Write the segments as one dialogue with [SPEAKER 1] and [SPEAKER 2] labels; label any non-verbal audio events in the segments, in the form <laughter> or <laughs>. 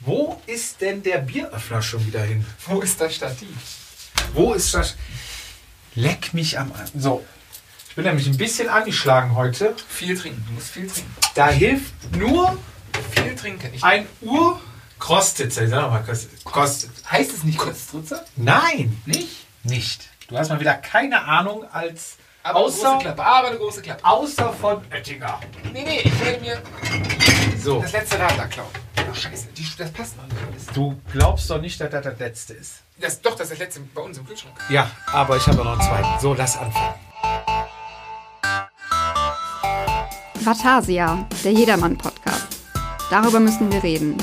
[SPEAKER 1] Wo ist denn der Bieröffner schon wieder hin?
[SPEAKER 2] Wo ist das Stativ?
[SPEAKER 1] Wo ist das? Leck mich am Arm. So. Ich bin nämlich ein bisschen angeschlagen heute.
[SPEAKER 2] Viel trinken. Du musst viel trinken.
[SPEAKER 1] Da hilft nur
[SPEAKER 2] Viel trinken. Ich,
[SPEAKER 1] ein Uhr Krostitzer. Ich sag nochmal Krostitzer. Krostitzer.
[SPEAKER 2] heißt es nicht Kostritze?
[SPEAKER 1] Nein,
[SPEAKER 2] Nicht?
[SPEAKER 1] nicht. Du hast mal wieder keine Ahnung als
[SPEAKER 2] Aber eine große
[SPEAKER 1] außer,
[SPEAKER 2] Klappe. Aber eine große Klappe.
[SPEAKER 1] außer von Oettinger.
[SPEAKER 2] Nee, nee, ich werde mir
[SPEAKER 1] So.
[SPEAKER 2] das letzte Radler klauen. Ach, scheiße. Die, das passt noch nicht alles.
[SPEAKER 1] Du glaubst doch nicht, dass das das letzte ist.
[SPEAKER 2] Das, doch, das ist das letzte bei uns im Kühlschrank.
[SPEAKER 1] Ja, aber ich habe noch einen zweiten. So, lass anfangen.
[SPEAKER 3] Vatasia, der Jedermann-Podcast. Darüber müssen wir reden.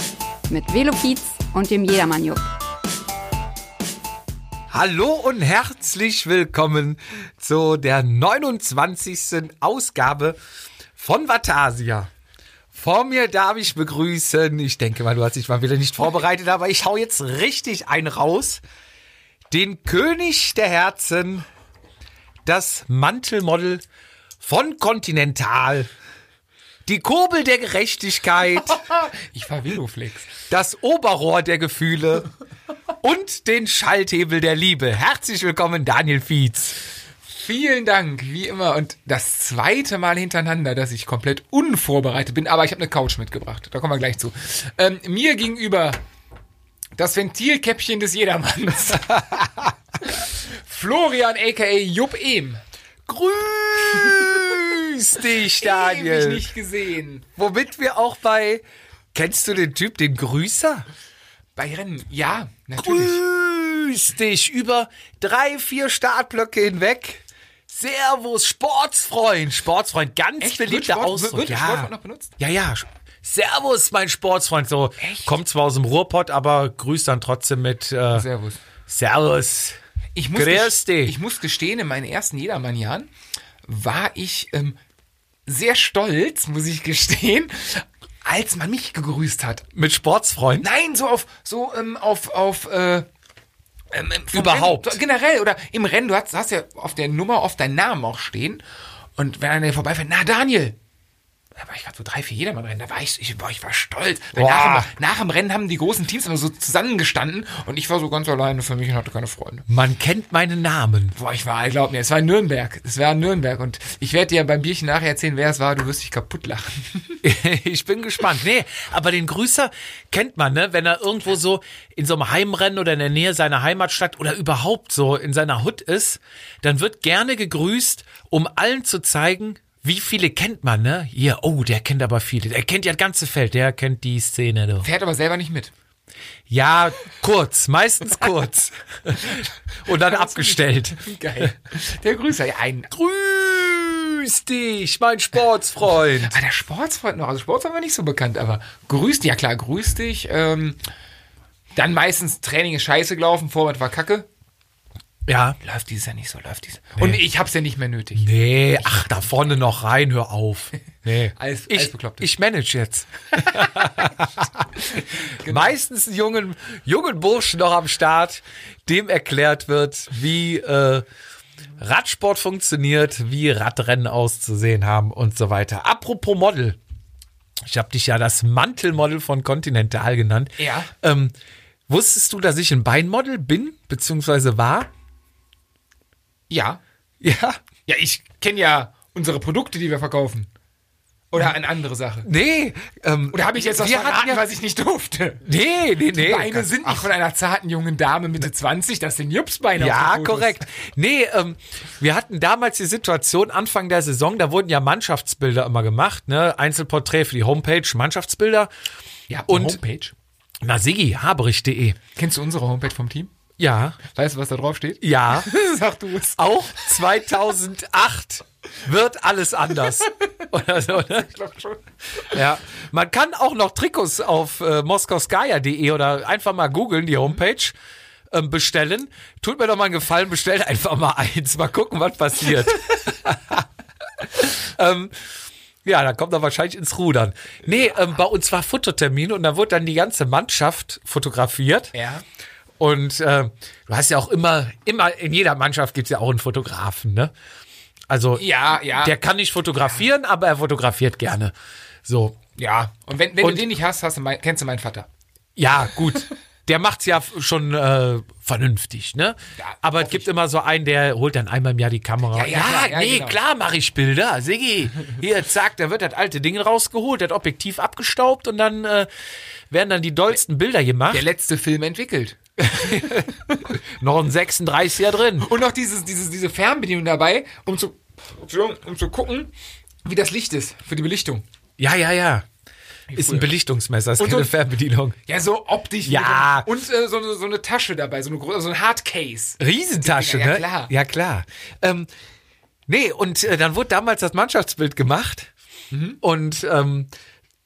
[SPEAKER 3] Mit Velopiz und dem Jedermann-Jupp.
[SPEAKER 4] Hallo und herzlich willkommen zu der 29. Ausgabe von Vatasia. Vor mir darf ich begrüßen, ich denke mal, du hast dich mal wieder nicht vorbereitet, aber ich hau jetzt richtig einen raus, den König der Herzen, das Mantelmodel von Continental, die Kurbel der Gerechtigkeit,
[SPEAKER 2] Ich war Veloflex.
[SPEAKER 4] das Oberrohr der Gefühle und den Schalthebel der Liebe. Herzlich willkommen, Daniel Fietz.
[SPEAKER 2] Vielen Dank, wie immer. Und das zweite Mal hintereinander, dass ich komplett unvorbereitet bin, aber ich habe eine Couch mitgebracht. Da kommen wir gleich zu. Ähm, mir gegenüber das Ventilkäppchen
[SPEAKER 4] <laughs>
[SPEAKER 2] des Jedermanns. Florian, a.k.a. Jupp Ehm.
[SPEAKER 4] Grüß dich, Daniel.
[SPEAKER 2] Ewig nicht gesehen.
[SPEAKER 4] Womit wir auch bei. Kennst du den Typ, den Grüßer?
[SPEAKER 2] Bei Rennen, ja, natürlich.
[SPEAKER 4] Grüß dich über drei, vier Startblöcke hinweg. Servus, Sportsfreund. Sportsfreund, ganz
[SPEAKER 2] Echt? Wird
[SPEAKER 4] beliebter
[SPEAKER 2] Sport-
[SPEAKER 4] Ausdruck.
[SPEAKER 2] wird
[SPEAKER 4] ja.
[SPEAKER 2] Sportfreund noch benutzt?
[SPEAKER 4] Ja, ja. Servus, mein Sportsfreund. So, kommt zwar aus dem Ruhrpott, aber grüßt dann trotzdem mit äh,
[SPEAKER 2] Servus.
[SPEAKER 4] Servus.
[SPEAKER 2] Ich muss,
[SPEAKER 4] Grüß dich.
[SPEAKER 2] ich muss gestehen, in meinen ersten Jedermann-Jahren war ich ähm, sehr stolz, muss ich gestehen, als man mich gegrüßt hat.
[SPEAKER 4] Mit Sportsfreund?
[SPEAKER 2] Nein, so auf, so ähm, auf, auf, äh, ähm, ähm, vom
[SPEAKER 4] Überhaupt.
[SPEAKER 2] Rennen, so generell oder im Rennen, du hast, hast ja auf der Nummer oft deinen Namen auch stehen. Und wenn einer vorbeifährt, na Daniel, da war ich gerade so drei, vier jedermann rennen, da war ich, ich, boah, ich war stolz. Weil
[SPEAKER 4] Boah.
[SPEAKER 2] Nach, dem, nach dem Rennen haben die großen Teams immer so zusammengestanden und ich war so ganz alleine für mich und hatte keine Freunde.
[SPEAKER 4] Man kennt meinen Namen. <laughs>
[SPEAKER 2] Boah, ich war, glaub mir, es war in Nürnberg. Es war in Nürnberg und ich werde dir beim Bierchen nachher erzählen, wer es war, du wirst dich kaputt lachen. <laughs>
[SPEAKER 4] ich bin gespannt. Nee, aber den Grüßer kennt man, ne? Wenn er irgendwo so in so einem Heimrennen oder in der Nähe seiner Heimatstadt oder überhaupt so in seiner Hut ist, dann wird gerne gegrüßt, um allen zu zeigen, wie viele kennt man, ne? Hier, oh, der kennt aber viele. Der kennt ja das ganze Feld, der kennt die Szene. Du.
[SPEAKER 2] Fährt aber selber nicht mit.
[SPEAKER 4] Ja, kurz, meistens kurz. Und dann abgestellt.
[SPEAKER 2] Geil. Der Grüßer, ja, ein,
[SPEAKER 4] Grüß dich, mein Sportsfreund.
[SPEAKER 2] Ah, der Sportsfreund noch. Also Sportsfreund war nicht so bekannt, aber grüß dich, ja klar, grüß dich. Ähm, dann meistens Training ist scheiße gelaufen, Vorwärts war kacke.
[SPEAKER 4] Ja.
[SPEAKER 2] Läuft dieses Jahr nicht so, läuft dieses Und ich hab's ja nicht mehr nötig.
[SPEAKER 4] Nee, ach, da vorne noch rein, hör
[SPEAKER 2] <laughs>
[SPEAKER 4] auf. Nee.
[SPEAKER 2] Alles-
[SPEAKER 4] ich,
[SPEAKER 2] alles Bekloppte.
[SPEAKER 4] ich manage
[SPEAKER 2] <laughs>
[SPEAKER 4] jetzt. <laughs>
[SPEAKER 2] Genau.
[SPEAKER 4] Meistens einen jungen, jungen Burschen noch am Start, dem erklärt wird, wie äh, Radsport funktioniert, wie Radrennen auszusehen haben und so weiter. Apropos Model. Ich habe dich ja das Mantelmodel von Continental genannt.
[SPEAKER 2] Ja.
[SPEAKER 4] Ähm, wusstest du, dass ich ein Beinmodel bin, beziehungsweise war?
[SPEAKER 2] Ja.
[SPEAKER 4] Ja.
[SPEAKER 2] Ja, ich kenne ja unsere Produkte, die wir verkaufen. Oder eine andere Sache.
[SPEAKER 4] Nee. Ähm,
[SPEAKER 2] Oder habe ich jetzt was
[SPEAKER 4] Hm. wir hatten
[SPEAKER 2] verraten,
[SPEAKER 4] ja-
[SPEAKER 2] was ich nicht durfte?
[SPEAKER 4] Nee, nee, nee.
[SPEAKER 2] Beine sind nicht von einer zarten jungen Dame Mitte 20, das sind Jupsbeine. auf
[SPEAKER 4] Ne. ja,
[SPEAKER 2] den Fotos.
[SPEAKER 4] korrekt. Nee, ähm, wir hatten damals die Situation, Anfang der Saison, da wurden ja Mannschaftsbilder immer gemacht, ne? Einzelporträt für die Homepage, Mannschaftsbilder.
[SPEAKER 2] Ihr habt eine
[SPEAKER 4] Und-
[SPEAKER 2] Homepage.
[SPEAKER 4] Na, Sigi, haberich.de.
[SPEAKER 2] Kennst du unsere Homepage vom Team?
[SPEAKER 4] Ja,
[SPEAKER 2] Weißt du, was da drauf steht?
[SPEAKER 4] ja.
[SPEAKER 2] <laughs> Sag du es.
[SPEAKER 4] Auch 2008 wird alles
[SPEAKER 2] <laughs>
[SPEAKER 4] anders. Oder so, ne?
[SPEAKER 2] Ich glaub schon.
[SPEAKER 4] <laughs> Ja. Man kann auch noch Trikots auf äh, moskowskaja.de oder einfach mal googeln, die Homepage, ähm, bestellen. Tut mir doch mal einen Gefallen, bestellt <laughs> einfach mal eins. Mal gucken, was passiert. ähm, ja, da kommt er wahrscheinlich ins Rudern. Nee, ähm, bei uns war Fototermin und da wurde dann die ganze Mannschaft fotografiert.
[SPEAKER 2] Ja.
[SPEAKER 4] Und äh, du hast ja auch immer, immer, in jeder Mannschaft gibt es ja auch einen Fotografen, ne? Also,
[SPEAKER 2] Ja, ja.
[SPEAKER 4] der kann nicht fotografieren, aber er fotografiert gerne. So,
[SPEAKER 2] Ja, und wenn, wenn
[SPEAKER 4] Und-
[SPEAKER 2] du den nicht hast, hast du mein, kennst du meinen Vater.
[SPEAKER 4] Ja,
[SPEAKER 2] <laughs>
[SPEAKER 4] gut. Der macht's ja f- schon äh, vernünftig, ne?
[SPEAKER 2] Ja,
[SPEAKER 4] Aber es gibt immer so einen, der holt dann einmal im Jahr die Kamera.
[SPEAKER 2] Ja, ja, klar, ja,
[SPEAKER 4] nee,
[SPEAKER 2] genau.
[SPEAKER 4] klar mache ich Bilder, Siggi. Hier, zack, da wird das alte Ding rausgeholt, das Objektiv abgestaubt und dann äh, werden dann die dollsten Bilder
[SPEAKER 2] Der
[SPEAKER 4] gemacht.
[SPEAKER 2] letzte Film entwickelt.
[SPEAKER 4] Noch ein 36er
[SPEAKER 2] <gasps>
[SPEAKER 4] drin.
[SPEAKER 2] Und noch dieses, dieses, diese Fernbedienung dabei, um zu, Entschuldigung, um zu gucken, wie das Licht ist für die Belichtung.
[SPEAKER 4] Ja, ja, ja. Ist ein
[SPEAKER 2] früher.
[SPEAKER 4] Belichtungsmesser, ist
[SPEAKER 2] Und
[SPEAKER 4] keine
[SPEAKER 2] so-
[SPEAKER 4] Fernbedienung.
[SPEAKER 2] Ja, so optisch. wie
[SPEAKER 4] Ja.
[SPEAKER 2] so- Und äh, so, eine- so eine Tasche dabei, so, eine, gro- so ein Hardcase.
[SPEAKER 4] Riesentasche,
[SPEAKER 2] Ja, ja,
[SPEAKER 4] ne?
[SPEAKER 2] klar.
[SPEAKER 4] Ja, klar. Ähm, nee, und äh, dann wurde damals das Mannschaftsbild gemacht
[SPEAKER 2] Mhm.
[SPEAKER 4] und ähm,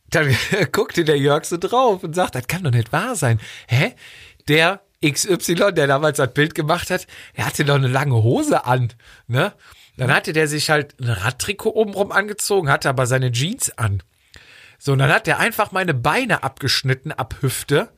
[SPEAKER 4] dann <laughs> guckte der Jörg so drauf und sagt, das kann doch nicht wahr sein. Hä? Der XY, der damals das Bild gemacht hat, der hatte doch eine lange Hose an, ne? Dann hatte der sich halt ein Radtrikot obenrum angezogen, hatte aber seine Jeans an. So, und dann hat der einfach meine Beine abgeschnitten ab Hüfte.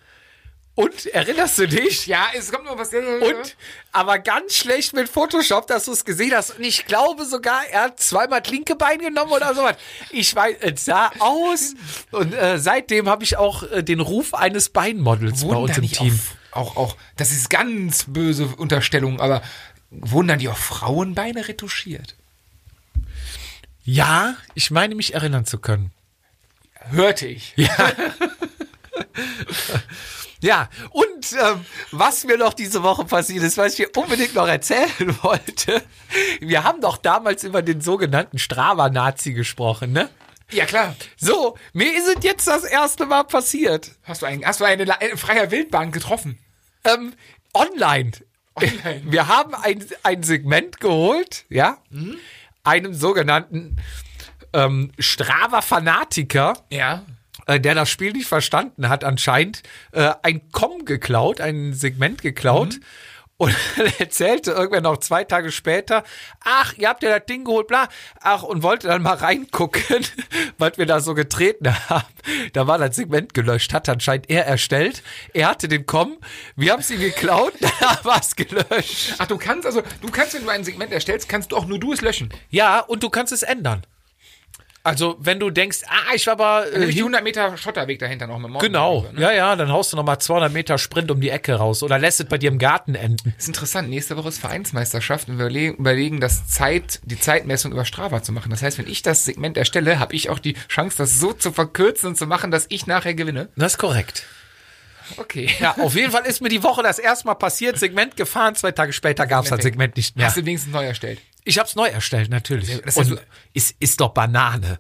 [SPEAKER 4] Und erinnerst du dich?
[SPEAKER 2] Ja, es kommt noch was.
[SPEAKER 4] Und, aber ganz schlecht mit Photoshop, dass du es gesehen hast. Und ich glaube sogar, er hat zweimal das linke Bein genommen oder sowas. Ich weiß, es sah aus. Und äh, seitdem habe ich auch äh, den Ruf eines Beinmodels bei
[SPEAKER 2] wurden
[SPEAKER 4] uns
[SPEAKER 2] da
[SPEAKER 4] im
[SPEAKER 2] nicht
[SPEAKER 4] Team.
[SPEAKER 2] Auch, auch, auch, das ist ganz böse Unterstellung, aber wurden dann die auch Frauenbeine retuschiert?
[SPEAKER 4] Ja, ich meine, mich erinnern zu können.
[SPEAKER 2] Hörte ich.
[SPEAKER 4] Ja, und ähm, was mir noch diese Woche passiert ist, was ich dir unbedingt noch erzählen <laughs> wollte. Wir haben doch damals über den sogenannten Strava-Nazi gesprochen, ne?
[SPEAKER 2] Ja, klar.
[SPEAKER 4] So, mir ist es jetzt das erste Mal passiert.
[SPEAKER 2] Hast du, einen, hast du eine, La- eine freie
[SPEAKER 4] <laughs>
[SPEAKER 2] Wildbahn getroffen?
[SPEAKER 4] ähm, online.
[SPEAKER 2] Online.
[SPEAKER 4] Wir haben ein, ein Segment geholt, ja, einem sogenannten ähm, Strava-Fanatiker,
[SPEAKER 2] Ja.
[SPEAKER 4] äh, der das Spiel nicht verstanden hat, anscheinend äh, ein Com geklaut, ein Segment geklaut. Und <laughs> erzählte irgendwann noch zwei Tage später, ach, ihr habt ja das Ding geholt, bla, ach, und wollte dann mal <laughs> reingucken, was wir da so getreten haben. Da war das Segment gelöscht, hat anscheinend er erstellt. Er hatte den Com, wir haben es ihm geklaut, <laughs> da war es gelöscht.
[SPEAKER 2] Ach, du kannst also, du kannst, wenn du ein Segment erstellst, kannst du auch nur du es löschen.
[SPEAKER 4] Ja, und du kannst es ändern. Also, wenn du denkst, ah, ich war aber
[SPEAKER 2] Nämlich
[SPEAKER 4] äh,
[SPEAKER 2] die 100 Meter Schotterweg dahinter noch mit dem
[SPEAKER 4] Genau,
[SPEAKER 2] Mountainbike, ne?
[SPEAKER 4] ja, ja, dann haust du nochmal 200 Meter Sprint um die Ecke raus oder lässt es bei dir im Garten enden.
[SPEAKER 2] Ist interessant. Nächste Woche ist Vereinsmeisterschaft und wir überlegen, überlegen das Zeit, die Zeitmessung über Strava zu machen. Das heißt, wenn ich das Segment erstelle, habe ich auch die Chance, das so zu verkürzen und zu machen, dass ich nachher gewinne.
[SPEAKER 4] Das ist korrekt.
[SPEAKER 2] Okay.
[SPEAKER 4] Ja, auf jeden Fall ist mir die Woche das erste Mal passiert, Segment gefahren, zwei Tage später gab es das Segment nicht mehr.
[SPEAKER 2] <laughs> Hast du wenigstens neu erstellt.
[SPEAKER 4] Ich hab's neu erstellt, natürlich.
[SPEAKER 2] das ist-
[SPEAKER 4] Und ist, ist doch <laughs> Banane.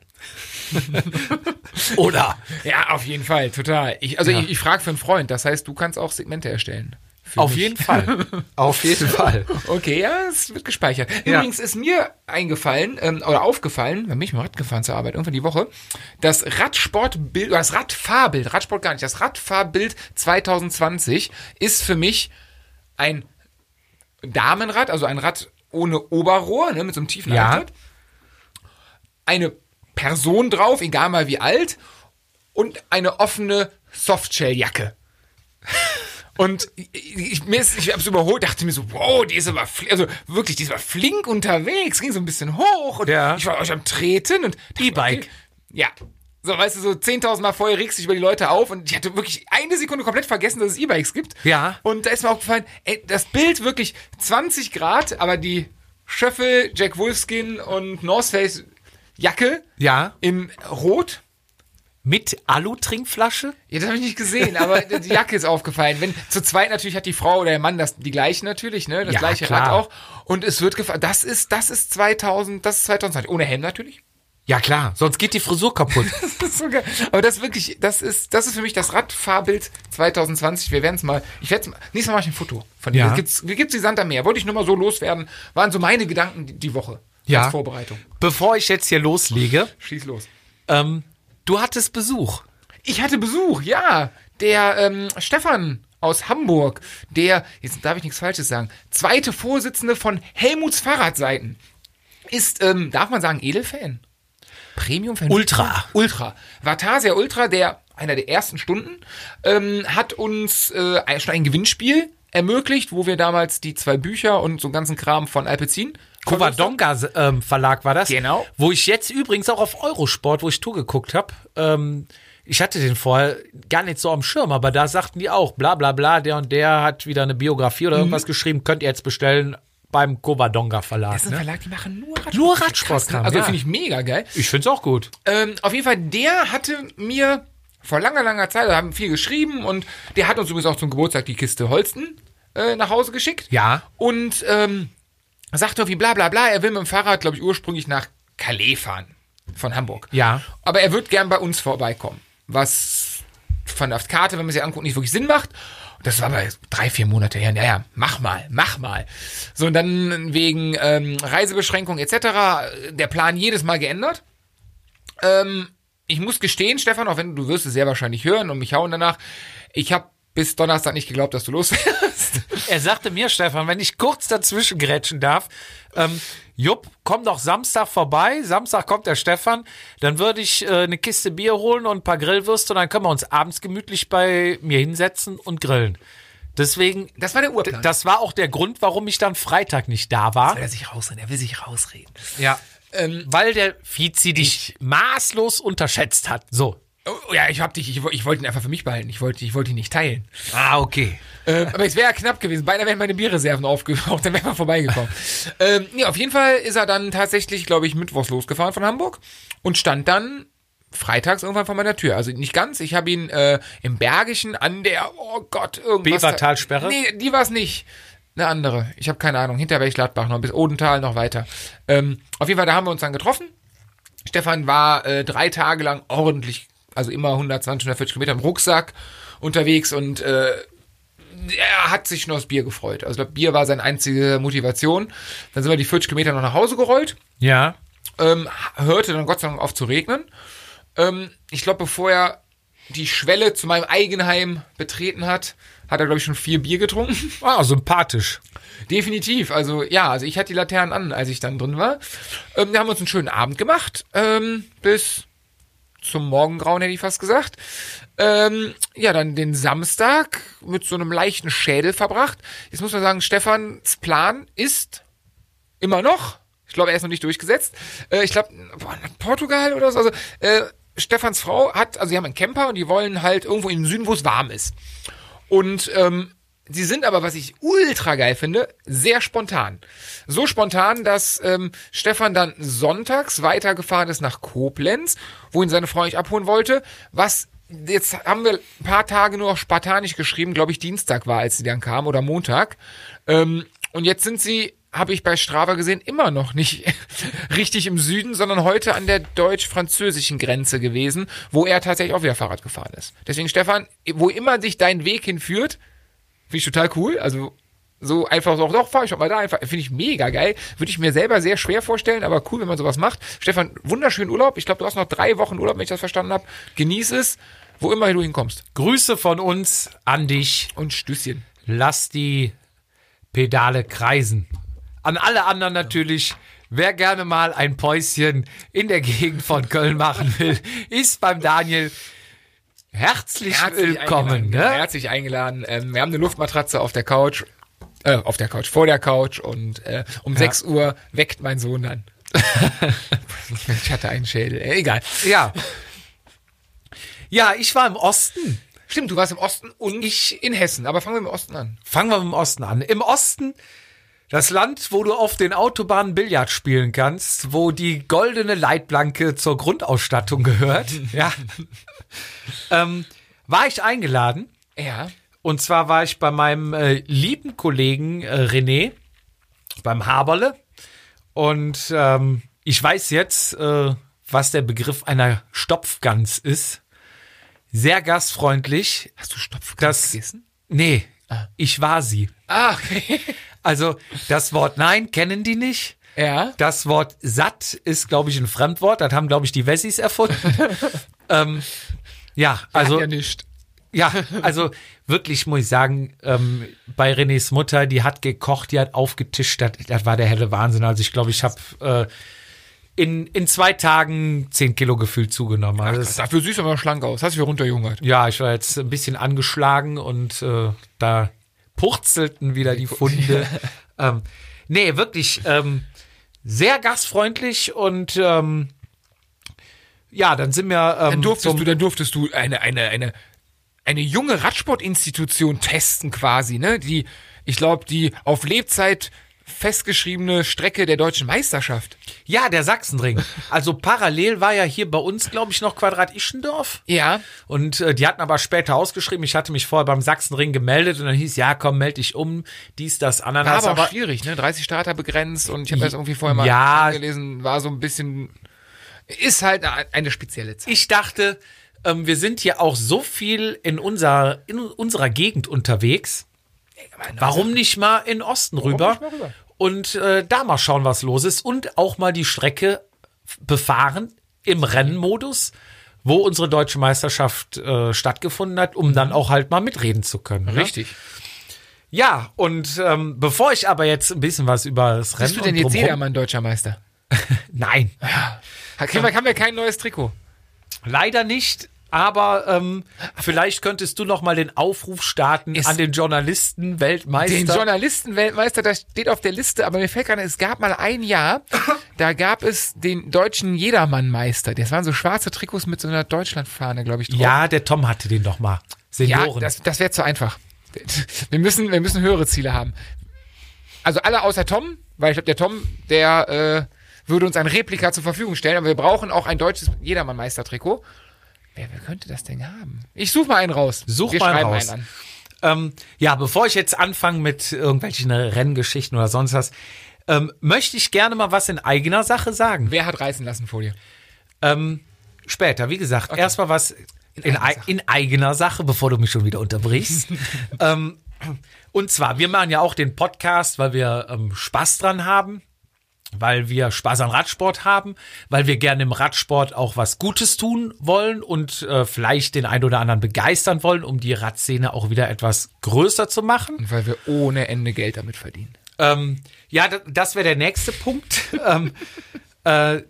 [SPEAKER 4] oder?
[SPEAKER 2] Ja, auf jeden Fall, total. Ich, also ich, ich frage für einen Freund, das heißt, du kannst auch Segmente erstellen. Für
[SPEAKER 4] Auf
[SPEAKER 2] mich.
[SPEAKER 4] jeden Fall. <laughs> Auf jeden Fall.
[SPEAKER 2] <laughs> Okay, ja, es wird gespeichert.
[SPEAKER 4] Ja.
[SPEAKER 2] Übrigens ist mir eingefallen ähm, oder aufgefallen, wenn mich mal Rad gefahren zur Arbeit, irgendwann die Woche, das Radsportbild, oder das Radfahrbild, Radsport gar nicht, das Radfahrbild 2020 ist für mich ein Damenrad, also ein Rad ohne Oberrohr, ne, mit so einem tiefen
[SPEAKER 4] Ja.
[SPEAKER 2] Eintritt. Eine Person drauf, egal mal wie alt, und eine offene Softshell-Jacke. Und ich, ich, mir ist- ich habe es überholt, dachte mir so, wow, die ist aber, fli- also wirklich, die ist aber flink unterwegs, ging so ein bisschen hoch und
[SPEAKER 4] Ja.
[SPEAKER 2] ich war euch am Treten und dachte,
[SPEAKER 4] E-Bike.
[SPEAKER 2] okay, ja. So, weißt du, so 10.000 Mal vorher regst du dich über die Leute auf und ich hatte wirklich eine Sekunde komplett vergessen, dass es E-Bikes gibt.
[SPEAKER 4] Ja.
[SPEAKER 2] Und da ist mir aufgefallen, ey, das Bild wirklich 20 Grad, aber die Schöffel, Jack Wolfskin und North Face Jacke
[SPEAKER 4] Ja.
[SPEAKER 2] in Rot.
[SPEAKER 4] Mit Alu-Trinkflasche?
[SPEAKER 2] Ja, das habe ich nicht
[SPEAKER 4] <laughs>
[SPEAKER 2] gesehen, aber die Jacke ist aufgefallen. Wenn zu zweit natürlich hat die Frau oder der Mann das die gleichen natürlich, ne, das
[SPEAKER 4] Ja,
[SPEAKER 2] gleiche
[SPEAKER 4] klar.
[SPEAKER 2] Rad auch und es wird gefahren. Das ist das ist 2000, das ist 2020 ohne Helm natürlich. <laughs>
[SPEAKER 4] Ja, klar. Sonst geht die Frisur kaputt.
[SPEAKER 2] Das ist so geil. Aber das wirklich, das ist das ist für mich das Radfahrbild 2020. Wir werden es mal, ich werde mal nächstes Mal mache ich ein Foto von dir.
[SPEAKER 4] Ja.
[SPEAKER 2] Ja. Gibt's gibt's die Sand am Meer. Wollte ich nur mal so loswerden. Waren so meine Gedanken die, die Woche
[SPEAKER 4] Ja.
[SPEAKER 2] als Vorbereitung.
[SPEAKER 4] Bevor ich jetzt hier loslege,
[SPEAKER 2] Schieß los.
[SPEAKER 4] ähm, du hattest Besuch.
[SPEAKER 2] Ich hatte Besuch, ja. Der ähm, Stefan aus Hamburg, der, jetzt darf ich nichts Falsches sagen, zweite Vorsitzende von Helmuts Fahrradseiten, ist, ähm, darf man sagen, Edelfan? Premium-Fan?
[SPEAKER 4] Ultra.
[SPEAKER 2] Ultra. Vatasia Ultra, der einer der ersten Stunden, ähm, hat uns äh, ein- schon ein Gewinnspiel ermöglicht, wo wir damals die zwei Bücher und so einen ganzen Kram von Alpecin
[SPEAKER 4] Covadonga ne? ähm, Verlag war das.
[SPEAKER 2] Genau.
[SPEAKER 4] Wo ich jetzt übrigens auch auf Eurosport, wo ich Tour geguckt habe, ähm, ich hatte den vorher gar nicht so am Schirm, aber da sagten die auch, bla bla bla, der und der hat wieder eine Biografie
[SPEAKER 2] Mhm.
[SPEAKER 4] oder irgendwas geschrieben, könnt ihr jetzt bestellen beim Covadonga Verlag.
[SPEAKER 2] Das ist ein
[SPEAKER 4] Ne?
[SPEAKER 2] Verlag, die machen nur Radsport.
[SPEAKER 4] Nur Radsportkram,
[SPEAKER 2] Also
[SPEAKER 4] ja.
[SPEAKER 2] finde ich mega geil.
[SPEAKER 4] Ich find's auch gut.
[SPEAKER 2] Ähm, auf jeden Fall, der hatte mir vor langer, langer Zeit, da haben viel geschrieben und der hat uns übrigens auch zum Geburtstag die Kiste Holsten äh, nach Hause geschickt.
[SPEAKER 4] Ja.
[SPEAKER 2] Und ähm, sagte irgendwie bla bla bla, er will mit dem Fahrrad, glaube ich, ursprünglich nach Calais fahren von Hamburg.
[SPEAKER 4] Ja.
[SPEAKER 2] Aber er wird gern bei uns vorbeikommen. Was von der Karte, wenn man sie anguckt, nicht wirklich Sinn macht. Das war aber drei, vier Monate her. Naja, mach mal, mach mal. So, und dann wegen ähm, Reisebeschränkung etc. der Plan jedes Mal geändert. Ähm, ich muss gestehen, Stefan, auch wenn du wirst es sehr wahrscheinlich hören und mich hauen danach, ich habe bis Donnerstag nicht geglaubt, dass du losfährst.
[SPEAKER 4] Er sagte mir, Stefan, wenn ich kurz dazwischen grätschen darf, ähm, Jupp, komm doch Samstag vorbei. Samstag kommt der Stefan. Dann würde ich äh, eine Kiste Bier holen und ein paar Grillwürste und dann können wir uns abends gemütlich bei mir hinsetzen und grillen. Deswegen,
[SPEAKER 2] Das war der Urplan.
[SPEAKER 4] das war auch der Grund, warum ich dann Freitag nicht da war.
[SPEAKER 2] er sich rausreden, er will sich rausreden.
[SPEAKER 4] Ja. Ähm, weil der Vizi dich maßlos unterschätzt hat. So.
[SPEAKER 2] Oh, ja, ich hab dich, ich, woll- ich wollte ihn einfach für mich behalten. Ich wollte, ich wollte ihn nicht teilen.
[SPEAKER 4] Ah, okay.
[SPEAKER 2] Ähm, aber es wäre ja knapp gewesen. Beinahe wären meine Bierreserven aufgebraucht, dann wären wir vorbeigekommen. ähm, ja, auf jeden Fall ist er dann tatsächlich, glaube ich, mittwochs losgefahren von Hamburg und stand dann freitags irgendwann vor meiner Tür. Also nicht ganz. Ich habe ihn äh, im Bergischen an der, oh Gott, irgendwas.
[SPEAKER 4] Bevertalsperre?
[SPEAKER 2] Nee, die war es nicht. Eine andere. Ich habe keine Ahnung. Hinterberg, Gladbach noch bis Odenthal noch weiter. Ähm, auf jeden Fall, da haben wir uns dann getroffen. Stefan war äh, drei Tage lang ordentlich, also immer 120, 140 Kilometer im Rucksack unterwegs und äh, er hat sich nur aufs Bier gefreut. Also ich glaub, Bier war seine einzige Motivation. Dann sind wir die 40 Kilometer noch nach Hause gerollt,
[SPEAKER 4] Ja.
[SPEAKER 2] ähm, hörte dann Gott sei Dank auf zu regnen. Ähm, ich glaube, bevor er die Schwelle zu meinem Eigenheim betreten hat, hat er, glaube ich, schon vier Bier getrunken.
[SPEAKER 4] Ah, sympathisch.
[SPEAKER 2] Definitiv. Also ja, also ich hatte die Laternen an, als ich dann drin war. Ähm, wir haben uns einen schönen Abend gemacht, ähm, bis zum Morgengrauen hätte ich fast gesagt. Ähm, ja, dann den Samstag mit so einem leichten Schädel verbracht. Jetzt muss man sagen, Stefans Plan ist immer noch. Ich glaube, er ist noch nicht durchgesetzt. Äh, ich glaube, boah, nach Portugal oder so. Also, äh, Stefans Frau hat, also sie haben einen Camper und die wollen halt irgendwo in den Süden, wo es warm ist. Und ähm, sie sind aber, was ich ultra geil finde, sehr spontan. So spontan, dass ähm, Stefan dann sonntags weitergefahren ist nach Koblenz, wo ihn seine Frau nicht abholen wollte. Was jetzt haben wir ein paar Tage nur noch spartanisch geschrieben, glaube ich, Dienstag war, als sie dann kam oder Montag. Ähm, und jetzt sind sie habe ich bei Strava gesehen, immer noch nicht <laughs> richtig im Süden, sondern heute an der deutsch-französischen Grenze gewesen, wo er tatsächlich auch wieder Fahrrad gefahren ist. Deswegen, Stefan, wo immer sich dein Weg hinführt, finde ich total cool. Also so einfach so, doch, fahr ich doch mal da einfach. Finde ich mega geil. Würde ich mir selber sehr schwer vorstellen, aber cool, wenn man sowas macht. Stefan, wunderschönen Urlaub. Ich glaube, du hast noch drei Wochen Urlaub, wenn ich das verstanden habe. Genieß es, wo immer du hinkommst.
[SPEAKER 4] Grüße von uns an dich.
[SPEAKER 2] Und Stößchen.
[SPEAKER 4] lass die Pedale kreisen. An alle anderen natürlich. Wer gerne mal ein Päuschen in der Gegend von Köln machen <laughs> will, ist beim Daniel herzlich, willkommen.
[SPEAKER 2] eingeladen. Ja,
[SPEAKER 4] Ne?
[SPEAKER 2] Herzlich eingeladen. Ähm, wir haben eine Luftmatratze auf der Couch, äh, auf der Couch, vor der Couch und äh, um 6 Uhr weckt mein Sohn dann. ich hatte einen Schädel. Äh, egal.
[SPEAKER 4] Ja. ja, ich war im Osten.
[SPEAKER 2] Stimmt, du warst im Osten und ich in Hessen. Aber fangen wir im Osten an.
[SPEAKER 4] Fangen wir mit dem Osten an. Im Osten, das Land, wo du auf den Autobahnen Billard spielen kannst, wo die goldene Leitplanke zur Grundausstattung <laughs> gehört, ja, ähm, war ich eingeladen.
[SPEAKER 2] Ja.
[SPEAKER 4] Und zwar war ich bei meinem äh, lieben Kollegen äh, René beim Haberle. Und ähm, ich weiß jetzt, äh, was der Begriff einer Stopfgans ist. Sehr gastfreundlich.
[SPEAKER 2] Hast du Stopfgans
[SPEAKER 4] Das-
[SPEAKER 2] gegessen?
[SPEAKER 4] Nee, ich war sie.
[SPEAKER 2] Ah, okay.
[SPEAKER 4] Also das Wort Nein kennen die nicht.
[SPEAKER 2] Ja.
[SPEAKER 4] Das Wort satt ist, glaube ich, ein Fremdwort. Das haben, glaube ich, die Wessis
[SPEAKER 2] <laughs>
[SPEAKER 4] erfunden. ähm, ja, also
[SPEAKER 2] ja nicht. <laughs>
[SPEAKER 4] ja, also wirklich muss ich sagen, ähm, bei Renés Mutter, die hat gekocht, die hat aufgetischt, das, das war der helle Wahnsinn. Also ich glaube, ich habe äh, in, in zwei Tagen 10 Kilo gefühlt zugenommen. Also das,
[SPEAKER 2] Dafür süß aber schlank aus. Hast du wieder runtergehungert.
[SPEAKER 4] ja, ich war jetzt ein bisschen angeschlagen und äh, da purzelten wieder die
[SPEAKER 2] <laughs>
[SPEAKER 4] Funde. ähm, nee, wirklich ähm, sehr gastfreundlich und ähm, Ja, dann sind wir. Ähm,
[SPEAKER 2] Dann durftest
[SPEAKER 4] zum-
[SPEAKER 2] du, dann durftest du eine, eine, eine, eine junge Radsportinstitution testen quasi, ne? Die, ich glaube, die auf Lebzeit festgeschriebene Strecke der deutschen Meisterschaft.
[SPEAKER 4] Ja, der Sachsenring. Also parallel war ja hier bei uns, glaube ich, noch Quadrat Ischendorf.
[SPEAKER 2] Ja.
[SPEAKER 4] Und äh, die hatten aber später ausgeschrieben. Ich hatte mich vorher beim Sachsenring gemeldet und dann hieß, ja, komm, melde dich um, dies, das,
[SPEAKER 2] War
[SPEAKER 4] Ananas.
[SPEAKER 2] aber auch schwierig, ne? 30 Starter begrenzt und ich habe das irgendwie vorher mal
[SPEAKER 4] Ja.
[SPEAKER 2] gelesen, war so ein bisschen. Ist halt eine, eine spezielle Zeit.
[SPEAKER 4] ich dachte, ähm, wir sind hier auch so viel in, unser, in unserer Gegend unterwegs. Warum nicht mal in den Osten rüber?
[SPEAKER 2] nicht mal rüber?
[SPEAKER 4] Und äh, da mal schauen, was los ist. Und auch mal die Strecke f- befahren im Rennmodus, wo unsere deutsche Meisterschaft äh, stattgefunden hat, um dann auch halt mal mitreden zu können. ne?
[SPEAKER 2] Mhm. Richtig.
[SPEAKER 4] Ja, und ähm, bevor ich aber jetzt ein bisschen was über das Rennen
[SPEAKER 2] Bist du denn
[SPEAKER 4] und
[SPEAKER 2] jetzt
[SPEAKER 4] drumherum-
[SPEAKER 2] jedermann deutscher Meister?
[SPEAKER 4] <laughs> Nein,
[SPEAKER 2] Haben wir, haben wir kein neues Trikot?
[SPEAKER 4] leider nicht. Aber ähm, vielleicht könntest du noch mal den Aufruf starten
[SPEAKER 2] Es-
[SPEAKER 4] an den Journalisten
[SPEAKER 2] Den
[SPEAKER 4] Weltmeister.
[SPEAKER 2] Also Journalisten-Weltmeister, das steht auf der Liste, aber mir fällt gerade, es gab mal ein Jahr, da gab es den deutschen Jedermann-Meister. Das waren so schwarze Trikots mit so einer Deutschlandfahne, glaube ich, drauf.
[SPEAKER 4] ja, der Tom hatte den noch mal.
[SPEAKER 2] ja
[SPEAKER 4] Senioren.
[SPEAKER 2] das, das wäre zu einfach. Wir müssen, wir müssen höhere Ziele haben. Also alle außer Tom, weil ich glaube, der Tom, der äh, würde uns ein Replika zur Verfügung stellen, aber wir brauchen auch ein deutsches Jedermann-Meister-Trikot. Wer, wer könnte das denn haben? Ich suche mal einen raus.
[SPEAKER 4] Such
[SPEAKER 2] wir
[SPEAKER 4] mal einen
[SPEAKER 2] schreiben
[SPEAKER 4] raus.
[SPEAKER 2] Einen an.
[SPEAKER 4] Ähm, ja, bevor ich jetzt anfange mit irgendwelchen Renngeschichten oder sonst was, ähm, möchte ich gerne mal was in eigener Sache sagen.
[SPEAKER 2] Wer hat reißen lassen vor dir?
[SPEAKER 4] Ähm, später, wie gesagt, erstmal was in,
[SPEAKER 2] eigener
[SPEAKER 4] ei-
[SPEAKER 2] Sache.
[SPEAKER 4] in eigener Sache, bevor du mich schon wieder
[SPEAKER 2] <laughs>
[SPEAKER 4] unterbrichst. ähm, und zwar, wir machen ja auch den Podcast, weil wir ähm, Spaß dran haben, weil wir Spaß an Radsport haben, weil wir gerne im Radsport auch was Gutes tun wollen und äh, vielleicht den einen oder anderen begeistern wollen, um die Radszene auch wieder etwas größer zu machen.
[SPEAKER 2] Und weil wir ohne Ende Geld damit verdienen.
[SPEAKER 4] Ähm, ja, d- das wäre der nächste Punkt. <laughs> ähm, äh,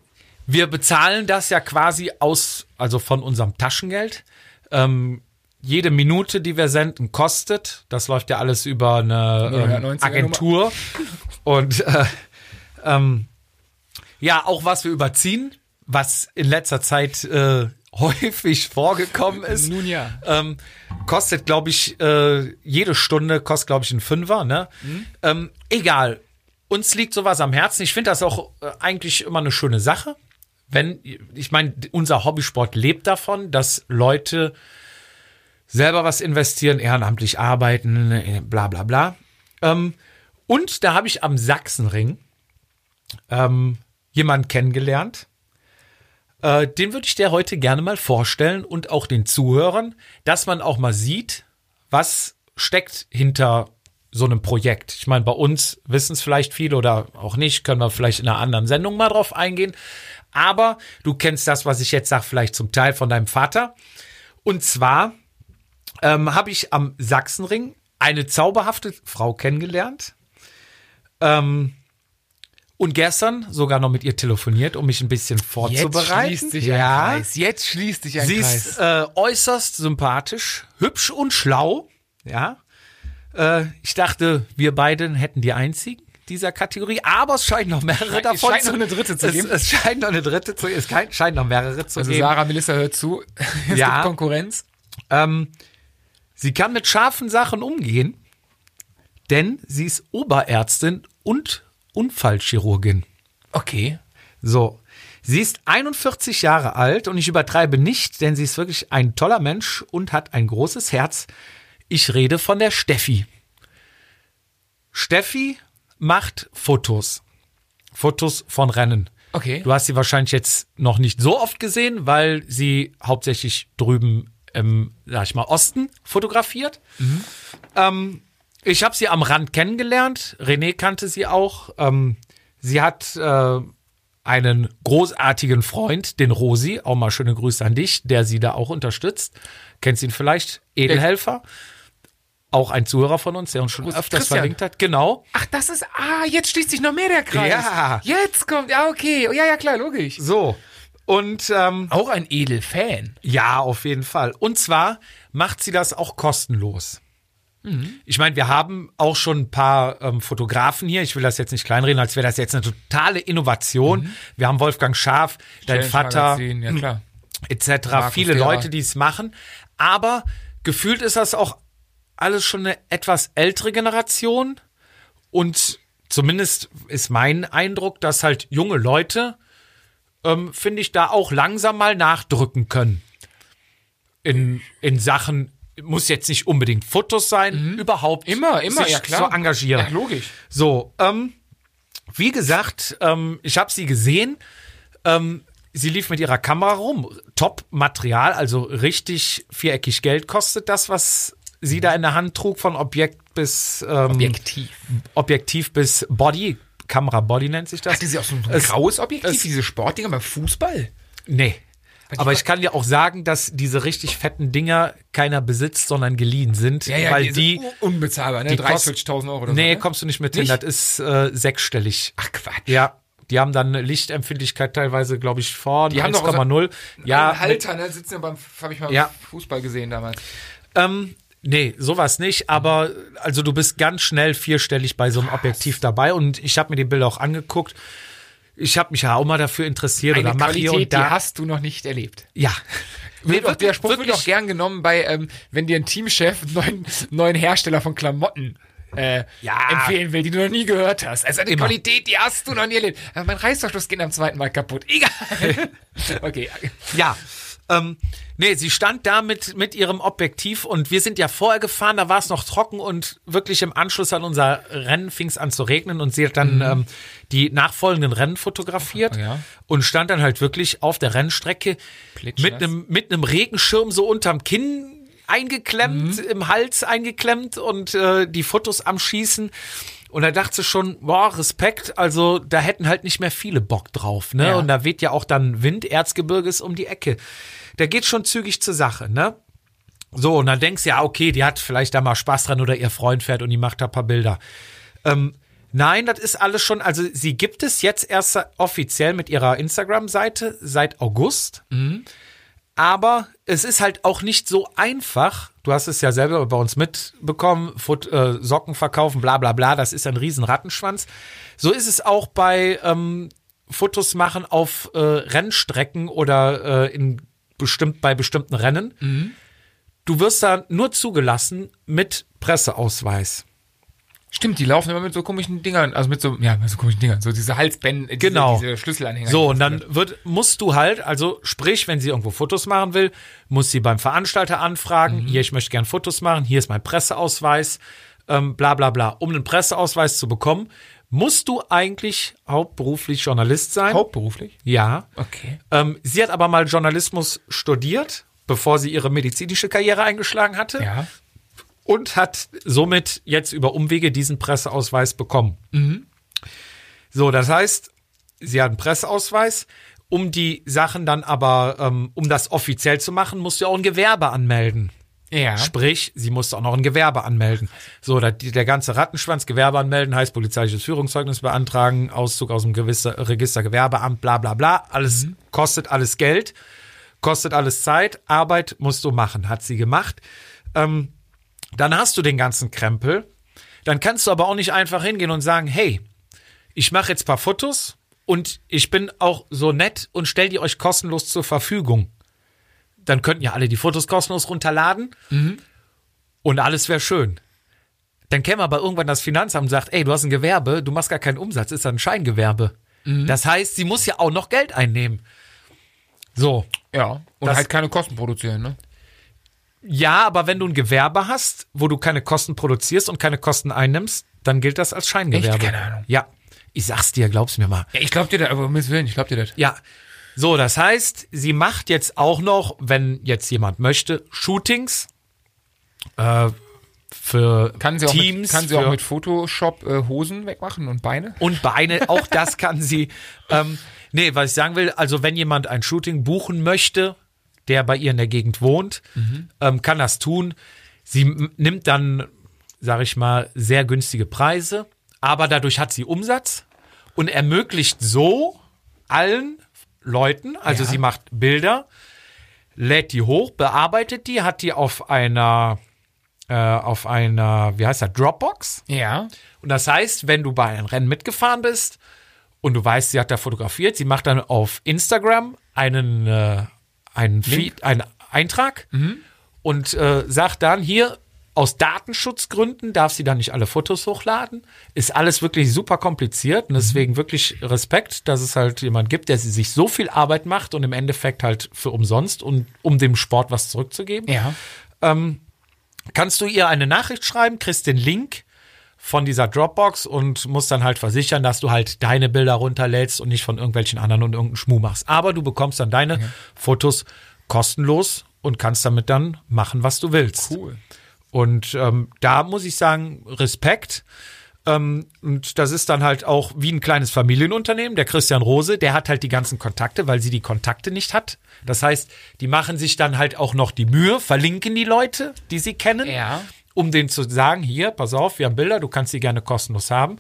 [SPEAKER 4] wir bezahlen das ja quasi aus, also von unserem Taschengeld. Ähm, jede Minute, die wir senden, kostet. Das läuft ja alles über eine ähm,
[SPEAKER 2] 090er
[SPEAKER 4] Agentur. Und äh, ähm, ja, auch was wir überziehen, was in letzter Zeit äh, <laughs> häufig vorgekommen ist.
[SPEAKER 2] Nun ja.
[SPEAKER 4] Ähm, kostet, glaube ich, äh, jede Stunde kostet, glaube ich, ein Fünfer, ne?
[SPEAKER 2] Mhm.
[SPEAKER 4] Ähm, egal. Uns liegt sowas am Herzen. Ich finde das auch äh, eigentlich immer eine schöne Sache. Wenn, ich meine, unser Hobbysport lebt davon, dass Leute selber was investieren, ehrenamtlich arbeiten, äh, bla bla bla. Ähm, und da habe ich am Sachsenring ähm, jemanden kennengelernt. Äh, den würde ich dir heute gerne mal vorstellen und auch den Zuhörern, dass man auch mal sieht, was steckt hinter so einem Projekt. Ich meine, bei uns wissen es vielleicht viele oder auch nicht, können wir vielleicht in einer anderen Sendung mal drauf eingehen. Aber du kennst das, was ich jetzt sage, vielleicht zum Teil von deinem Vater. Und zwar ähm, habe ich am Sachsenring eine zauberhafte Frau kennengelernt. Ähm, und gestern sogar noch mit ihr telefoniert, um mich ein bisschen vorzubereiten.
[SPEAKER 2] schließt sich
[SPEAKER 4] ja,
[SPEAKER 2] ein Kreis. Jetzt schließt sich ein
[SPEAKER 4] Sie
[SPEAKER 2] Kreis.
[SPEAKER 4] ist äh, äußerst sympathisch, hübsch und schlau. Ja. Äh, ich dachte, wir beiden hätten die einzigen dieser Kategorie, aber es scheint noch mehrere
[SPEAKER 2] Es
[SPEAKER 4] davon
[SPEAKER 2] scheint
[SPEAKER 4] zu
[SPEAKER 2] noch eine dritte zu
[SPEAKER 4] es,
[SPEAKER 2] geben.
[SPEAKER 4] Es scheint noch eine dritte zu Es kein- scheint noch mehrere zu
[SPEAKER 2] Also
[SPEAKER 4] geben.
[SPEAKER 2] Sarah Melissa hört zu. Es
[SPEAKER 4] Ja.
[SPEAKER 2] gibt Konkurrenz.
[SPEAKER 4] Ähm, sie kann mit scharfen Sachen umgehen, denn sie ist Oberärztin und Unfallchirurgin.
[SPEAKER 2] Okay.
[SPEAKER 4] So. Sie ist 41 Jahre alt und ich übertreibe nicht, denn sie ist wirklich ein toller Mensch und hat ein großes Herz. Ich rede von der Steffi. Steffi macht Fotos. Fotos von Rennen.
[SPEAKER 2] Okay.
[SPEAKER 4] Du hast sie wahrscheinlich jetzt noch nicht so oft gesehen, weil sie hauptsächlich drüben im, sag ich mal, Osten fotografiert. Ähm, ich habe sie am Rand kennengelernt. René kannte sie auch. Ähm, sie hat äh, einen großartigen Freund, den Rosi, auch mal schöne Grüße an dich, der sie da auch unterstützt. Kennst ihn vielleicht? Edelhelfer. Auch ein Zuhörer von uns, der uns schon
[SPEAKER 2] Grüß-
[SPEAKER 4] öfters
[SPEAKER 2] Christian.
[SPEAKER 4] verlinkt hat. Genau.
[SPEAKER 2] Ach, das ist. Ah, jetzt schließt sich noch mehr der Kreis.
[SPEAKER 4] Ja.
[SPEAKER 2] Jetzt kommt. Ja, okay. Ja, ja, klar, logisch.
[SPEAKER 4] So. Und ähm,
[SPEAKER 2] Auch ein Edelfan.
[SPEAKER 4] Ja, auf jeden Fall. Und zwar macht sie das auch kostenlos. Ich meine, wir haben auch schon ein paar ähm, Fotografen hier. Ich will das jetzt nicht kleinreden, als wäre das Mhm. jetzt eine totale Innovation. Wir haben Wolfgang Schaaf, dein Vater.
[SPEAKER 2] Ja, klar.
[SPEAKER 4] etc.
[SPEAKER 2] Markus
[SPEAKER 4] Viele
[SPEAKER 2] Thierer.
[SPEAKER 4] Leute, die es machen. Aber gefühlt ist das auch alles schon eine etwas ältere Generation. Und zumindest ist mein Eindruck, dass halt junge Leute, ähm, finde ich, da auch langsam mal nachdrücken können. In, in Sachen, muss jetzt nicht unbedingt Fotos sein, überhaupt.
[SPEAKER 2] Mhm. Immer, immer,
[SPEAKER 4] sich
[SPEAKER 2] ja klar. Äh,
[SPEAKER 4] So engagieren.
[SPEAKER 2] Ja, logisch.
[SPEAKER 4] So, ähm, wie gesagt, ähm, ich habe sie gesehen. Ähm, sie lief mit ihrer Kamera rum. Top-Material, also richtig viereckig Geld kostet das, was sie da in der Hand trug, von Objekt bis ähm, Objektiv bis Body. Kamera Body nennt sich das.
[SPEAKER 2] Hatte sie auch so ein
[SPEAKER 4] Es-
[SPEAKER 2] graues Objektiv,
[SPEAKER 4] es-
[SPEAKER 2] diese Sportdinger beim Fußball?
[SPEAKER 4] Nee. Aber ich kann dir auch sagen, dass diese richtig fetten Dinger keiner besitzt, sondern geliehen sind, weil
[SPEAKER 2] sind
[SPEAKER 4] die,
[SPEAKER 2] un- unbezahlbar, ne?
[SPEAKER 4] die
[SPEAKER 2] 30,
[SPEAKER 4] kost-
[SPEAKER 2] 40.000 Euro oder
[SPEAKER 4] nee,
[SPEAKER 2] so. Ne?
[SPEAKER 4] kommst du nicht mit
[SPEAKER 2] Nicht?
[SPEAKER 4] hin, das ist äh, sechsstellig.
[SPEAKER 2] Ach Quatsch.
[SPEAKER 4] Ja, die haben dann eine Lichtempfindlichkeit teilweise, glaube ich, vorne
[SPEAKER 2] Die haben doch
[SPEAKER 4] 1,0.
[SPEAKER 2] Ja,
[SPEAKER 4] Ja, mit,
[SPEAKER 2] Halter, ne? Sitzen ja beim, habe ich mal
[SPEAKER 4] Ja.
[SPEAKER 2] Fußball gesehen damals.
[SPEAKER 4] ähm, nee, sowas nicht, aber also du bist ganz schnell vierstellig bei so einem Objektiv dabei und ich habe mir die Bilder auch angeguckt. Ich habe mich ja auch mal dafür interessiert
[SPEAKER 2] Eine
[SPEAKER 4] oder mach hier und
[SPEAKER 2] Qualität,
[SPEAKER 4] da.
[SPEAKER 2] die hast du noch nicht erlebt.
[SPEAKER 4] Ja.
[SPEAKER 2] Wird auch, der Spruch
[SPEAKER 4] wirklich-
[SPEAKER 2] wird auch gern genommen bei, ähm, wenn dir ein Teamchef <laughs> einen neuen, neuen Hersteller von Klamotten äh,
[SPEAKER 4] Ja.
[SPEAKER 2] empfehlen will, die du noch nie gehört hast. Also eine
[SPEAKER 4] Immer.
[SPEAKER 2] Qualität, die hast du noch nie erlebt. Aber mein Reißverschluss geht am zweiten Mal kaputt. Egal. okay.
[SPEAKER 4] Ja. Ähm, nee, sie stand da mit, mit ihrem Objektiv und wir sind ja vorher gefahren, da war es noch trocken und wirklich im Anschluss an unser Rennen fing es an zu regnen und sie hat dann ähm, die nachfolgenden Rennen fotografiert
[SPEAKER 2] Ja.
[SPEAKER 4] und stand dann halt wirklich auf der Rennstrecke mit
[SPEAKER 2] Plitschnass.
[SPEAKER 4] einem mit einem Regenschirm so unterm Kinn eingeklemmt, im Hals eingeklemmt und äh, die Fotos am Schießen. Und da dachte sie schon, boah, Respekt, also da hätten halt nicht mehr viele Bock drauf, ne?
[SPEAKER 2] Ja.
[SPEAKER 4] Und da weht ja auch dann Wind, Erzgebirge ist um die Ecke. Da geht schon zügig zur Sache, ne? So, und dann denkst du ja, okay, die hat vielleicht da mal Spaß dran oder ihr Freund fährt und die macht da ein paar Bilder. Ähm, nein, das ist alles schon, also sie gibt es jetzt erst offiziell mit ihrer Instagram-Seite seit August. Aber es ist halt auch nicht so einfach. Du hast es ja selber bei uns mitbekommen, Fut, äh, Socken verkaufen, bla bla bla, das ist ein riesen Rattenschwanz. So ist es auch bei ähm, Fotos machen auf äh, Rennstrecken oder äh, in bestimmt, bei bestimmten Rennen. Du wirst da nur zugelassen mit Presseausweis.
[SPEAKER 2] Stimmt, die laufen immer mit so komischen Dingern, also mit so, ja, mit so komischen Dingern, so diese Halsbänder, äh, diese,
[SPEAKER 4] Genau.
[SPEAKER 2] diese Schlüsselanhänger.
[SPEAKER 4] So, und dann wird, musst du halt, also sprich, wenn sie irgendwo Fotos machen will, muss sie beim Veranstalter anfragen,
[SPEAKER 2] Mhm.
[SPEAKER 4] hier, ich möchte gern Fotos machen, hier ist mein Presseausweis, ähm, bla bla bla. Um einen Presseausweis zu bekommen, musst du eigentlich hauptberuflich Journalist sein.
[SPEAKER 2] Hauptberuflich?
[SPEAKER 4] ja.
[SPEAKER 2] Okay.
[SPEAKER 4] Ähm, sie hat aber mal Journalismus studiert, bevor sie ihre medizinische Karriere eingeschlagen hatte
[SPEAKER 2] Ja.
[SPEAKER 4] und hat somit jetzt über Umwege diesen Presseausweis bekommen. So, das heißt, sie hat einen Presseausweis. Um die Sachen dann aber, ähm, um das offiziell zu machen, musst du auch ein Gewerbe anmelden.
[SPEAKER 2] Ja.
[SPEAKER 4] Sprich, sie musste auch noch ein Gewerbe anmelden. So, da, die, der ganze Rattenschwanz, Gewerbe anmelden, heißt polizeiliches Führungszeugnis beantragen, Auszug aus dem gewisse, Register Gewerbeamt, bla bla bla. Alles kostet alles Geld, kostet alles Zeit, Arbeit musst du machen, hat sie gemacht. Ähm, dann hast du den ganzen Krempel. Dann kannst du aber auch nicht einfach hingehen und sagen, hey, ich mache jetzt ein paar Fotos und ich bin auch so nett und stell die euch kostenlos zur Verfügung. Dann könnten ja alle die Fotos kostenlos runterladen und alles wäre schön. Dann käme aber irgendwann das Finanzamt und sagt, ey, du hast ein Gewerbe, du machst gar keinen Umsatz, ist ja ein Scheingewerbe.
[SPEAKER 2] Mhm.
[SPEAKER 4] Das heißt, sie muss ja auch noch Geld einnehmen. So.
[SPEAKER 2] Ja. Und
[SPEAKER 4] Das-
[SPEAKER 2] halt keine Kosten produzieren, ne?
[SPEAKER 4] Ja, aber wenn du ein Gewerbe hast, wo du keine Kosten produzierst und keine Kosten einnimmst, dann gilt das als Scheingewerbe.
[SPEAKER 2] Echt? Keine Ahnung.
[SPEAKER 4] Ja. Ich sag's dir, glaub's mir mal.
[SPEAKER 2] Ja, ich glaub dir das, aber um Himmels Willen, ich glaub dir das.
[SPEAKER 4] Ja. So, das heißt, sie macht jetzt auch noch, wenn jetzt jemand möchte, Shootings äh, für
[SPEAKER 2] Kann sie auch,
[SPEAKER 4] Teams.
[SPEAKER 2] mit, kann sie
[SPEAKER 4] für,
[SPEAKER 2] auch mit Photoshop äh, Hosen wegmachen und Beine?
[SPEAKER 4] und Beine, auch das kann sie. Ähm, nee, was ich sagen will, also wenn jemand ein Shooting buchen möchte, der bei ihr in der Gegend wohnt, ähm, kann das tun. Sie m- nimmt dann, sage ich mal, sehr günstige Preise, aber dadurch hat sie Umsatz und ermöglicht so allen Leuten, also
[SPEAKER 2] Ja.
[SPEAKER 4] sie macht Bilder, lädt die hoch, bearbeitet die, hat die auf einer, äh, auf einer, wie heißt das, Dropbox.
[SPEAKER 2] Ja.
[SPEAKER 4] Und das heißt, wenn du bei einem Rennen mitgefahren bist und du weißt, sie hat da fotografiert, sie macht dann auf Instagram einen, äh, einen, Feed, einen Eintrag und äh, sagt dann hier, aus Datenschutzgründen darf sie dann nicht alle Fotos hochladen. Ist alles wirklich super kompliziert und deswegen wirklich Respekt, dass es halt jemand gibt, der sich so viel Arbeit macht und im Endeffekt halt für umsonst und um dem Sport was zurückzugeben
[SPEAKER 2] Ja.
[SPEAKER 4] kannst du ihr eine Nachricht schreiben, kriegst den Link von dieser Dropbox und musst dann halt versichern, dass du halt deine Bilder runterlädst und nicht von irgendwelchen anderen und irgendeinen Schmuh machst. Aber du bekommst dann deine Fotos kostenlos und kannst damit dann machen, was du willst.
[SPEAKER 2] Cool.
[SPEAKER 4] Und ähm, da muss ich sagen, Respekt. Ähm, und das ist dann halt auch wie ein kleines Familienunternehmen. Der Christian Rose, der hat halt die ganzen Kontakte, weil sie die Kontakte nicht hat. Das heißt, die machen sich dann halt auch noch die Mühe, verlinken die Leute, die sie kennen,
[SPEAKER 2] Ja.
[SPEAKER 4] um denen zu sagen, hier, pass auf, wir haben Bilder, du kannst die gerne kostenlos haben.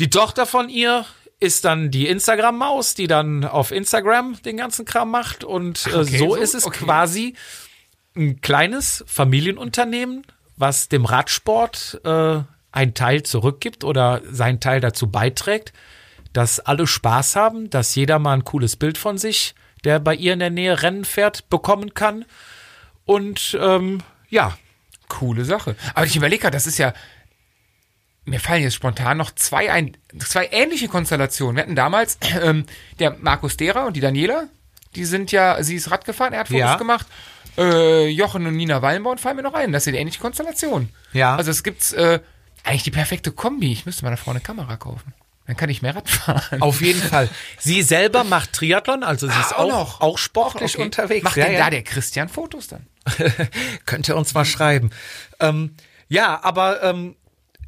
[SPEAKER 4] Die Tochter von ihr ist dann die Instagram-Maus, die dann auf Instagram den ganzen Kram macht. Und äh,
[SPEAKER 2] okay,
[SPEAKER 4] so,
[SPEAKER 2] so,
[SPEAKER 4] ist es
[SPEAKER 2] okay.
[SPEAKER 4] quasi ein kleines Familienunternehmen, was dem Radsport äh, einen Teil zurückgibt oder seinen Teil dazu beiträgt, dass alle Spaß haben, dass jeder mal ein cooles Bild von sich, der bei ihr in der Nähe Rennen fährt, bekommen kann. Und ähm, ja,
[SPEAKER 2] Coole Sache. Aber ich überlege gerade, das ist ja. Mir fallen jetzt spontan noch zwei, ein, zwei ähnliche Konstellationen. Wir hatten damals <clears throat> ähm, der Markus Derer und die Daniela. Die sind ja, sie ist Rad gefahren, er hat Fotos
[SPEAKER 4] Ja.
[SPEAKER 2] gemacht. Äh, Jochen und Nina Wallenborn fallen mir noch ein. Das sind ähnliche Konstellationen.
[SPEAKER 4] Ja.
[SPEAKER 2] Also es gibt äh, eigentlich die perfekte Kombi. Ich müsste mal da vorne eine Kamera kaufen. Dann kann ich mehr Rad fahren. <laughs>
[SPEAKER 4] auf jeden Fall. Sie selber macht Triathlon, also sie ist
[SPEAKER 2] Ah, auch
[SPEAKER 4] auch,
[SPEAKER 2] noch.
[SPEAKER 4] auch, sportlich
[SPEAKER 2] Okay.
[SPEAKER 4] unterwegs.
[SPEAKER 2] Macht
[SPEAKER 4] Ja,
[SPEAKER 2] denn
[SPEAKER 4] ja.
[SPEAKER 2] da der Christian Fotos dann?
[SPEAKER 4] Könnt ihr uns mal schreiben. Ähm, ja, aber ähm,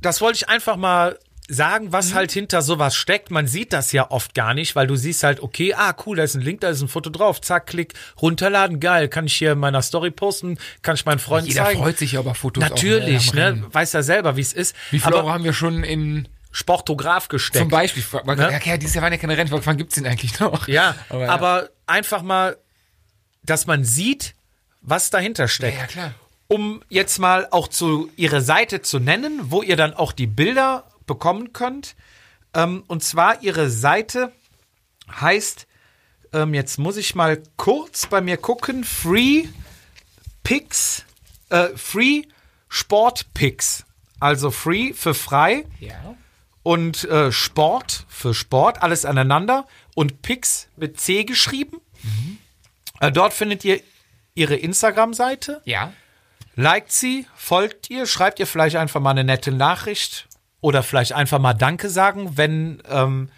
[SPEAKER 4] das wollte ich einfach mal sagen,
[SPEAKER 2] Mhm.
[SPEAKER 4] was halt hinter sowas steckt. Man sieht das ja oft gar nicht, weil du siehst halt, okay, ah, cool, da ist ein Link, da ist ein Foto drauf, zack, klick, runterladen, geil, kann ich hier in meiner Story posten, kann ich meinen Freunden
[SPEAKER 2] Jeder
[SPEAKER 4] zeigen.
[SPEAKER 2] freut sich ja über Fotos. auch,
[SPEAKER 4] Natürlich,
[SPEAKER 2] am
[SPEAKER 4] ne?
[SPEAKER 2] Rennen.
[SPEAKER 4] Weiß ja selber, wie es ist.
[SPEAKER 2] Wie viele Euro
[SPEAKER 4] aber
[SPEAKER 2] haben wir schon in
[SPEAKER 4] Sportograf gesteckt.
[SPEAKER 2] Zum Beispiel, frag mal,
[SPEAKER 4] Ne?
[SPEAKER 2] ja, okay, dieses Jahr waren ja keine Rennen, wann gibt's den eigentlich noch?
[SPEAKER 4] Ja, aber,
[SPEAKER 2] aber, aber
[SPEAKER 4] einfach mal, dass man sieht, was dahinter steckt.
[SPEAKER 2] äh, Ja, ja, klar.
[SPEAKER 4] Um jetzt mal auch zu ihre Seite zu nennen, wo ihr dann auch die Bilder bekommen könnt. Ähm, und zwar ihre Seite heißt, ähm, jetzt muss ich mal kurz bei mir gucken, Free Picks, äh, Free Sport Picks. Also Free für frei
[SPEAKER 2] ja.
[SPEAKER 4] und äh, Sport für Sport, alles aneinander und Pix mit C geschrieben. Äh, dort findet ihr ihre Instagram-Seite,
[SPEAKER 2] ja,
[SPEAKER 4] liked sie, folgt ihr, schreibt ihr vielleicht einfach mal eine nette Nachricht oder vielleicht einfach mal Danke sagen, wenn ähm,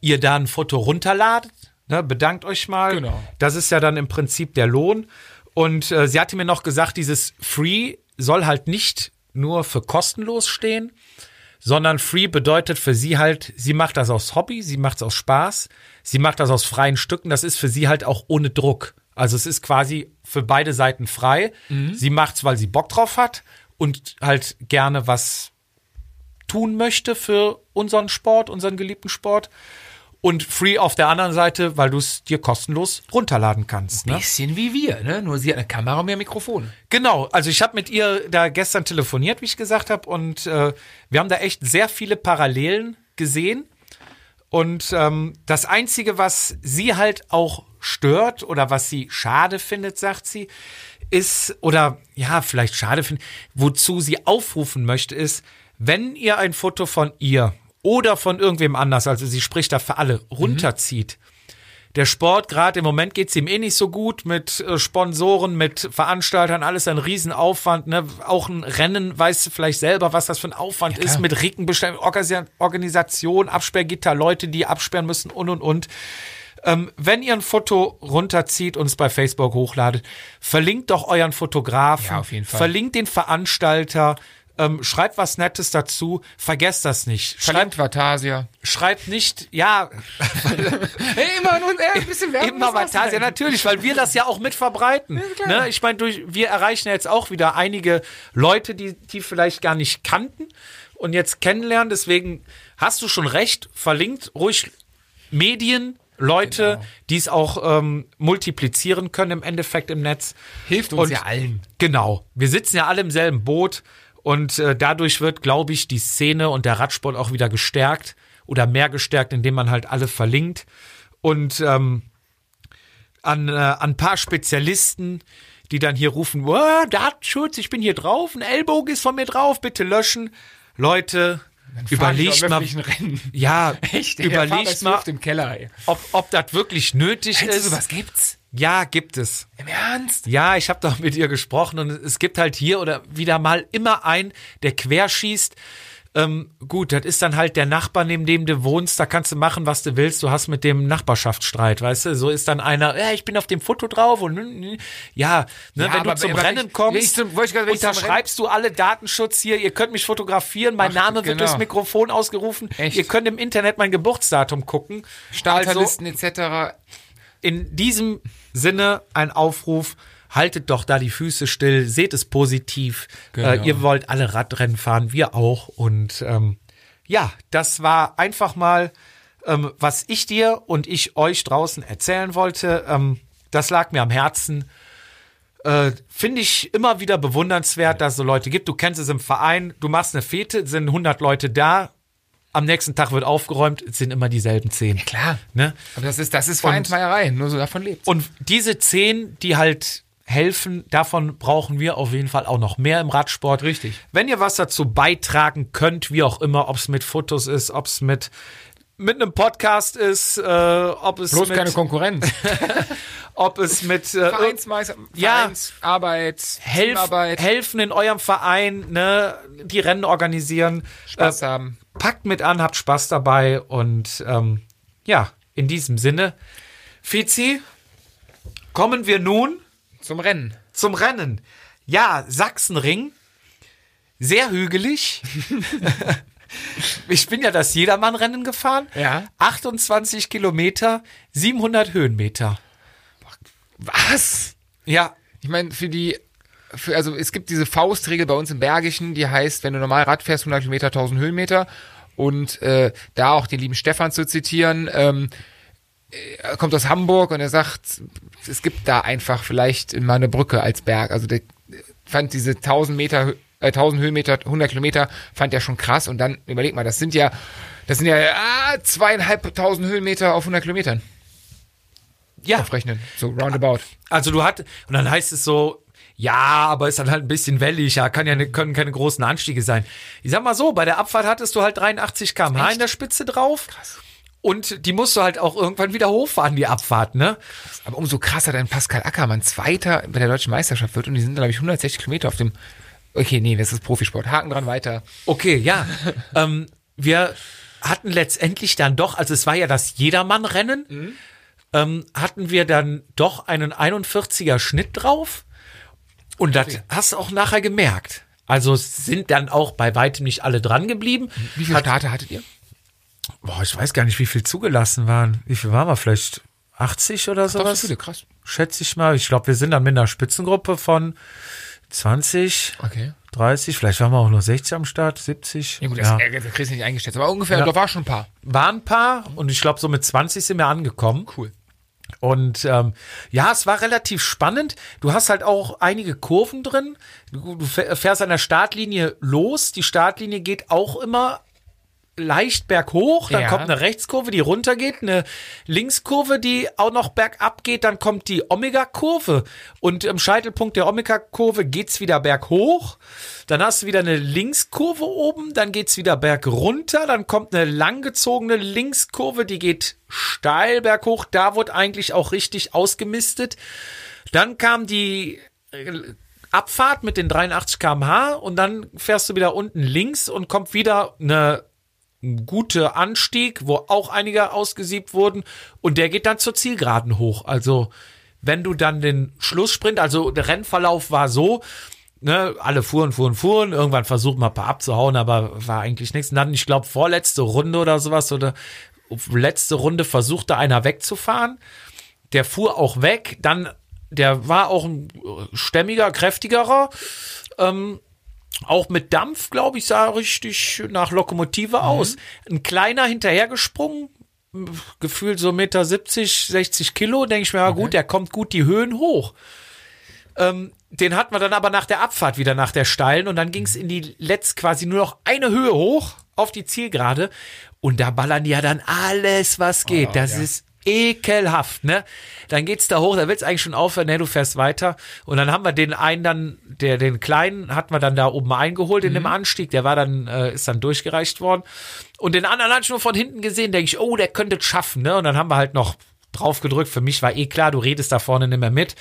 [SPEAKER 4] ihr da ein Foto runterladet. Ne, bedankt euch mal.
[SPEAKER 2] Genau.
[SPEAKER 4] Das ist ja dann im Prinzip der Lohn. Und äh, sie hatte mir noch gesagt, dieses Free soll halt nicht nur für kostenlos stehen, sondern Free bedeutet für sie halt, sie macht das aus Hobby, sie macht es aus Spaß, sie macht das aus freien Stücken. Das ist für sie halt auch ohne Druck. Also es ist quasi für beide Seiten frei. Sie macht es, weil sie Bock drauf hat und halt gerne was tun möchte für unseren Sport, unseren geliebten Sport. Und Free auf der anderen Seite, weil du es dir kostenlos runterladen kannst. Ne?
[SPEAKER 2] bisschen wie wir, ne? Nur sie hat eine Kamera und mehr Mikrofone.
[SPEAKER 4] Genau, also ich habe mit ihr da gestern telefoniert, wie ich gesagt habe, und äh, wir haben da echt sehr viele Parallelen gesehen. Und ähm, das Einzige, was sie halt auch stört oder was sie schade findet, sagt sie, ist, oder ja, vielleicht schade findet, wozu sie aufrufen möchte, ist, wenn ihr ein Foto von ihr oder von irgendwem anders, also sie spricht da für alle, runterzieht, der Sport, gerade im Moment geht's ihm eh nicht so gut mit äh, Sponsoren, mit Veranstaltern, alles ein Riesenaufwand. Ne? Auch ein Rennen weißt du vielleicht selber, was das für ein Aufwand
[SPEAKER 2] klar.
[SPEAKER 4] ist mit Rickenbestellung, Orgasi- Organisation, Absperrgitter, Leute, die absperren müssen und und und. Ähm, wenn ihr ein Foto runterzieht und es bei Facebook hochladet, verlinkt doch euren Fotografen,
[SPEAKER 2] Ja, auf jeden Fall.
[SPEAKER 4] verlinkt den Veranstalter, ähm, schreibt was Nettes dazu, vergesst das nicht.
[SPEAKER 2] Verlinkt
[SPEAKER 4] Schreibt,
[SPEAKER 2] Vatasia.
[SPEAKER 4] schreibt nicht, ja,
[SPEAKER 2] Hey, immer nur äh, ein bisschen Werbung.
[SPEAKER 4] Immer
[SPEAKER 2] muss was
[SPEAKER 4] Vatasia,
[SPEAKER 2] sein.
[SPEAKER 4] natürlich, weil wir das ja auch mit verbreiten. ne? Ich meine, durch, wir erreichen ja jetzt auch wieder einige Leute, die, die vielleicht gar nicht kannten und jetzt kennenlernen. Deswegen hast du schon recht, verlinkt ruhig Medien, Leute, die es auch ähm, multiplizieren können im Endeffekt im Netz.
[SPEAKER 2] Hilft ne? uns ja allen.
[SPEAKER 4] Genau. Wir sitzen ja alle im selben Boot und äh, dadurch wird, glaube ich, die Szene und der Radsport auch wieder gestärkt oder mehr gestärkt, indem man halt alle verlinkt. Und ähm, an, äh, an ein paar Spezialisten, die dann hier rufen, "Wow, Datenschutz, ich bin hier drauf, ein Ellbogen ist von mir drauf, bitte löschen. Leute, überlegt mal,
[SPEAKER 2] Rennen.
[SPEAKER 4] ja,
[SPEAKER 2] <laughs> Echt? ey,
[SPEAKER 4] überlegt mal,
[SPEAKER 2] Fahrwerksluft im Keller, ey.
[SPEAKER 4] ob, ob das wirklich nötig
[SPEAKER 2] Meinst du,
[SPEAKER 4] ist.
[SPEAKER 2] sowas gibt's?
[SPEAKER 4] Ja, gibt es.
[SPEAKER 2] Im Ernst?
[SPEAKER 4] Ja, ich habe doch mit ihr gesprochen und es gibt halt hier oder wieder mal immer einen, der querschießt. Ähm, gut, das ist dann halt der Nachbar, neben dem du wohnst, da kannst du machen, was du willst, du hast mit dem Nachbarschaftsstreit, weißt du? So ist dann einer, ja, ich bin auf dem Foto drauf und n- n- ja, ne,
[SPEAKER 2] Ja,
[SPEAKER 4] wenn
[SPEAKER 2] aber-
[SPEAKER 4] du zum
[SPEAKER 2] aber
[SPEAKER 4] Rennen
[SPEAKER 2] ich-
[SPEAKER 4] kommst,
[SPEAKER 2] ich zum- wollte ich gerade- wenn ich zum
[SPEAKER 4] unterschreibst du alle Datenschutz hier, ihr könnt mich fotografieren, mein
[SPEAKER 2] Ach,
[SPEAKER 4] Name wird
[SPEAKER 2] genau.
[SPEAKER 4] durchs Mikrofon ausgerufen,
[SPEAKER 2] Echt?
[SPEAKER 4] ihr könnt im Internet mein Geburtsdatum gucken. Also,
[SPEAKER 2] Starterlisten etc.
[SPEAKER 4] in diesem Sinne ein Aufruf. Haltet doch da die Füße still, seht es positiv.
[SPEAKER 2] Genau.
[SPEAKER 4] Äh, ihr wollt alle Radrennen fahren, wir auch. Und ähm, ja, das war einfach mal, ähm, was ich dir und ich euch draußen erzählen wollte. Ähm, das lag mir am Herzen. Äh, Finde ich immer wieder bewundernswert, dass es so Leute gibt. Du kennst es im Verein, du machst eine Fete, sind 100 Leute da. Am nächsten Tag wird aufgeräumt, es sind immer dieselben zehn.
[SPEAKER 2] Klar.
[SPEAKER 4] Ne?
[SPEAKER 2] Aber das ist, das ist Vereinsmeierei, nur so davon lebt.
[SPEAKER 4] Und diese zehn, die halt helfen, davon brauchen wir auf jeden Fall auch noch mehr im Radsport.
[SPEAKER 2] Richtig.
[SPEAKER 4] Wenn ihr was dazu beitragen könnt, wie auch immer, ob es mit Fotos ist, ob es mit mit einem Podcast ist, äh, ob es
[SPEAKER 2] Bloß
[SPEAKER 4] mit,
[SPEAKER 2] keine Konkurrenz.
[SPEAKER 4] ob es mit äh,
[SPEAKER 2] Vereinsmeister,
[SPEAKER 4] Ja.
[SPEAKER 2] Vereinsarbeit,
[SPEAKER 4] helf,
[SPEAKER 2] Teamarbeit,
[SPEAKER 4] helfen in eurem Verein, ne, die Rennen organisieren, Äh,
[SPEAKER 2] Spaß haben.
[SPEAKER 4] packt mit an, habt Spaß dabei und ähm, ja, in diesem Sinne, Fizi, kommen wir nun
[SPEAKER 2] Zum Rennen.
[SPEAKER 4] zum Rennen. Ja, Sachsenring. Sehr hügelig. <laughs> ich bin ja das Jedermann-Rennen gefahren.
[SPEAKER 2] Ja.
[SPEAKER 4] 28 Kilometer, 700 Höhenmeter.
[SPEAKER 2] Was?
[SPEAKER 4] Ja,
[SPEAKER 2] Ich meine, für die, für, also es gibt diese Faustregel bei uns im Bergischen, die heißt, wenn du normal Rad fährst, 100 Kilometer, 1000 Höhenmeter. Und äh, da auch den lieben Stefan zu zitieren, ähm, er kommt aus Hamburg und er sagt, es gibt da einfach vielleicht mal eine Brücke als Berg. Also der fand diese 1000 Meter, äh, 1000 Höhenmeter, 100 Kilometer fand er schon krass. Und dann überleg mal, das sind ja, das sind ja ah, zweieinhalbtausend Höhenmeter auf 100 Kilometern
[SPEAKER 4] ja.
[SPEAKER 2] aufrechnen, so roundabout.
[SPEAKER 4] Also du hatt und dann heißt es so, ja, aber ist dann halt ein bisschen wellig, ja, kann ja ne, können keine großen Anstiege sein. Ich sag mal so, bei der Abfahrt hattest du halt 83 km/h in der Spitze drauf. Krass. Und die musst du halt auch irgendwann wieder hochfahren, die Abfahrt, ne?
[SPEAKER 2] Aber umso krasser, dann Pascal Ackermann Zweiter bei der deutschen Meisterschaft wird und die sind, glaube ich, 160 Kilometer auf dem. Okay, nee, das ist Profisport. Haken dran weiter.
[SPEAKER 4] Okay, ja. ähm, wir hatten letztendlich dann doch, also es war ja das Jedermann-Rennen, ähm, hatten wir dann doch einen 41er Schnitt drauf. Und das hast du auch nachher gemerkt. Also es sind dann auch bei weitem nicht alle dran geblieben.
[SPEAKER 2] Wie viele Starter hattet ihr?
[SPEAKER 4] Boah, ich weiß gar nicht, wie viel zugelassen waren. Wie viel waren wir? Vielleicht 80 oder
[SPEAKER 2] Doch, so
[SPEAKER 4] sowas?
[SPEAKER 2] viele, krass.
[SPEAKER 4] Schätze ich mal. Ich glaube, wir sind dann mit einer Spitzengruppe von 20,
[SPEAKER 2] Okay.
[SPEAKER 4] 30, vielleicht waren wir auch nur 60 am Start, 70.
[SPEAKER 2] Ja gut, das, äh, das kriegst du nicht eingeschätzt. Aber ungefähr,
[SPEAKER 4] Ja.
[SPEAKER 2] da war schon ein paar.
[SPEAKER 4] waren ein paar und ich glaube, so mit 20 sind wir angekommen.
[SPEAKER 2] Cool.
[SPEAKER 4] Und ähm, ja, es war relativ spannend. Du hast halt auch einige Kurven drin. Du, du fäh- fährst an der Startlinie los. Die Startlinie geht auch immer leicht berghoch. Dann
[SPEAKER 2] Ja.
[SPEAKER 4] kommt eine Rechtskurve, die runtergeht, eine Linkskurve, die auch noch bergab geht. Dann kommt die Omega-Kurve. Und im Scheitelpunkt der Omega-Kurve geht's wieder berghoch. Dann hast du wieder eine Linkskurve oben. Dann geht's wieder bergunter. Dann kommt eine langgezogene Linkskurve, die geht steil berghoch. Da wird eigentlich auch richtig ausgemistet. Dann kam die äh, Abfahrt mit den 83 km/h und dann fährst du wieder unten links und kommt wieder eine gute Anstieg, wo auch einige ausgesiebt wurden und der geht dann zur Zielgeraden hoch. Also wenn du dann den Schlusssprint, also der Rennverlauf war so, ne, alle fuhren, fuhren, fuhren, irgendwann versucht mal ein paar abzuhauen, aber war eigentlich nichts. Und dann, ich glaube, vorletzte Runde oder sowas oder letzte Runde versuchte einer wegzufahren der fuhr auch weg, dann der war auch ein äh, stämmiger, kräftigerer, ähm, auch mit Dampf, glaube ich, sah richtig nach Lokomotive aus. Ein kleiner hinterhergesprungen, m, gefühlt so Meter 70, 60 Kilo, denke ich mir, ja gut, der kommt gut die Höhen hoch. Ähm, den hatten wir dann aber nach der Abfahrt wieder nach der Steilen und dann ging es in die letzt quasi nur noch eine Höhe hoch auf die Zielgerade und da ballern die ja dann alles, was geht. das
[SPEAKER 2] ja.
[SPEAKER 4] ist ekelhaft, ne? Dann geht's da hoch, da willst eigentlich schon aufhören, ne, du fährst weiter. Und dann haben wir den einen dann, der, den kleinen, hat man dann da oben eingeholt in dem Anstieg, der war dann, äh, ist dann durchgereicht worden. Und den anderen hat schon von hinten gesehen, denke ich, oh, der könnte es schaffen, ne? Und dann haben wir halt noch drauf gedrückt. Für mich war eh klar, du redest da vorne nicht mehr mit.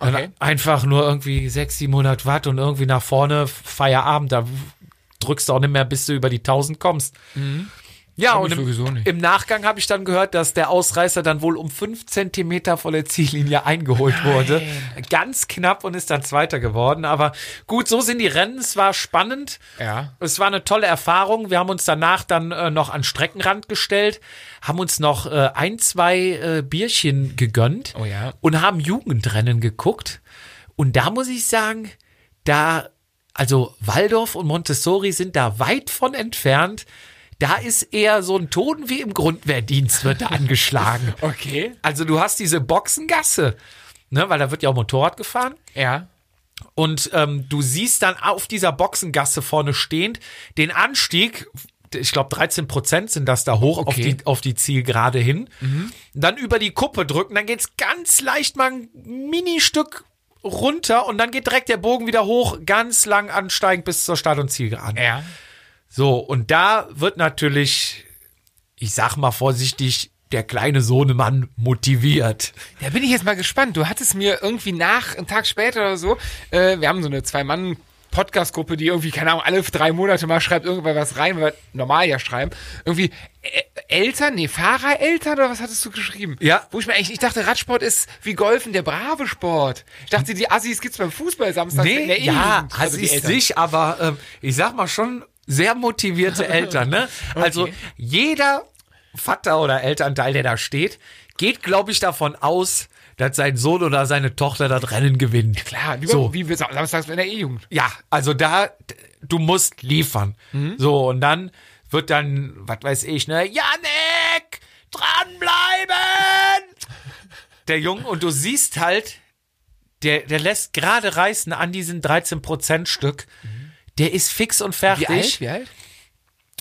[SPEAKER 4] Dann
[SPEAKER 2] Okay.
[SPEAKER 4] einfach nur irgendwie 600, 700 Watt und irgendwie nach vorne, Feierabend, da drückst du auch nicht mehr, bis du über die 1000 kommst. Ja,
[SPEAKER 2] Komm
[SPEAKER 4] und
[SPEAKER 2] Mhm. ich
[SPEAKER 4] im,
[SPEAKER 2] sowieso nicht.
[SPEAKER 4] im Nachgang habe ich dann gehört, dass der Ausreißer dann wohl um fünf Zentimeter vor der Ziellinie eingeholt wurde. Ganz knapp und ist dann Zweiter geworden. Aber gut, so sind die Rennen. Es war spannend.
[SPEAKER 2] Ja.
[SPEAKER 4] Es war eine tolle Erfahrung. Wir haben uns danach dann äh, noch an Streckenrand gestellt, haben uns noch äh, ein, zwei äh, Bierchen gegönnt
[SPEAKER 2] Oh ja.
[SPEAKER 4] und haben Jugendrennen geguckt. Und da muss ich sagen, da, also Waldorf und Montessori sind da weit von entfernt. Da ist eher so ein Ton wie im Grundwehrdienst
[SPEAKER 2] <laughs>
[SPEAKER 4] wird da angeschlagen.
[SPEAKER 2] Okay.
[SPEAKER 4] Also du hast diese Boxengasse, ne, weil da wird ja auch Motorrad gefahren.
[SPEAKER 2] Ja.
[SPEAKER 4] Und ähm, du siehst dann auf dieser Boxengasse vorne stehend den Anstieg. Ich glaube, 13 Prozent sind das da hoch auf,
[SPEAKER 2] Okay. Mhm.
[SPEAKER 4] die, auf die Zielgerade hin. Dann über die Kuppe drücken, dann geht's ganz leicht mal ein Ministück runter und dann geht direkt der Bogen wieder hoch, ganz lang ansteigend bis zur Start- und Zielgerade.
[SPEAKER 2] Ja.
[SPEAKER 4] So, und da wird natürlich, ich sag mal vorsichtig, der kleine Sohnemann motiviert.
[SPEAKER 2] Da bin ich jetzt mal gespannt. Du hattest mir irgendwie nach, einen Tag später oder so, äh, wir haben so eine Zwei-Mann-Podcast-Gruppe, die irgendwie, keine Ahnung, alle drei Monate mal schreibt irgendwann was rein, weil wir normal ja schreiben. Irgendwie äh, Eltern, nee, Fahrereltern oder was hattest du geschrieben?
[SPEAKER 4] Ja.
[SPEAKER 2] Wo ich mir eigentlich, ich dachte, Radsport ist wie Golfen, der brave Sport. Ich dachte, die Assis gibt's beim Fußball Samstag in der
[SPEAKER 4] ja,
[SPEAKER 2] E-Jugend.
[SPEAKER 4] also
[SPEAKER 2] die
[SPEAKER 4] ist
[SPEAKER 2] Eltern.
[SPEAKER 4] nicht, aber ähm, ich sag mal schon sehr
[SPEAKER 2] <laughs>
[SPEAKER 4] motivierte Eltern, ne? Also jeder Vater oder Elternteil, der da steht, geht, glaube ich, davon aus, dass sein Sohn oder seine Tochter das Rennen gewinnt.
[SPEAKER 2] Klar, Ah, wie,
[SPEAKER 4] so.
[SPEAKER 2] wie wir sa- samstags in der E-Jugend.
[SPEAKER 4] Ja, also da, d- du musst liefern.
[SPEAKER 2] Mhm.
[SPEAKER 4] So, und dann wird dann, was weiß ich, ne, Janik, dranbleiben! Der Junge, und du siehst halt, der, der lässt gerade reißen an diesem 13%-Stück. Der ist fix und
[SPEAKER 2] Mhm. Wie
[SPEAKER 4] fertig.
[SPEAKER 2] alt? Wie alt?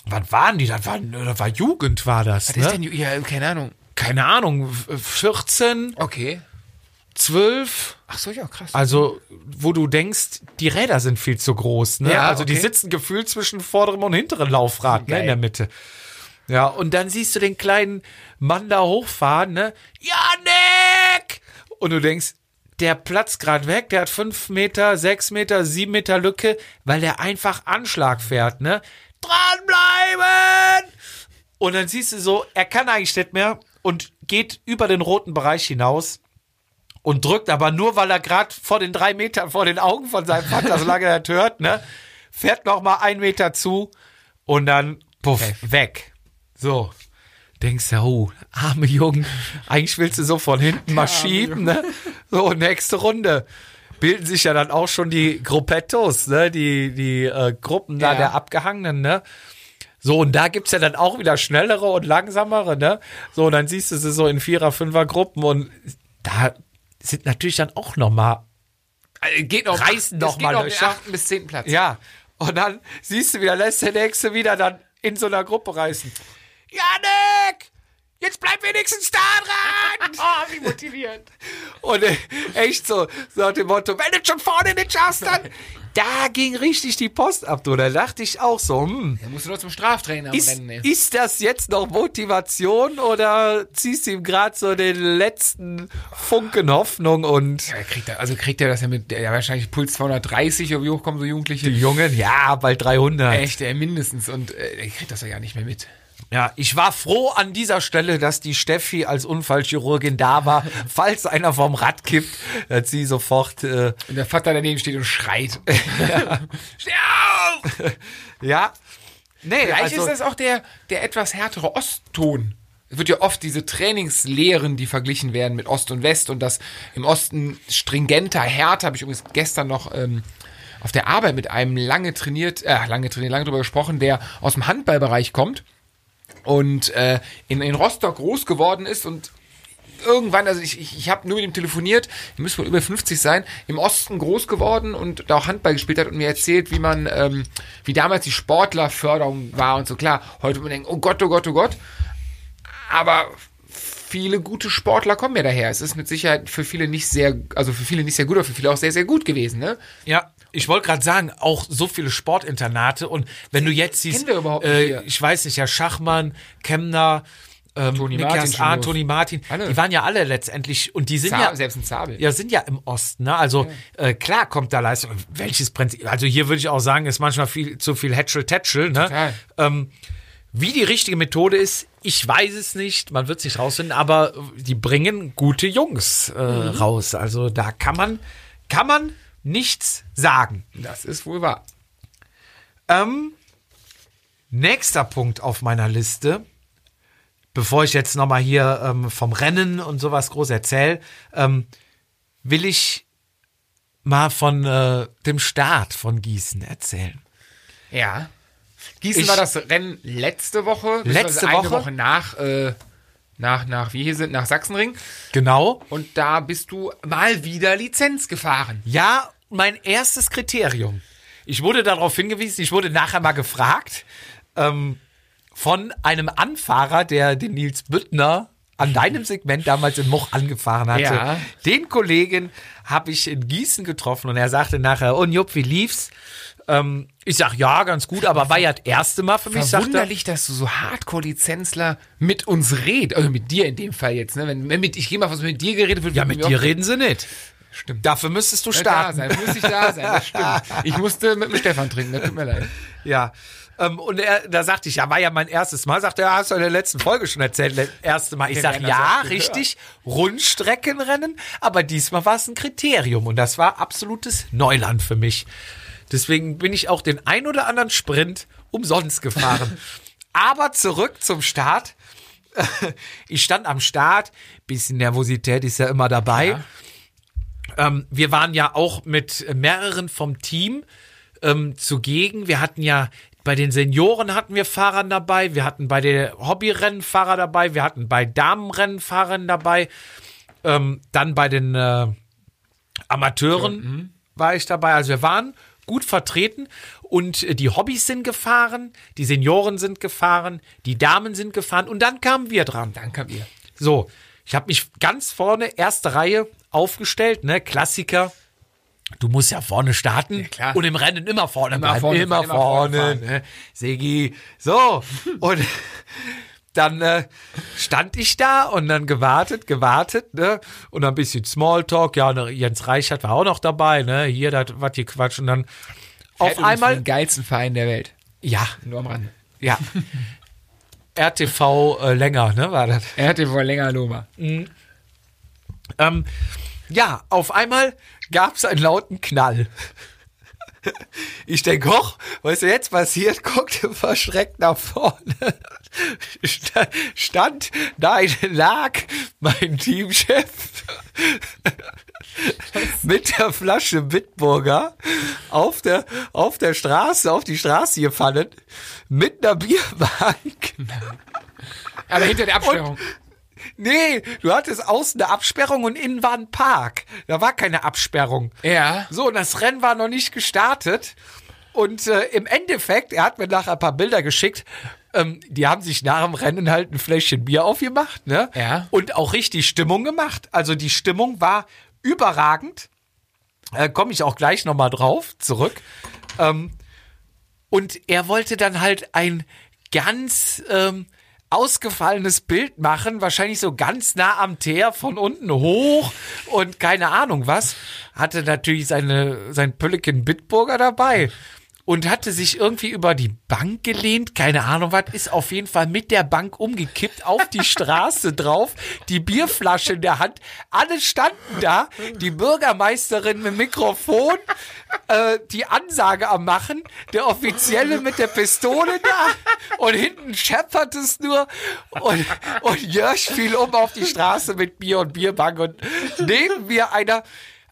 [SPEAKER 4] Wann waren die? Das war, das war Jugend, war das.
[SPEAKER 2] Was
[SPEAKER 4] Ne?
[SPEAKER 2] ist denn, ja, keine Ahnung.
[SPEAKER 4] Keine Ahnung, f- 14,
[SPEAKER 2] Okay.
[SPEAKER 4] 12.
[SPEAKER 2] Ach so, ja, krass.
[SPEAKER 4] Also, wo du denkst, die Räder sind viel zu groß, ne?
[SPEAKER 2] Ja,
[SPEAKER 4] also die
[SPEAKER 2] okay.
[SPEAKER 4] sitzen gefühlt zwischen vorderem und hinterem Laufrad, ne, in der Mitte. Ja, und dann siehst du den kleinen Mann da hochfahren, ne? Janek! Und du denkst, der platzt gerade weg, der hat fünf Meter, sechs Meter, sieben Meter Lücke, weil der einfach Anschlag fährt, ne? Dranbleiben! Und dann siehst du so, er kann eigentlich nicht mehr und geht über den roten Bereich hinaus und drückt, aber nur weil er gerade vor den drei Metern vor den Augen von seinem Vater, solange er das hört, ne, fährt noch mal einen Meter zu und dann puff, weg. So. Denkst du, oh, arme Jungen, eigentlich willst du so von hinten
[SPEAKER 2] <laughs>
[SPEAKER 4] mal schieben, ne? So, nächste Runde. Bilden sich ja dann auch schon die Gruppettos, ne? Die, die äh, Gruppen da
[SPEAKER 2] Ja.
[SPEAKER 4] der Abgehangenen, ne? So, und da gibt's ja dann auch wieder schnellere und langsamere, ne? So, und dann siehst du sie so in Vierer-, Fünfer-Gruppen und da sind natürlich dann auch nochmal.
[SPEAKER 2] Äh, geht noch,
[SPEAKER 4] Reißen
[SPEAKER 2] es
[SPEAKER 4] doch
[SPEAKER 2] geht
[SPEAKER 4] mal
[SPEAKER 2] noch
[SPEAKER 4] durch,
[SPEAKER 2] den
[SPEAKER 4] ja.
[SPEAKER 2] achten bis zehnten Platz.
[SPEAKER 4] Ja. Und dann siehst du wieder, lässt der Nächste wieder dann in so einer Gruppe reißen. Janik! Jetzt bleib wenigstens da
[SPEAKER 2] <laughs>
[SPEAKER 4] dran!
[SPEAKER 2] Oh, wie motivierend.
[SPEAKER 4] Und äh, echt so, so nach dem Motto, wenn du schon vorne nicht schaffst, dann...
[SPEAKER 2] <laughs>
[SPEAKER 4] Da ging richtig die Post ab, du. Da dachte ich auch so, hm,
[SPEAKER 2] Da musst du nur zum Straftrainer
[SPEAKER 4] Ist,
[SPEAKER 2] rennen. Ey.
[SPEAKER 4] ist das jetzt noch Motivation oder ziehst du ihm gerade so den letzten Funken Hoffnung und
[SPEAKER 2] Ja, kriegt er, also kriegt er das ja mit, ja wahrscheinlich Puls 230 oder wie hoch kommen so Jugendliche?
[SPEAKER 4] die Jungen, ja, bald 300.
[SPEAKER 2] Echt, ey, mindestens. Und äh, er kriegt das ja gar nicht mehr mit.
[SPEAKER 4] Ja, ich war froh an dieser Stelle, dass die Steffi als Unfallchirurgin da
[SPEAKER 2] <laughs>
[SPEAKER 4] war. Falls einer vom Rad kippt, dass sie sofort, äh, <laughs>
[SPEAKER 2] Und der Vater daneben steht und <laughs> schreit. Steh auf!
[SPEAKER 4] ja. Nee,
[SPEAKER 2] Vielleicht
[SPEAKER 4] also,
[SPEAKER 2] ist das auch der, der etwas härtere Ostton. Es wird ja oft diese Trainingslehren, die verglichen werden mit Ost und West und das im Osten stringenter, härter, habe ich übrigens gestern noch ähm, auf der Arbeit mit einem lange trainiert, äh, lange trainiert, lange drüber gesprochen, der aus dem Handballbereich kommt und äh, in, in Rostock groß geworden ist und irgendwann, also ich, ich, ich habe nur mit ihm telefoniert, er müsste wohl über 50 sein, im Osten groß geworden und da auch Handball gespielt hat und mir erzählt, wie man, ähm, wie damals die Sportlerförderung war und so. Klar, heute würde man denken, oh Gott, oh Gott, oh Gott. Aber viele gute Sportler kommen ja daher. Es ist mit Sicherheit für viele nicht sehr, also für viele nicht sehr gut, aber für viele auch sehr, sehr gut gewesen, ne?
[SPEAKER 4] Ja, ich wollte gerade sagen, auch so viele Sportinternate und wenn du jetzt siehst,
[SPEAKER 2] Kennen wir überhaupt nicht
[SPEAKER 4] äh,
[SPEAKER 2] hier.
[SPEAKER 4] ich weiß nicht, ja, Schachmann, Kemner, ähm,
[SPEAKER 2] Toni
[SPEAKER 4] Niklas
[SPEAKER 2] Martin
[SPEAKER 4] Ahn,
[SPEAKER 2] schon
[SPEAKER 4] Toni Martin,
[SPEAKER 2] Alle.
[SPEAKER 4] die waren ja alle letztendlich und die sind
[SPEAKER 2] Zabel,
[SPEAKER 4] ja
[SPEAKER 2] selbst ein Zabel.
[SPEAKER 4] ja, sind ja im Osten, ne? Also äh, klar kommt da Leistung. Welches Prinzip? Also hier würde ich auch sagen, ist manchmal viel zu viel Hätschel Tätschel, ne?
[SPEAKER 2] Total.
[SPEAKER 4] Ähm, wie die richtige Methode ist, ich weiß es nicht, man wird es nicht rausfinden, aber die bringen gute Jungs äh, raus. Also da kann man, kann man nichts sagen.
[SPEAKER 2] Das ist wohl wahr.
[SPEAKER 4] Ähm, nächster Punkt auf meiner Liste, bevor ich jetzt nochmal hier ähm, vom Rennen und sowas groß erzähle, ähm, will ich mal von äh, dem Start von Gießen erzählen.
[SPEAKER 2] Ja. Gießen
[SPEAKER 4] Ich-
[SPEAKER 2] war das Rennen letzte Woche, beziehungsweise
[SPEAKER 4] Letzte
[SPEAKER 2] eine
[SPEAKER 4] Woche?
[SPEAKER 2] Woche, nach, äh, nach, nach, wie hier sind, nach Sachsenring.
[SPEAKER 4] Genau.
[SPEAKER 2] Und da bist du mal wieder Lizenz gefahren.
[SPEAKER 4] Ja, mein erstes Kriterium. Ich wurde darauf hingewiesen, ich wurde nachher mal gefragt ähm, von einem Anfahrer, der den Nils Büttner an deinem Segment damals in Moch angefahren hatte.
[SPEAKER 2] Ja.
[SPEAKER 4] Den Kollegen habe ich in Gießen getroffen und er sagte nachher, und Jupp, wie lief's? Ähm, ich sag, ja, ganz gut, aber war ja das erste Mal für mich, sagte er.
[SPEAKER 2] Verwunderlich, dass du so Hardcore-Lizenzler mit uns redest. Also mit dir in dem Fall jetzt, ne? Wenn, wenn mit, ich gehe mal, was mit dir geredet wird,
[SPEAKER 4] Ja,
[SPEAKER 2] wird
[SPEAKER 4] mit
[SPEAKER 2] mir
[SPEAKER 4] dir
[SPEAKER 2] auch-
[SPEAKER 4] reden sie nicht.
[SPEAKER 2] Stimmt.
[SPEAKER 4] Dafür müsstest du
[SPEAKER 2] Ja, Da
[SPEAKER 4] starten.
[SPEAKER 2] sein, muss ich da sein,
[SPEAKER 4] <laughs>
[SPEAKER 2] das stimmt. Ich musste mit dem Stefan trinken, das tut mir leid.
[SPEAKER 4] Ja. Ähm, und er, da sagte ich, ja, war ja mein erstes Mal. Sagt er, ja, hast du in der letzten Folge schon erzählt, le- erste Mal. Ich
[SPEAKER 2] Den
[SPEAKER 4] sage,
[SPEAKER 2] Werner
[SPEAKER 4] ja, genau,
[SPEAKER 2] sagt,
[SPEAKER 4] richtig, Rundstreckenrennen, aber diesmal war es ein Kriterium und das war absolutes Neuland für mich. Deswegen bin ich auch den ein oder anderen Sprint umsonst <laughs> gefahren. aber zurück zum Start. <laughs> Ich stand am Start, bisschen Nervosität ist ja immer dabei. Ähm, wir waren ja auch mit mehreren vom Team ähm, zugegen. Wir hatten ja bei den Senioren hatten wir Fahrer dabei, wir hatten bei den Hobbyrennfahrer dabei, wir hatten bei Damenrennfahrern dabei, ähm, dann bei den äh, Amateuren war ich dabei. Also wir waren gut vertreten und äh, die Hobbys sind gefahren, die Senioren sind gefahren, die Damen sind gefahren und dann kamen wir dran.
[SPEAKER 2] Dann kam ihr.
[SPEAKER 4] So, ich habe mich ganz vorne, erste Reihe aufgestellt, ne? Klassiker. Du musst ja vorne starten
[SPEAKER 2] klar.
[SPEAKER 4] und im Rennen immer vorne
[SPEAKER 2] Immer
[SPEAKER 4] bleiben.
[SPEAKER 2] vorne
[SPEAKER 4] immer
[SPEAKER 2] fahren, immer vorne
[SPEAKER 4] vorne, ne? Segi.
[SPEAKER 2] <laughs>
[SPEAKER 4] So, und dann äh, stand ich da und dann gewartet, gewartet, ne? Und dann ein bisschen Smalltalk. Ja, und Jens Reichert war auch noch dabei, ne? Hier, das, was hier Quatsch. Und dann auf einmal.
[SPEAKER 2] Den geilsten Verein der Welt.
[SPEAKER 4] Ja,
[SPEAKER 2] Nur am Rande. <laughs>
[SPEAKER 4] ja. RTV äh, länger, ne? War das.
[SPEAKER 2] Er hatte wohl länger Loma.
[SPEAKER 4] Ähm, ja, auf einmal gab es einen lauten Knall. Ich denke, hoch, was ist denn jetzt passiert? Guckte verschreckt nach vorne. Sta- Stand, nein, lag mein Teamchef mit der Flasche Bitburger auf der, auf der Straße, auf die Straße gefallen, mit einer Bierbank.
[SPEAKER 2] Aber hinter der Absperrung.
[SPEAKER 4] Nee, du hattest außen eine Absperrung und innen war ein Park. Da war keine Absperrung.
[SPEAKER 2] Ja.
[SPEAKER 4] So, und das Rennen war noch nicht gestartet. Und äh, im Endeffekt, er hat mir nachher ein paar Bilder geschickt. Ähm, die haben sich nach dem Rennen halt ein Fläschchen Bier aufgemacht, ne?
[SPEAKER 2] Ja.
[SPEAKER 4] Und auch richtig Stimmung gemacht. Also die Stimmung war überragend. Äh, Komme ich auch gleich nochmal drauf zurück. Ähm, und er wollte dann halt ein ganz ähm, ausgefallenes Bild machen, wahrscheinlich so ganz nah am Teer von unten hoch und keine Ahnung was. Hatte natürlich seine, sein Pölliken Bitburger dabei und hatte sich irgendwie über die Bank gelehnt, keine Ahnung was, ist auf jeden Fall mit der Bank umgekippt auf die Straße drauf, die Bierflasche in der Hand. Alle standen da, die Bürgermeisterin mit Mikrofon, äh, die Ansage am Machen, der Offizielle mit der Pistole da und hinten scheppert es nur und, und Jörg fiel um auf die Straße mit Bier und Bierbank und neben mir einer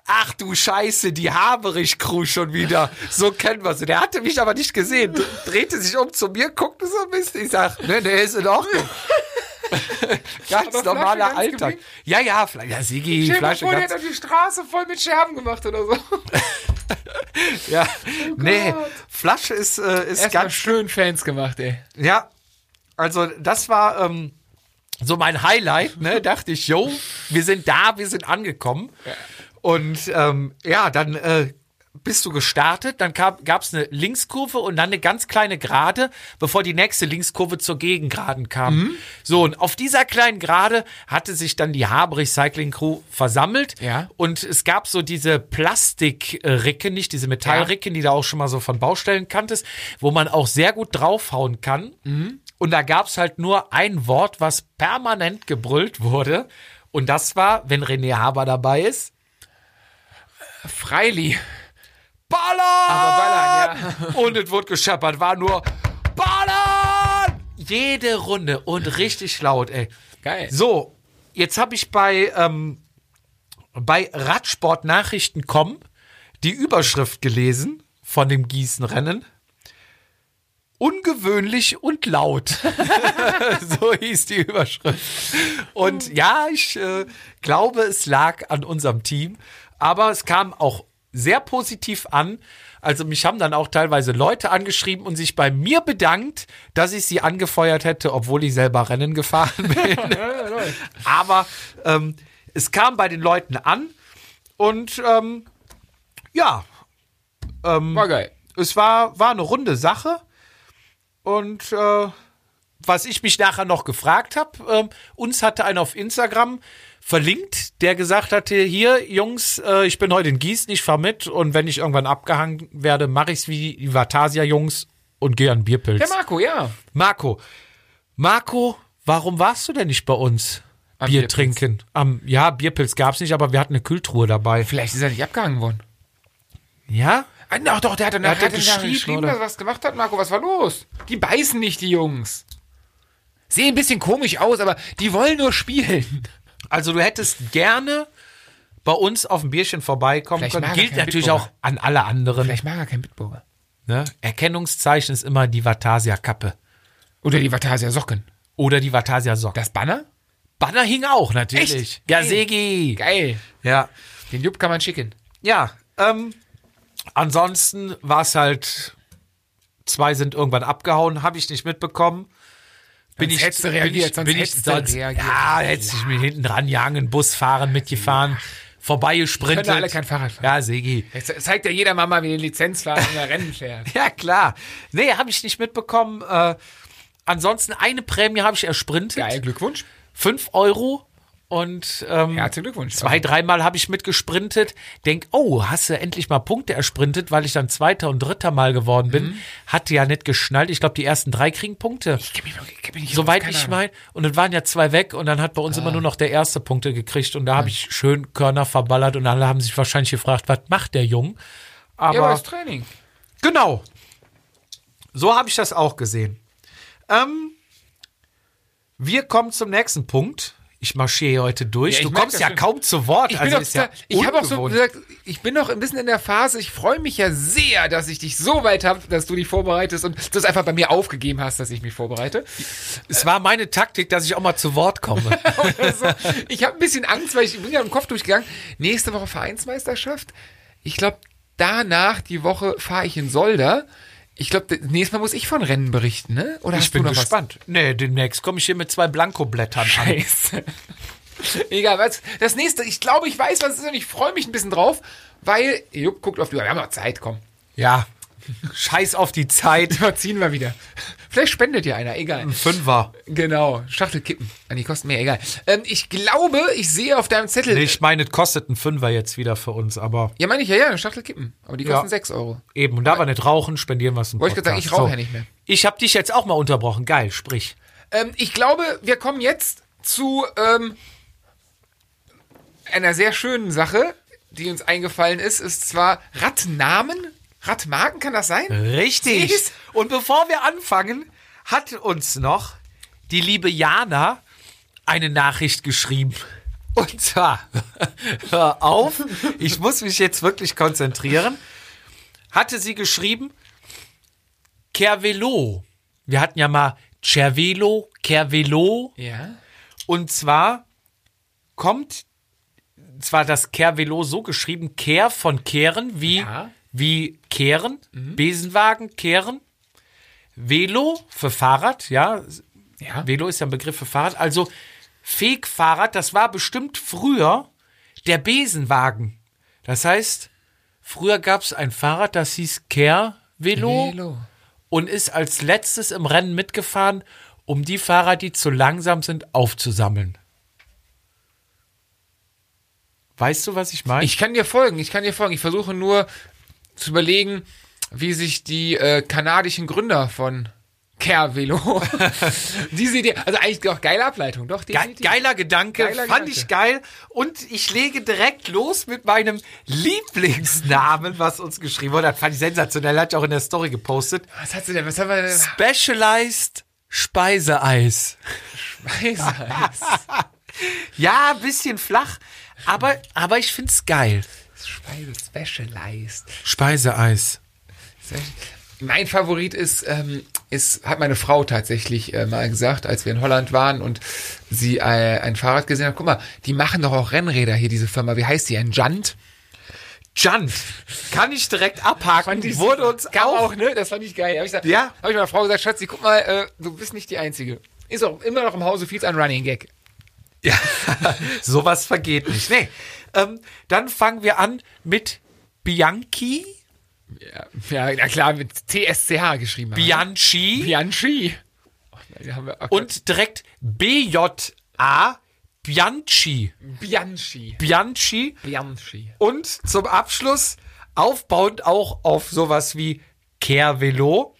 [SPEAKER 4] Ach du Scheiße, die Haberich-Crew schon wieder. So kennen wir sie. Der hatte mich aber nicht gesehen. Drehte sich um zu mir, guckte so ein bisschen. Ich sag, ne, ne, ist in
[SPEAKER 2] <laughs>
[SPEAKER 4] Ordnung. <laughs> ganz
[SPEAKER 2] Flasche
[SPEAKER 4] normaler
[SPEAKER 2] ganz
[SPEAKER 4] Alltag.
[SPEAKER 2] geblinkt?
[SPEAKER 4] Ja, ja, Fla- ja, Sigi,
[SPEAKER 2] Stell dir mal
[SPEAKER 4] Flasche
[SPEAKER 2] vor, der
[SPEAKER 4] ganz.
[SPEAKER 2] hat auf die Straße voll mit Scherben gemacht oder so.
[SPEAKER 4] Ja. nee, Flasche ist, äh, ist
[SPEAKER 2] Erstmal
[SPEAKER 4] ganz
[SPEAKER 2] schön Fans gemacht, ey.
[SPEAKER 4] Ja, also das war ähm, so mein Highlight, ne? Dachte ich, yo, wir sind da, wir sind angekommen. Und ähm, ja, dann äh, bist du gestartet, dann gab es eine Linkskurve und dann eine ganz kleine Gerade, bevor die nächste Linkskurve zur Gegengraden kam. So, und auf dieser kleinen Gerade hatte sich dann die Habrich Cycling Crew versammelt.
[SPEAKER 2] Ja.
[SPEAKER 4] Und es gab so diese Plastikricken, nicht diese Metallricken, die du auch schon mal so von Baustellen kanntest, wo man auch sehr gut draufhauen kann. Und da gab es halt nur ein Wort, was permanent gebrüllt wurde. Und das war, wenn René Haber dabei ist,
[SPEAKER 2] Freili.
[SPEAKER 4] Ballern!
[SPEAKER 2] Aber ballern,
[SPEAKER 4] <laughs> Und es wurde gescheppert, war nur Ballern! Jede Runde und richtig laut, ey.
[SPEAKER 2] Geil.
[SPEAKER 4] So, jetzt habe ich bei, ähm, bei Radsportnachrichten.com die Überschrift gelesen von dem Gießenrennen. Ungewöhnlich und laut. <laughs> so hieß die Überschrift. Und ja, ich äh, glaube, es lag an unserem Team. Aber es kam auch sehr positiv an. Also mich haben dann auch teilweise Leute angeschrieben und sich bei mir bedankt, dass ich sie angefeuert hätte, obwohl ich selber Rennen gefahren bin. Aber ähm, es kam bei den Leuten an und ähm, ja,
[SPEAKER 2] War geil.
[SPEAKER 4] es war, war eine runde Sache. Und äh, was ich mich nachher noch gefragt habe, ähm, uns hatte einer auf Instagram verlinkt, der gesagt hatte, hier, Jungs, äh, ich bin heute in Gießen, ich fahr mit und wenn ich irgendwann abgehangen werde, mache ich's wie die Vatasia-Jungs und gehe an Bierpilz.
[SPEAKER 2] Der Marco, ja.
[SPEAKER 4] Marco, Marco, warum warst du denn nicht bei uns?
[SPEAKER 2] Am
[SPEAKER 4] Bier
[SPEAKER 2] Bierpilz.
[SPEAKER 4] trinken. Am, ja, Bierpilz gab's nicht, aber wir hatten eine Kühltruhe dabei.
[SPEAKER 2] Vielleicht ist er nicht abgehangen worden.
[SPEAKER 4] Ja?
[SPEAKER 2] Ah, doch, doch, der hat dann
[SPEAKER 4] Er hat
[SPEAKER 2] der
[SPEAKER 4] dir
[SPEAKER 2] nachher
[SPEAKER 4] geschrieben, oder?
[SPEAKER 2] dass er was gemacht hat, Marco. Was war los? Die beißen nicht, die Jungs. Sehen ein bisschen komisch aus, aber die wollen nur spielen.
[SPEAKER 4] Also du hättest gerne bei uns auf ein Bierchen vorbeikommen
[SPEAKER 2] Vielleicht
[SPEAKER 4] können.
[SPEAKER 2] mag er
[SPEAKER 4] Gilt
[SPEAKER 2] keinen
[SPEAKER 4] natürlich
[SPEAKER 2] Bitburger.
[SPEAKER 4] auch an alle anderen.
[SPEAKER 2] Vielleicht mag er kein Bitburger.
[SPEAKER 4] Ne? Erkennungszeichen ist immer die Vatasia-Kappe.
[SPEAKER 2] Oder die Vatasia Socken.
[SPEAKER 4] Oder die Vatasia-Socke.
[SPEAKER 2] Das Banner?
[SPEAKER 4] Banner hing auch, natürlich.
[SPEAKER 2] Echt?
[SPEAKER 4] Ja,
[SPEAKER 2] Geil.
[SPEAKER 4] Segi.
[SPEAKER 2] Geil.
[SPEAKER 4] Ja,
[SPEAKER 2] Den Jupp kann man schicken.
[SPEAKER 4] ja. Ähm, ansonsten war es halt, zwei sind irgendwann abgehauen, habe ich nicht mitbekommen. Bin
[SPEAKER 2] Sonst hättest du reagiert, sonst
[SPEAKER 4] bin ich,
[SPEAKER 2] hättest du
[SPEAKER 4] sonst,
[SPEAKER 2] reagiert.
[SPEAKER 4] Ja, hätte ich mir hinten dran jagen, Bus fahren, mitgefahren, vorbeigesprintet.
[SPEAKER 2] Können alle kein Fahrrad fahren.
[SPEAKER 4] Ja, Segi.
[SPEAKER 2] Jetzt zeigt ja jeder Mama, wie die Lizenzfahrer in der Rennen fährt.
[SPEAKER 4] <laughs> Ja, klar. Nee, habe ich nicht mitbekommen. Äh, ansonsten eine Prämie habe ich ersprintet.
[SPEAKER 2] Geil, Glückwunsch.
[SPEAKER 4] Fünf Euro. Und ähm,
[SPEAKER 2] Herzlichen Glückwunsch.
[SPEAKER 4] zwei, dreimal habe ich mitgesprintet. Denk, oh, hast du endlich mal Punkte ersprintet, weil ich dann zweiter und dritter Mal geworden bin. Hatte ja nicht geschnallt. Ich glaube, die ersten drei kriegen Punkte.
[SPEAKER 2] Mhm. Ich geb mich, mal- gib mich nicht
[SPEAKER 4] Soweit
[SPEAKER 2] auf, keine
[SPEAKER 4] ich
[SPEAKER 2] Ahnung. Ah.
[SPEAKER 4] meine. Und dann waren ja zwei weg und dann hat bei uns immer nur noch der erste Punkte gekriegt. Und da habe ich schön Körner verballert und alle haben sich wahrscheinlich gefragt, was macht der Jung?
[SPEAKER 2] Ja, aber das Training.
[SPEAKER 4] Genau. So habe ich das auch gesehen. Ähm, wir kommen zum nächsten Punkt. Ich marschiere heute durch.
[SPEAKER 2] Ja, ich
[SPEAKER 4] du
[SPEAKER 2] merk
[SPEAKER 4] kommst
[SPEAKER 2] das
[SPEAKER 4] ja
[SPEAKER 2] schon.
[SPEAKER 4] kaum zu Wort.
[SPEAKER 2] Ich, bin
[SPEAKER 4] also
[SPEAKER 2] doch,
[SPEAKER 4] ist ja
[SPEAKER 2] ich habe auch so
[SPEAKER 4] ungewohnt.
[SPEAKER 2] gesagt, ich bin noch ein bisschen in der Phase, ich freue mich ja sehr, dass ich dich so weit habe, dass du dich vorbereitest und du es einfach bei mir aufgegeben hast, dass ich mich
[SPEAKER 4] <laughs>
[SPEAKER 2] vorbereite.
[SPEAKER 4] Es war meine Taktik, dass ich auch mal zu Wort
[SPEAKER 2] <laughs>
[SPEAKER 4] komme.
[SPEAKER 2] Also, ich habe ein bisschen Angst, weil ich bin ja im Kopf durchgegangen. Nächste Woche Vereinsmeisterschaft. Ich glaube, danach die Woche fahre ich in Solda. Ich glaube, das nächste Mal muss ich von Rennen berichten, ne? Oder
[SPEAKER 4] ich
[SPEAKER 2] hast du
[SPEAKER 4] bin
[SPEAKER 2] noch was?
[SPEAKER 4] gespannt. Nee, demnächst komme ich hier mit zwei Blankoblättern an.
[SPEAKER 2] Scheiße. <laughs> Egal, was. Das nächste, ich glaube, ich weiß, was es ist und ich freue mich ein bisschen drauf, weil, Jupp, guckt auf die Uhr, wir haben noch Zeit, komm.
[SPEAKER 4] Ja. Scheiß auf die Zeit.
[SPEAKER 2] <laughs> Überziehen wir wieder. Vielleicht spendet ja einer, egal.
[SPEAKER 4] Ein Fünfer.
[SPEAKER 2] Genau, Schachtel kippen. An die kosten mehr, egal. Ähm, ich glaube, ich sehe auf deinem Zettel.
[SPEAKER 4] Nee, Ich meine, es kostet ein Fünfer jetzt wieder für uns, aber
[SPEAKER 2] Ja, meine ich, ja, ja, eine Schachtel kippen. Aber die
[SPEAKER 4] Ja.
[SPEAKER 2] kosten sechs 6 Euro.
[SPEAKER 4] eben. Und da wir nicht rauchen, spendieren wir es einen
[SPEAKER 2] Wollte ich gerade sagen, ich rauche ja nicht mehr.
[SPEAKER 4] Ich habe dich jetzt auch mal unterbrochen. Geil, sprich.
[SPEAKER 2] Ähm, ich glaube, wir kommen jetzt zu ähm, einer sehr schönen Sache, die uns eingefallen ist. Ist zwar Radnamen, Radmarken, kann das sein?
[SPEAKER 4] Äh. Richtig.
[SPEAKER 2] Siehst?
[SPEAKER 4] Und bevor wir anfangen, hat uns noch die liebe Jana eine Nachricht geschrieben. Und zwar, <laughs> hör auf, ich muss mich jetzt wirklich konzentrieren. Hatte sie geschrieben, Cervelo. Wir hatten ja mal Cervelo, Cervelo.
[SPEAKER 2] Ja.
[SPEAKER 4] Und zwar kommt zwar das Kervelo so geschrieben, Kehr von Kehren, wie,
[SPEAKER 2] Ja. Mhm.
[SPEAKER 4] wie Kehren, Besenwagen, Kehren, Velo für Fahrrad, ja,
[SPEAKER 2] Ja.
[SPEAKER 5] Velo ist ja ein Begriff für Fahrrad. Also Fegfahrrad, das war bestimmt früher der Besenwagen. Das heißt, früher gab es ein Fahrrad, das hieß Care Velo,
[SPEAKER 2] Velo.
[SPEAKER 5] und ist als letztes im Rennen mitgefahren, um die Fahrer, die zu langsam sind, aufzusammeln. Weißt du, was ich meine?
[SPEAKER 2] Ich kann dir folgen, ich kann dir folgen. Ich versuche nur zu überlegen, wie sich die äh, kanadischen Gründer von Kervelo, <laughs> diese Idee, also eigentlich doch geile Ableitung, doch.
[SPEAKER 4] Ge
[SPEAKER 2] definitiv.
[SPEAKER 4] geiler Gedanke,
[SPEAKER 2] Geiler
[SPEAKER 4] fand
[SPEAKER 2] Gedanke.
[SPEAKER 4] ich geil. Und ich lege direkt los mit meinem Lieblingsnamen, was uns geschrieben wurde. Das fand ich sensationell, hat ich auch in der Story gepostet.
[SPEAKER 2] Was hat sie denn, was haben wir denn?
[SPEAKER 4] Specialized Speiseeis.
[SPEAKER 2] Speiseeis.
[SPEAKER 4] Ja, ein bisschen flach, aber, aber ich find's geil.
[SPEAKER 2] Speise Specialized.
[SPEAKER 4] Speiseeis.
[SPEAKER 2] Mein Favorit ist, ähm, ist, hat meine Frau tatsächlich äh, mal gesagt, als wir in Holland waren und sie äh, ein Fahrrad gesehen hat. Guck mal, die machen doch auch Rennräder hier, diese Firma. Wie heißt die? Ein Jant?
[SPEAKER 4] Junt. Kann ich direkt abhaken. Wurde uns
[SPEAKER 2] Kam
[SPEAKER 4] auch,
[SPEAKER 5] <laughs>
[SPEAKER 2] auch, ne? Das fand ich geil. Hab ich gesagt,
[SPEAKER 4] Ja.
[SPEAKER 2] Hab ich meiner Frau gesagt, Schatzi, guck mal, äh, du bist nicht die Einzige. Ist auch immer noch im Hause viel ein Running Gag.
[SPEAKER 4] Ja,
[SPEAKER 5] Sowas vergeht nicht. Nee. Ähm, dann fangen wir an mit Bianchi.
[SPEAKER 2] Ja, na klar, mit TSCH geschrieben. Bian
[SPEAKER 5] Bianchi.
[SPEAKER 2] Bianchi. Oh, nein, die haben wir- okay.
[SPEAKER 5] und direkt BJA Bianchi.
[SPEAKER 2] Bianchi.
[SPEAKER 5] Bianchi.
[SPEAKER 2] Bianchi.
[SPEAKER 4] Und zum Abschluss aufbauend auch auf sowas wie Kervelo.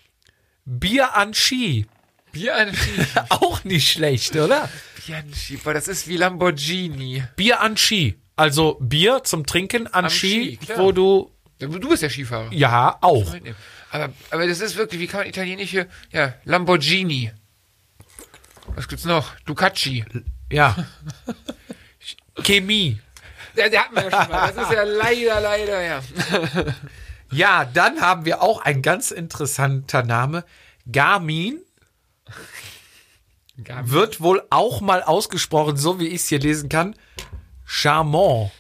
[SPEAKER 5] Bier an Ski.
[SPEAKER 2] <laughs> Bianchi.
[SPEAKER 5] Auch nicht schlecht, oder?
[SPEAKER 2] Bianchi. Boah, das ist wie Lamborghini.
[SPEAKER 5] Bier an Ski. Also Bier zum Trinken an
[SPEAKER 2] Am Ski,
[SPEAKER 5] Ski,
[SPEAKER 2] klar.
[SPEAKER 5] wo du.
[SPEAKER 2] Ja, Du bist ja Skifahrer.
[SPEAKER 5] Ja, auch.
[SPEAKER 2] Aber, aber das ist wirklich, wie kann man italienische, ja, Lamborghini. Was gibt's noch? Ducati.
[SPEAKER 5] Ja. Chemie.
[SPEAKER 2] Der, der hatten wir ja schon mal. Das ist <laughs> ja leider, leider, ja.
[SPEAKER 4] Ja, dann haben wir auch ein ganz interessanter Name. Garmin wird wohl auch mal ausgesprochen, so wie ich es hier lesen kann. Charmant.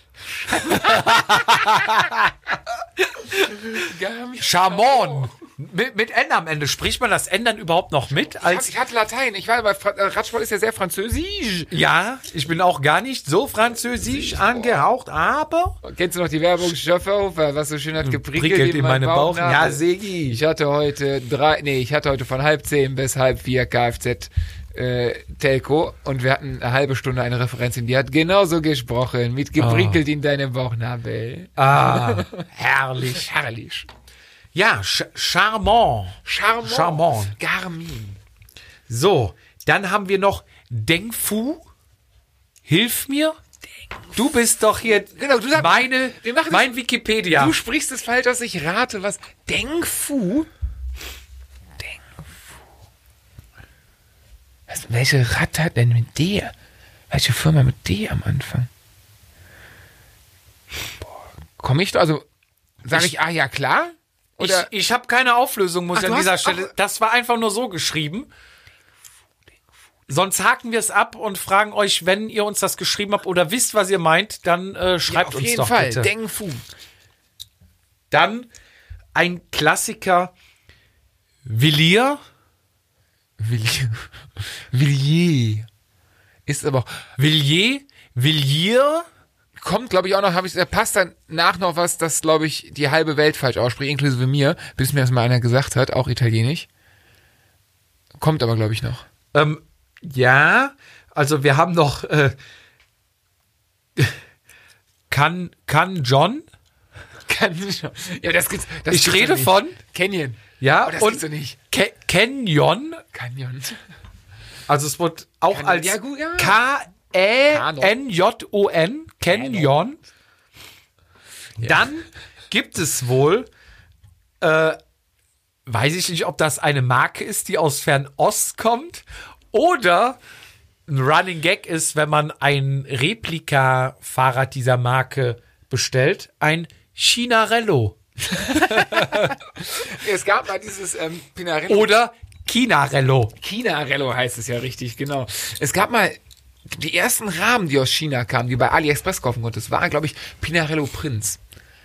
[SPEAKER 2] Garmin.
[SPEAKER 4] Charmant. Mit, mit N am Ende. Spricht man das N dann überhaupt noch mit? Als,
[SPEAKER 2] Ich hatte Latein. Ich war bei Fra- äh, Radsport ist ja sehr französisch.
[SPEAKER 4] ja, ich bin auch gar nicht so französisch angehaucht, aber
[SPEAKER 2] Kennst du noch die Werbung Schöfferhofer, was so schön hat geprickelt,
[SPEAKER 4] Hm, prickelt in meinen Bauch.
[SPEAKER 2] Ja,
[SPEAKER 4] Ja, Segi.
[SPEAKER 2] ich hatte heute drei, nee, ich hatte heute von halb zehn bis halb vier Kfz äh, Telco und wir hatten eine halbe Stunde eine Referenz und die hat genauso gesprochen, mit geprickelt in deinem Bauchnabel.
[SPEAKER 4] Ah, herrlich.
[SPEAKER 2] Herrlich.
[SPEAKER 4] Ja, Sch- Charmant.
[SPEAKER 2] Charmant.
[SPEAKER 4] Charmant.
[SPEAKER 2] Garmin.
[SPEAKER 4] So, dann haben wir noch Dengfu. Hilf mir. Du bist doch hier
[SPEAKER 2] Genau, du sagst-
[SPEAKER 4] meine,
[SPEAKER 2] wir machen das-
[SPEAKER 4] mein Wikipedia.
[SPEAKER 2] Du sprichst es falsch aus, ich rate was. Dengfu? Dengfu. Was, welche Ratte hat denn mit D? Welche Firma mit D am Anfang? Komme ich, da- also sage ich, ah ja klar? Oder
[SPEAKER 4] ich ich habe keine Auflösung, muss ich
[SPEAKER 2] du
[SPEAKER 4] an dieser
[SPEAKER 2] hast-
[SPEAKER 4] Stelle. Das war einfach nur so geschrieben. Sonst haken wir es ab und fragen euch, wenn ihr uns das geschrieben habt oder wisst, was ihr meint, dann äh, schreibt
[SPEAKER 2] auf
[SPEAKER 4] uns
[SPEAKER 2] jeden
[SPEAKER 4] doch
[SPEAKER 2] Fall
[SPEAKER 4] bitte.
[SPEAKER 2] Dengfu.
[SPEAKER 4] dann ein Klassiker Villier. <laughs>
[SPEAKER 2] Villiers. Villiers. Ist aber auch,
[SPEAKER 4] Villiers, Villiers,
[SPEAKER 2] kommt, glaube ich, auch noch, habe ich, da passt danach noch was, das, glaube ich, die halbe Welt falsch ausspricht, inklusive mir, bis mir das mal einer gesagt hat, auch italienisch. Kommt aber, glaube ich, <laughs> noch.
[SPEAKER 4] Ähm, ja, also wir haben noch äh, <laughs> kann kann John.
[SPEAKER 2] Kann ich schon. Ja, das gibt's. Das
[SPEAKER 4] Ich
[SPEAKER 2] gibt's
[SPEAKER 4] rede
[SPEAKER 2] doch nicht.
[SPEAKER 4] von-
[SPEAKER 2] Canyon.
[SPEAKER 4] Ja,
[SPEAKER 2] Oh, das
[SPEAKER 4] und
[SPEAKER 2] gibt's doch nicht.
[SPEAKER 4] Ke Canyon,
[SPEAKER 2] Canyon.
[SPEAKER 4] also es wird auch
[SPEAKER 2] Canyon,
[SPEAKER 4] als
[SPEAKER 2] ja, gut, ja.
[SPEAKER 4] K E N J O N Canyon. Dann gibt es wohl äh, weiß ich nicht, ob das eine Marke ist, die aus Fernost kommt oder ein Running Gag ist, wenn man ein Replika-Fahrrad dieser Marke bestellt, ein Chinarello
[SPEAKER 2] <laughs> Es gab mal dieses ähm, Pinarello.
[SPEAKER 4] oder Chinarello.
[SPEAKER 2] Chinarello heißt es ja richtig, genau. Es gab mal die ersten Rahmen, die aus China kamen, die du bei AliExpress kaufen konntest, waren, glaube ich, Pinarello Prinz.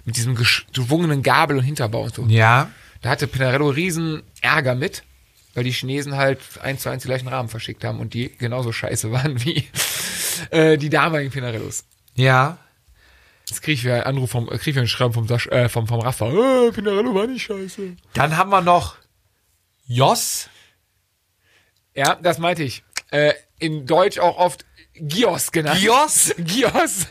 [SPEAKER 2] Mit diesem geschwungenen Gabel und Hinterbau und so.
[SPEAKER 4] Ja.
[SPEAKER 2] Da hatte Pinarello riesen Ärger mit. Weil die Chinesen halt eins zu eins die gleichen Rahmen verschickt haben und die genauso scheiße <laughs> waren wie äh, die damaligen Pinarellos.
[SPEAKER 6] Ja.
[SPEAKER 2] Jetzt kriege ich wieder einen Anruf vom, äh, krieg ich wieder einen Schreiben vom, Sasch, äh, vom, vom Rafa. Äh, Pinarello war nicht scheiße.
[SPEAKER 6] Dann haben wir noch Jos.
[SPEAKER 2] Ja, das meinte ich. Äh, in Deutsch auch oft Gios genannt. <laughs>
[SPEAKER 6] Jos?
[SPEAKER 2] Gios.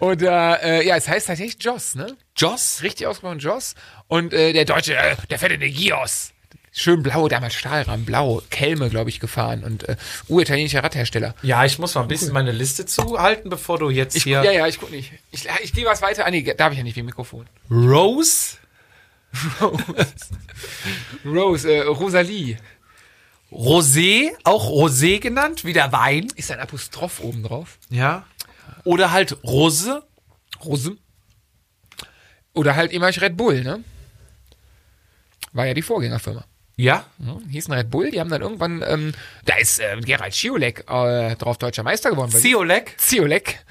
[SPEAKER 2] Oder, äh, ja, es heißt tatsächlich Joss, ne?
[SPEAKER 6] Jos?
[SPEAKER 2] Richtig ausgesprochen Joss. Und äh, der Deutsche, äh, der fährt in den Gios. Schön blau, damals Stahlrahmen, blau, Kelme, glaube ich, gefahren und äh, uritalienischer Radhersteller.
[SPEAKER 6] Ja, ich muss mal ein bisschen meine Liste zuhalten, bevor du jetzt
[SPEAKER 2] Ich, ja. ja, ich guck nicht. Ich, ich gehe was weiter. Ah, nee, darf ich ja nicht wegen Mikrofon.
[SPEAKER 6] Rose?
[SPEAKER 2] Rose, äh, Rosalie.
[SPEAKER 6] Rosé, auch Rosé genannt, wie der Wein.
[SPEAKER 2] Ist ein Apostroph oben drauf.
[SPEAKER 6] Ja.
[SPEAKER 4] Oder halt Rose.
[SPEAKER 2] Rose. Oder halt immer Red Bull, ne? War ja die Vorgängerfirma.
[SPEAKER 6] Ja.
[SPEAKER 2] Ja, hießen Red Bull, die haben dann irgendwann, ähm, da ist ähm, Gerald Schiolek äh, drauf deutscher Meister geworden. Bei
[SPEAKER 6] Ziolek.
[SPEAKER 2] Ziolek,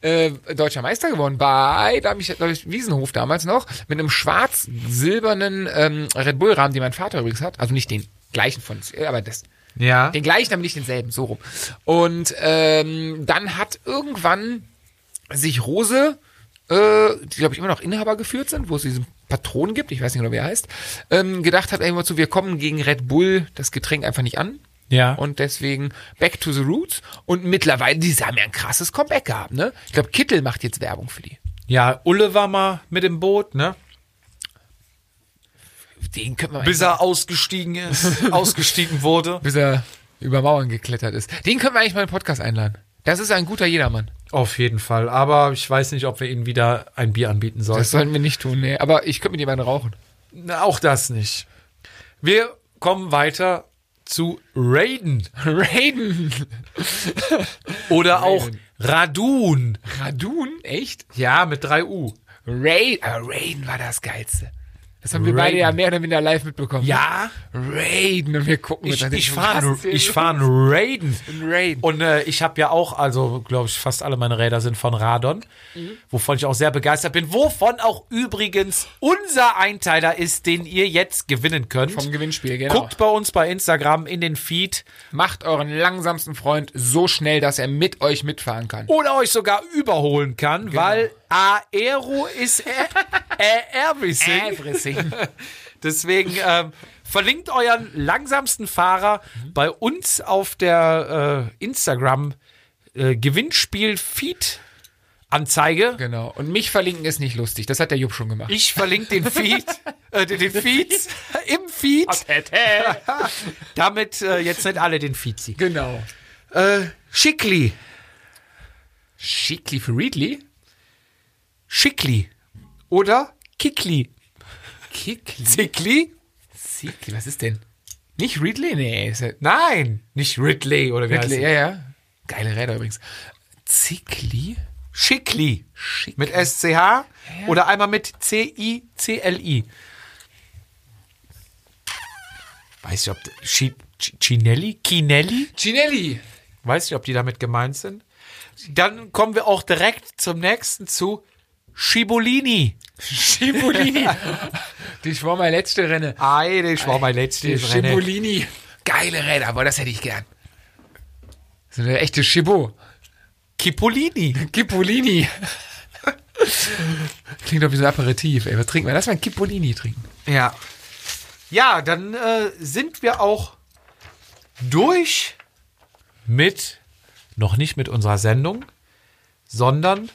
[SPEAKER 2] äh, deutscher Meister geworden bei, da habe ich, glaub ich, Wiesenhof damals noch, mit einem schwarz-silbernen ähm, Red Bull-Rahmen, den mein Vater übrigens hat. Also nicht den gleichen von, äh, aber das,
[SPEAKER 6] Ja.
[SPEAKER 2] den gleichen, aber nicht denselben, so rum. Und ähm, dann hat irgendwann sich Rose, äh, die glaube ich immer noch Inhaber geführt sind, wo es diesen Patron gibt, ich weiß nicht genau, wie er heißt, ähm, gedacht hat irgendwann zu, wir kommen gegen Red Bull das Getränk einfach nicht an.
[SPEAKER 4] Ja.
[SPEAKER 2] Und deswegen Back to the Roots. Und mittlerweile, die haben ja ein krasses Comeback gehabt, ne? Ich glaube, Kittel macht jetzt Werbung für die.
[SPEAKER 6] Ja, Ulle war mal mit im Boot, ne?
[SPEAKER 2] Den können wir mal-
[SPEAKER 6] Bis er ausgestiegen
[SPEAKER 2] <laughs>
[SPEAKER 6] ist, ausgestiegen wurde.
[SPEAKER 2] bis er über Mauern geklettert ist. Den können wir eigentlich mal in den Podcast einladen. Das ist ein guter Jedermann.
[SPEAKER 6] Auf jeden Fall. Aber ich weiß nicht, ob wir ihnen wieder ein Bier anbieten
[SPEAKER 2] Das
[SPEAKER 6] sollten.
[SPEAKER 2] sollen wir nicht tun, nee. Aber ich könnte mit
[SPEAKER 6] <laughs>
[SPEAKER 2] jemandem rauchen.
[SPEAKER 6] Na, Auch das nicht. Wir kommen weiter zu Raiden.
[SPEAKER 2] Raiden.
[SPEAKER 6] Oder auch Radun.
[SPEAKER 2] Radun, echt?
[SPEAKER 6] Ja, mit 3U.
[SPEAKER 2] Raiden. Aber Raiden war das Geilste. Das haben wir
[SPEAKER 6] Raiden.
[SPEAKER 2] beide ja mehr oder minder live mitbekommen.
[SPEAKER 6] Ja.
[SPEAKER 2] Raiden. Und wir gucken
[SPEAKER 6] Ich,
[SPEAKER 2] miteinander.
[SPEAKER 6] ich
[SPEAKER 2] Was
[SPEAKER 6] fahre
[SPEAKER 2] ist denn
[SPEAKER 6] ich
[SPEAKER 2] los?
[SPEAKER 6] fahr einen Raiden.
[SPEAKER 2] Ein Raiden.
[SPEAKER 4] Und äh, ich habe ja auch, also glaube ich, fast alle meine Räder sind von Radon,
[SPEAKER 2] Mhm.
[SPEAKER 4] wovon ich auch sehr begeistert bin. Wovon auch übrigens unser Einteiler ist, den ihr jetzt gewinnen könnt.
[SPEAKER 2] Vom Gewinnspiel, genau.
[SPEAKER 4] Guckt bei uns bei Instagram in den Feed
[SPEAKER 2] Macht euren langsamsten Freund so schnell, dass er mit euch mitfahren kann.
[SPEAKER 4] oder euch sogar überholen kann,
[SPEAKER 2] Genau.
[SPEAKER 4] weil Aero ist <laughs> e e everything.
[SPEAKER 2] Everything.
[SPEAKER 4] Deswegen ähm, verlinkt euren langsamsten Fahrer bei uns auf der äh, Instagram äh, Gewinnspiel Feed Anzeige.
[SPEAKER 2] genau. Und mich verlinken ist nicht lustig. Das hat der Jupp schon gemacht.
[SPEAKER 4] Ich verlinke den Feed, äh, den, den Feed <laughs> im Feed, damit äh, jetzt nicht alle den Feed sehen.
[SPEAKER 2] genau.
[SPEAKER 4] Äh, Schickli,
[SPEAKER 2] Schickli für Readly?
[SPEAKER 4] Schickli oder Kickli,
[SPEAKER 2] Kickli?
[SPEAKER 4] Zickli?
[SPEAKER 2] Zickli, was ist denn? Nicht Readly? Nee, ist ja
[SPEAKER 4] Nein, nicht Ridley oder wie
[SPEAKER 2] Ridley,
[SPEAKER 4] heißt
[SPEAKER 2] ja, ja. Geile Räder übrigens. Zickli?
[SPEAKER 4] es? Schickli
[SPEAKER 2] Schick.
[SPEAKER 4] mit SCH oder einmal mit C I C L I. Weiß ich, ob Chi- Chi- Chinelli, Chinelli?
[SPEAKER 2] Cinelli.
[SPEAKER 4] Weiß nicht, ob die damit gemeint sind. Dann kommen wir auch direkt zum nächsten zu Schibolini.
[SPEAKER 2] Schibolini. das war mein letzte Renne.
[SPEAKER 4] Ei, das war mein letztes Rennen.
[SPEAKER 2] Schibolini. Geile Räder, aber das hätte ich gern. So eine echte Schibo.
[SPEAKER 4] Kipolini.
[SPEAKER 2] Kipolini. Klingt doch wie so ein Aperitif, ey. Was trinken wir? Lass mal ein Kipolini trinken.
[SPEAKER 4] Ja. Ja, dann äh, sind wir auch durch
[SPEAKER 6] Mit, noch nicht mit unserer Sendung, sondern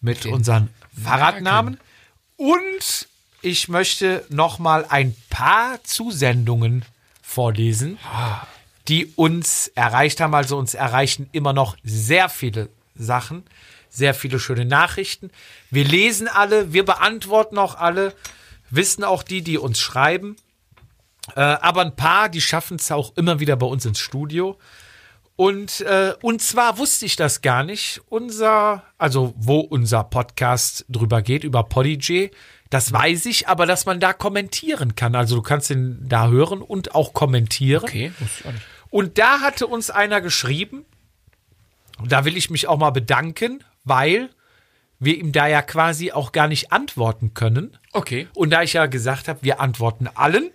[SPEAKER 4] mit unseren Fahrradnamen. Und ich möchte noch mal ein paar Zusendungen vorlesen, die uns erreicht haben. Also uns erreichen immer noch sehr viele Sachen, sehr viele schöne Nachrichten. Wir lesen alle, wir beantworten auch alle, wissen auch die, die uns schreiben. Äh, aber ein paar, die schaffen es auch immer wieder bei uns ins Studio. Und, äh, und zwar wusste ich das gar nicht. Unser, also wo unser Podcast drüber geht, über Podijay, das weiß ich, aber dass man da kommentieren kann. Also du kannst ihn da hören und auch kommentieren.
[SPEAKER 2] wusste ich auch nicht.
[SPEAKER 4] Und da hatte uns einer geschrieben, und da will ich mich auch mal bedanken, weil wir ihm da ja quasi auch gar nicht antworten können.
[SPEAKER 2] Okay.
[SPEAKER 4] Und da ich ja gesagt habe, wir antworten allen,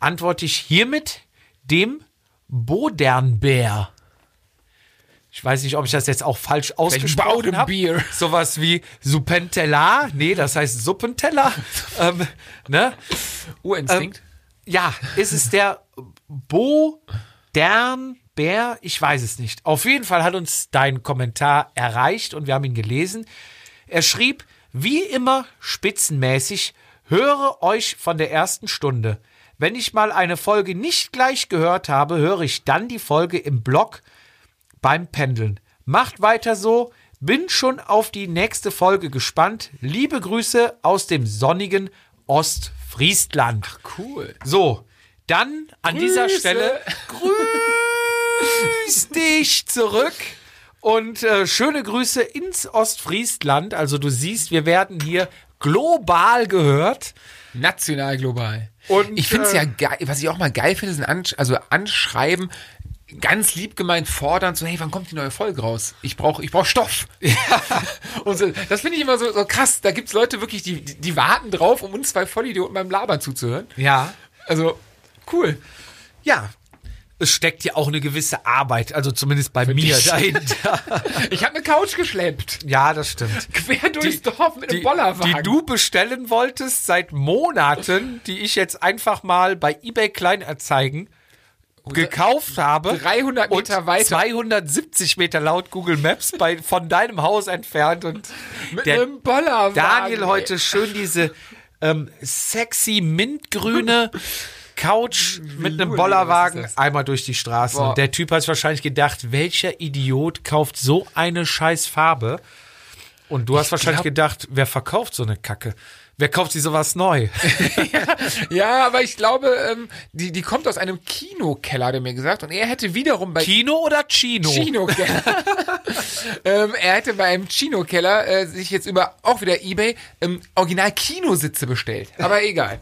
[SPEAKER 4] antworte ich hiermit dem Bodernbär. Ich weiß nicht, ob ich das jetzt auch falsch ausgesprochen
[SPEAKER 2] Baudenbier.
[SPEAKER 4] habe. Sowas wie Suppenteller. Nee, das heißt Suppenteller. ähm, ne?
[SPEAKER 2] Urinstinkt.
[SPEAKER 4] Ja, ist es der Bodernbär? Ich weiß es nicht. Auf jeden Fall hat uns dein Kommentar erreicht und wir haben ihn gelesen. Er schrieb, wie immer spitzenmäßig, höre euch von der ersten Stunde. Wenn ich mal eine Folge nicht gleich gehört habe, höre ich dann die Folge im Blog beim Pendeln. Macht weiter so. Bin schon auf die nächste Folge gespannt. Liebe Grüße aus dem sonnigen Ostfriesland.
[SPEAKER 2] cool.
[SPEAKER 4] So, dann an dieser
[SPEAKER 2] Grüße.
[SPEAKER 4] <laughs> Stelle grüß dich zurück und äh, schöne Grüße ins Ostfriesland. Also du siehst, wir werden hier global gehört.
[SPEAKER 2] National, global.
[SPEAKER 4] Und,
[SPEAKER 2] ich finde es
[SPEAKER 4] äh,
[SPEAKER 2] ja geil, was ich auch mal geil finde, sind Ansch also Anschreiben, ganz lieb gemeint fordern, so, hey, wann kommt die neue Folge raus? Ich brauche ich brauch <laughs> Stoff. Und so, das finde ich immer so, so krass. Da gibt es Leute wirklich, die, die, die warten drauf, um uns zwei Vollidioten beim Labern zuzuhören.
[SPEAKER 4] Ja.
[SPEAKER 2] Also, cool.
[SPEAKER 4] Ja. Es steckt ja auch eine gewisse Arbeit, also zumindest bei mir
[SPEAKER 2] dich.
[SPEAKER 4] dahinter.
[SPEAKER 2] Ich habe eine Couch geschleppt.
[SPEAKER 4] <laughs> Ja, das stimmt.
[SPEAKER 2] Quer durchs Dorf mit einem
[SPEAKER 4] Die,
[SPEAKER 2] Bollerwagen.
[SPEAKER 4] die du bestellen wolltest seit Monaten, die ich jetzt einfach mal bei eBay Kleinanzeigen gekauft habe.
[SPEAKER 2] 300 Meter
[SPEAKER 4] und
[SPEAKER 2] weiter
[SPEAKER 4] 270 Meter laut Google Maps bei, von deinem Haus entfernt. Und
[SPEAKER 2] mit
[SPEAKER 4] der
[SPEAKER 2] einem Bollerwagen.
[SPEAKER 4] Daniel
[SPEAKER 2] ey.
[SPEAKER 4] heute schön diese ähm, sexy mintgrüne Couch mit einem
[SPEAKER 2] Jule,
[SPEAKER 4] Bollerwagen
[SPEAKER 2] was ist das?
[SPEAKER 4] einmal durch die Straßen.
[SPEAKER 2] Boah.
[SPEAKER 4] Und der Typ hat sich wahrscheinlich gedacht, welcher Idiot kauft so eine scheiß Farbe? Und du hast wahrscheinlich
[SPEAKER 2] glaub-
[SPEAKER 4] gedacht, wer verkauft so eine Kacke? Wer kauft sich sowas
[SPEAKER 2] <laughs>
[SPEAKER 4] neu?
[SPEAKER 2] Ja, aber ich glaube, ähm, die, die kommt aus einem Kinokeller, hat er mir gesagt. Und er hätte wiederum bei
[SPEAKER 4] Kino oder Chino?
[SPEAKER 2] Chino-Keller.
[SPEAKER 4] <laughs>
[SPEAKER 2] ähm, er hätte bei einem Chino-Keller äh, sich jetzt über auch wieder Ebay ähm, Original-Kinositze bestellt. Aber egal.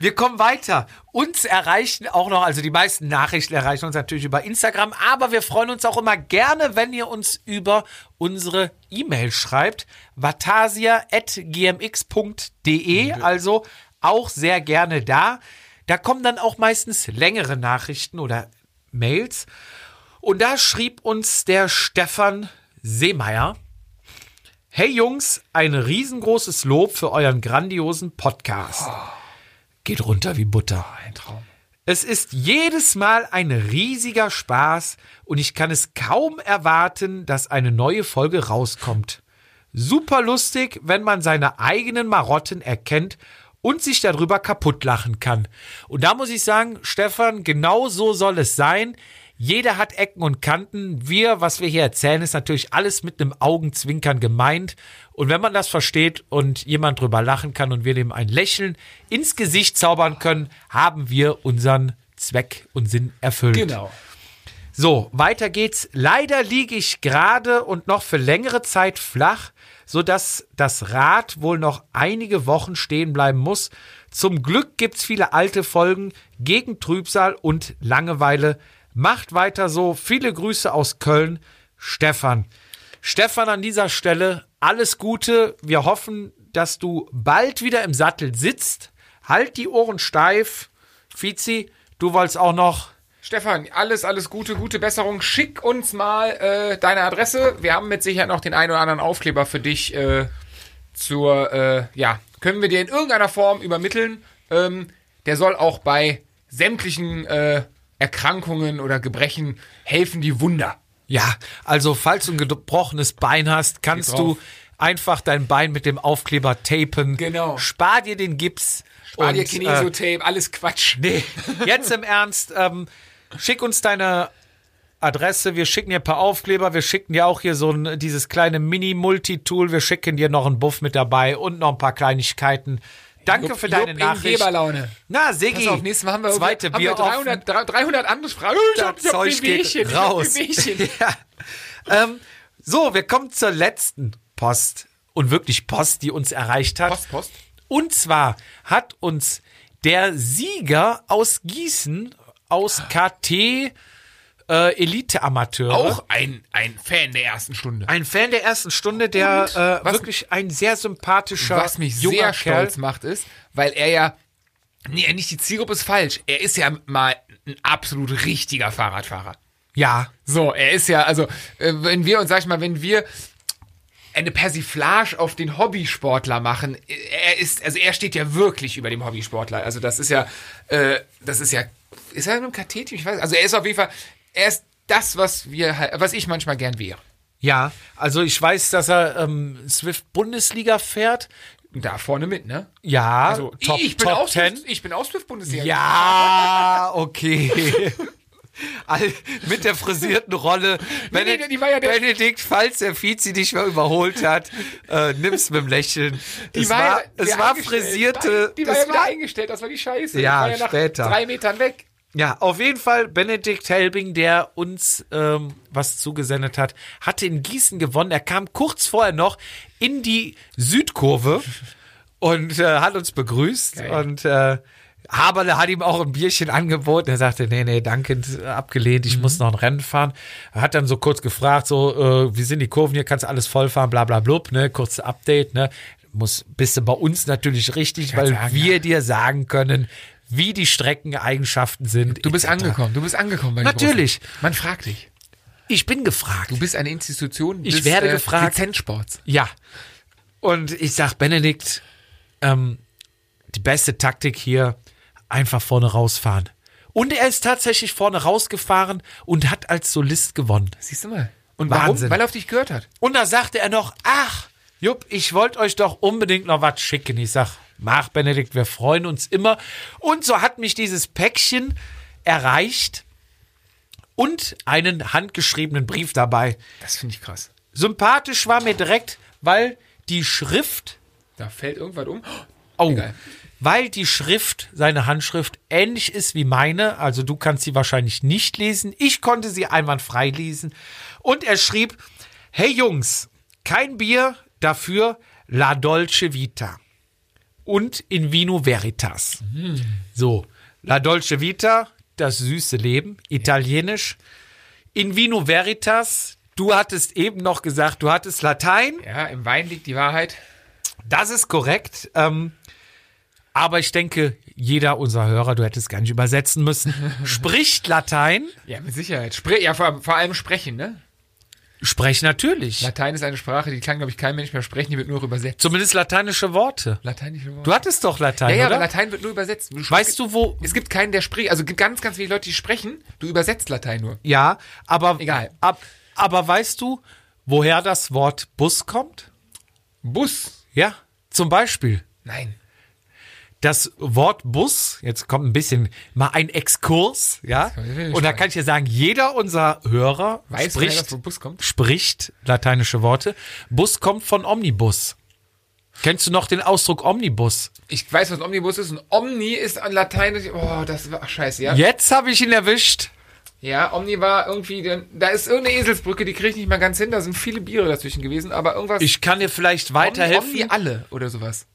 [SPEAKER 4] Wir kommen weiter. Uns erreichen auch noch, also die meisten Nachrichten erreichen uns natürlich über Instagram, aber wir freuen uns auch immer gerne, wenn ihr uns über unsere E-Mail schreibt. vatasia.gmx.de, also auch sehr gerne da. Da kommen dann auch meistens längere Nachrichten oder Mails. Und da schrieb uns der Stefan Seemeier. Hey Jungs, ein riesengroßes Lob für euren grandiosen Podcast geht runter wie Butter. Ah, Ein Traum. Es ist jedes Mal ein riesiger Spaß und ich kann es kaum erwarten, dass eine neue Folge rauskommt. Super lustig, wenn man seine eigenen Marotten erkennt und sich darüber kaputt lachen kann. Und da muss ich sagen, Stefan, genau so soll es sein. Jeder hat Ecken und Kanten. Wir, was wir hier erzählen, ist natürlich alles mit einem Augenzwinkern gemeint. Und wenn man das versteht und jemand drüber lachen kann und wir dem ein Lächeln ins Gesicht zaubern können, haben wir unseren Zweck und Sinn erfüllt.
[SPEAKER 2] Genau.
[SPEAKER 4] So, weiter geht's. Leider liege ich gerade und noch für längere Zeit flach, sodass das Rad wohl noch einige Wochen stehen bleiben muss. Zum Glück gibt's viele alte Folgen gegen Trübsal und Langeweile. Macht weiter so. Viele Grüße aus Köln, Stefan. Stefan, an dieser Stelle alles Gute. Wir hoffen, dass du bald wieder im Sattel sitzt. Halt die Ohren steif. Fizi, du wolltest auch noch
[SPEAKER 2] Stefan, alles, alles Gute, gute Besserung. Schick uns mal äh, deine Adresse. Wir haben mit Sicherheit noch den einen oder anderen Aufkleber für dich äh, zur, äh, ja, können wir dir in irgendeiner Form übermitteln. Ähm, der soll auch bei sämtlichen äh, Erkrankungen oder Gebrechen helfen, die Wunder.
[SPEAKER 4] Ja, also falls du ein gebrochenes Bein hast, kannst
[SPEAKER 2] drauf.
[SPEAKER 4] du einfach dein Bein mit dem Aufkleber tapen.
[SPEAKER 2] Genau.
[SPEAKER 4] Spar dir den Gips.
[SPEAKER 2] Spar dir
[SPEAKER 4] und, äh,
[SPEAKER 2] Kinesiotape, alles Quatsch.
[SPEAKER 4] nee, jetzt im Ernst, ähm, schick uns deine Adresse, wir schicken dir ein paar Aufkleber, wir schicken dir auch hier so ein, dieses kleine Mini-Multitool, wir schicken dir noch einen Buff mit dabei und noch ein paar Kleinigkeiten. Danke für deine
[SPEAKER 2] in
[SPEAKER 4] Nachricht.
[SPEAKER 2] Geberlaune.
[SPEAKER 4] Na, Segi,
[SPEAKER 2] Pass auf, nächstes Mal haben wir,
[SPEAKER 4] zweite
[SPEAKER 2] haben
[SPEAKER 4] Bier
[SPEAKER 2] wir 300, 300 andere Fragen. Oh, Ich hab,
[SPEAKER 4] Das
[SPEAKER 2] ich hab
[SPEAKER 4] Zeug geht
[SPEAKER 2] Wehwehchen, ich hab
[SPEAKER 4] raus.
[SPEAKER 2] Wehwehchen.
[SPEAKER 4] <laughs> Ähm, so, wir kommen zur letzten Post. Und wirklich Post, die uns erreicht hat.
[SPEAKER 2] Post, Post.
[SPEAKER 4] Und zwar hat uns der Sieger aus Gießen, aus KT äh, Elite Amateure,
[SPEAKER 2] Auch ein, ein Fan der ersten Stunde.
[SPEAKER 4] ein Fan der ersten Stunde, der äh,
[SPEAKER 2] was-
[SPEAKER 4] wirklich ein sehr sympathischer
[SPEAKER 2] Was mich
[SPEAKER 4] junger
[SPEAKER 2] sehr
[SPEAKER 4] Kerl.
[SPEAKER 2] stolz macht, ist, weil er ja Nee, nicht die Zielgruppe ist falsch. Er ist ja mal ein absolut richtiger Fahrradfahrer.
[SPEAKER 4] Ja.
[SPEAKER 2] So, er ist ja, also, äh, wenn wir uns, sag ich mal, wenn wir eine Persiflage auf den Hobbysportler machen, äh, er ist, also er steht ja wirklich über dem Hobbysportler. Also das ist ja, äh, das ist ja, ist er in einem KT-Team? Ich weiß, also er ist auf jeden Fall, er ist das, was wir, halt- was ich manchmal gern wäre.
[SPEAKER 4] Ja, also ich weiß, dass er ähm, Swift Bundesliga fährt.
[SPEAKER 2] Und Da vorne mit, ne?
[SPEAKER 4] Ja,
[SPEAKER 2] Also, ich, bin
[SPEAKER 4] Top
[SPEAKER 2] auch
[SPEAKER 4] Ten.
[SPEAKER 2] Swift- ich bin auch Swift-Bundesliga.
[SPEAKER 4] Ja,
[SPEAKER 2] <laughs>
[SPEAKER 4] okay. All- Mit der frisierten Rolle.
[SPEAKER 2] nee,
[SPEAKER 4] Benedikt,
[SPEAKER 2] nee, die war ja der-
[SPEAKER 4] Benedikt, falls der Vizi dich mal überholt hat, äh, nimm's mit dem Lächeln.
[SPEAKER 2] Die
[SPEAKER 4] es
[SPEAKER 2] war,
[SPEAKER 4] war,
[SPEAKER 2] ja-
[SPEAKER 4] es
[SPEAKER 2] ja
[SPEAKER 4] war
[SPEAKER 2] eingestellt.
[SPEAKER 4] frisierte.
[SPEAKER 2] Die war
[SPEAKER 4] es
[SPEAKER 2] ja wieder
[SPEAKER 4] war,
[SPEAKER 2] eingestellt, das war die Scheiße.
[SPEAKER 4] Ja,
[SPEAKER 2] die war ja nach
[SPEAKER 4] später.
[SPEAKER 2] Drei Metern weg.
[SPEAKER 4] ja, auf jeden Fall Benedikt Helbing, der uns ähm, was zugesendet hat, hatte in Gießen gewonnen. Er kam kurz vorher noch in die Südkurve und äh, hat uns begrüßt.
[SPEAKER 2] Geil.
[SPEAKER 4] Und äh, Haberle hat ihm auch ein Bierchen angeboten. Er sagte, nee, nee, danke, äh, abgelehnt, ich muss noch ein Rennen fahren. Er hat dann so kurz gefragt, so, äh, wie sind die Kurven hier, kannst du alles voll fahren, bla bla blub, ne, kurze Update, ne. Muss, bist du bei uns natürlich richtig, weil wir dir sagen können, wie die Streckeneigenschaften sind.
[SPEAKER 2] Du bist
[SPEAKER 4] etc..
[SPEAKER 2] angekommen, du bist angekommen. Bei den
[SPEAKER 4] Natürlich.
[SPEAKER 2] Großen. Man fragt dich.
[SPEAKER 4] Ich bin gefragt.
[SPEAKER 2] Du bist eine Institution äh,
[SPEAKER 4] Ich werde gefragt.
[SPEAKER 2] Lizenzsports.
[SPEAKER 4] Ja. Und ich sag Benedikt, ähm, die beste Taktik hier, einfach vorne rausfahren. Und er ist tatsächlich vorne rausgefahren und hat als Solist gewonnen.
[SPEAKER 2] Siehst du mal. Und
[SPEAKER 4] Wahnsinn.
[SPEAKER 2] warum? Weil er auf dich gehört hat.
[SPEAKER 4] Und da sagte er noch, ach, Jupp, ich wollte euch doch unbedingt noch was schicken. Ich sag, mach Benedikt, wir freuen uns immer. Und so hat mich dieses Päckchen erreicht und einen handgeschriebenen Brief dabei.
[SPEAKER 2] Das finde ich krass.
[SPEAKER 4] Sympathisch war mir direkt, weil die Schrift
[SPEAKER 2] Da fällt irgendwas um.
[SPEAKER 4] Oh,
[SPEAKER 2] Egal.
[SPEAKER 4] weil die Schrift, seine Handschrift, ähnlich ist wie meine. Also du kannst sie wahrscheinlich nicht lesen. Ich konnte sie einwandfrei lesen. Und er schrieb, hey Jungs, kein Bier, dafür La Dolce Vita. Und in Vino Veritas. So, La Dolce Vita, das süße Leben, italienisch. In Vino Veritas, du hattest eben noch gesagt, du hattest Latein.
[SPEAKER 2] Ja, im Wein liegt die Wahrheit.
[SPEAKER 4] Das ist korrekt. Ähm, aber ich denke, jeder unserer Hörer, du hättest gar nicht übersetzen
[SPEAKER 2] <laughs>
[SPEAKER 4] müssen, spricht Latein.
[SPEAKER 2] Ja, mit Sicherheit. Spre ja, vor, vor allem sprechen, ne?
[SPEAKER 4] Sprech natürlich.
[SPEAKER 2] Latein ist eine Sprache, die kann, glaube ich, kein Mensch mehr sprechen, die wird nur noch übersetzt.
[SPEAKER 4] Zumindest lateinische Worte.
[SPEAKER 2] Lateinische Worte.
[SPEAKER 4] Du hattest doch
[SPEAKER 2] Ja,
[SPEAKER 4] Latein,
[SPEAKER 2] ja, aber
[SPEAKER 4] oder?
[SPEAKER 2] Latein wird nur übersetzt. Du
[SPEAKER 4] Weißt du, wo.
[SPEAKER 2] Es gibt keinen, der spricht. Also es gibt ganz, ganz viele Leute, die sprechen. Du übersetzt Latein nur.
[SPEAKER 4] Ja, aber.
[SPEAKER 2] Egal.
[SPEAKER 4] Ab, aber weißt du, woher das Wort Bus kommt?
[SPEAKER 2] Bus.
[SPEAKER 4] Ja, zum Beispiel.
[SPEAKER 2] Nein.
[SPEAKER 4] das Wort Bus, jetzt kommt ein bisschen mal ein Exkurs, ja.
[SPEAKER 2] kann ich wirklich
[SPEAKER 4] Und da
[SPEAKER 2] sagen.
[SPEAKER 4] kann ich ja sagen, jeder unserer Hörer
[SPEAKER 2] Weiß, woher
[SPEAKER 4] spricht,
[SPEAKER 2] das Wort Bus kommt?
[SPEAKER 4] spricht lateinische Worte. Bus kommt von Omnibus. Kennst du noch den Ausdruck Omnibus?
[SPEAKER 2] Ich weiß, was ein Omnibus ist. Und Omni ist an Lateinisch. Oh, das war. Ach, scheiße, ja.
[SPEAKER 4] Jetzt habe ich ihn erwischt.
[SPEAKER 2] Ja, Omni war irgendwie. Da ist irgendeine Eselsbrücke, die kriege ich nicht mal ganz hin. Da sind viele Biere dazwischen gewesen, aber irgendwas.
[SPEAKER 4] Ich kann dir vielleicht
[SPEAKER 2] Omni,
[SPEAKER 4] weiterhelfen.
[SPEAKER 2] Omni alle oder sowas.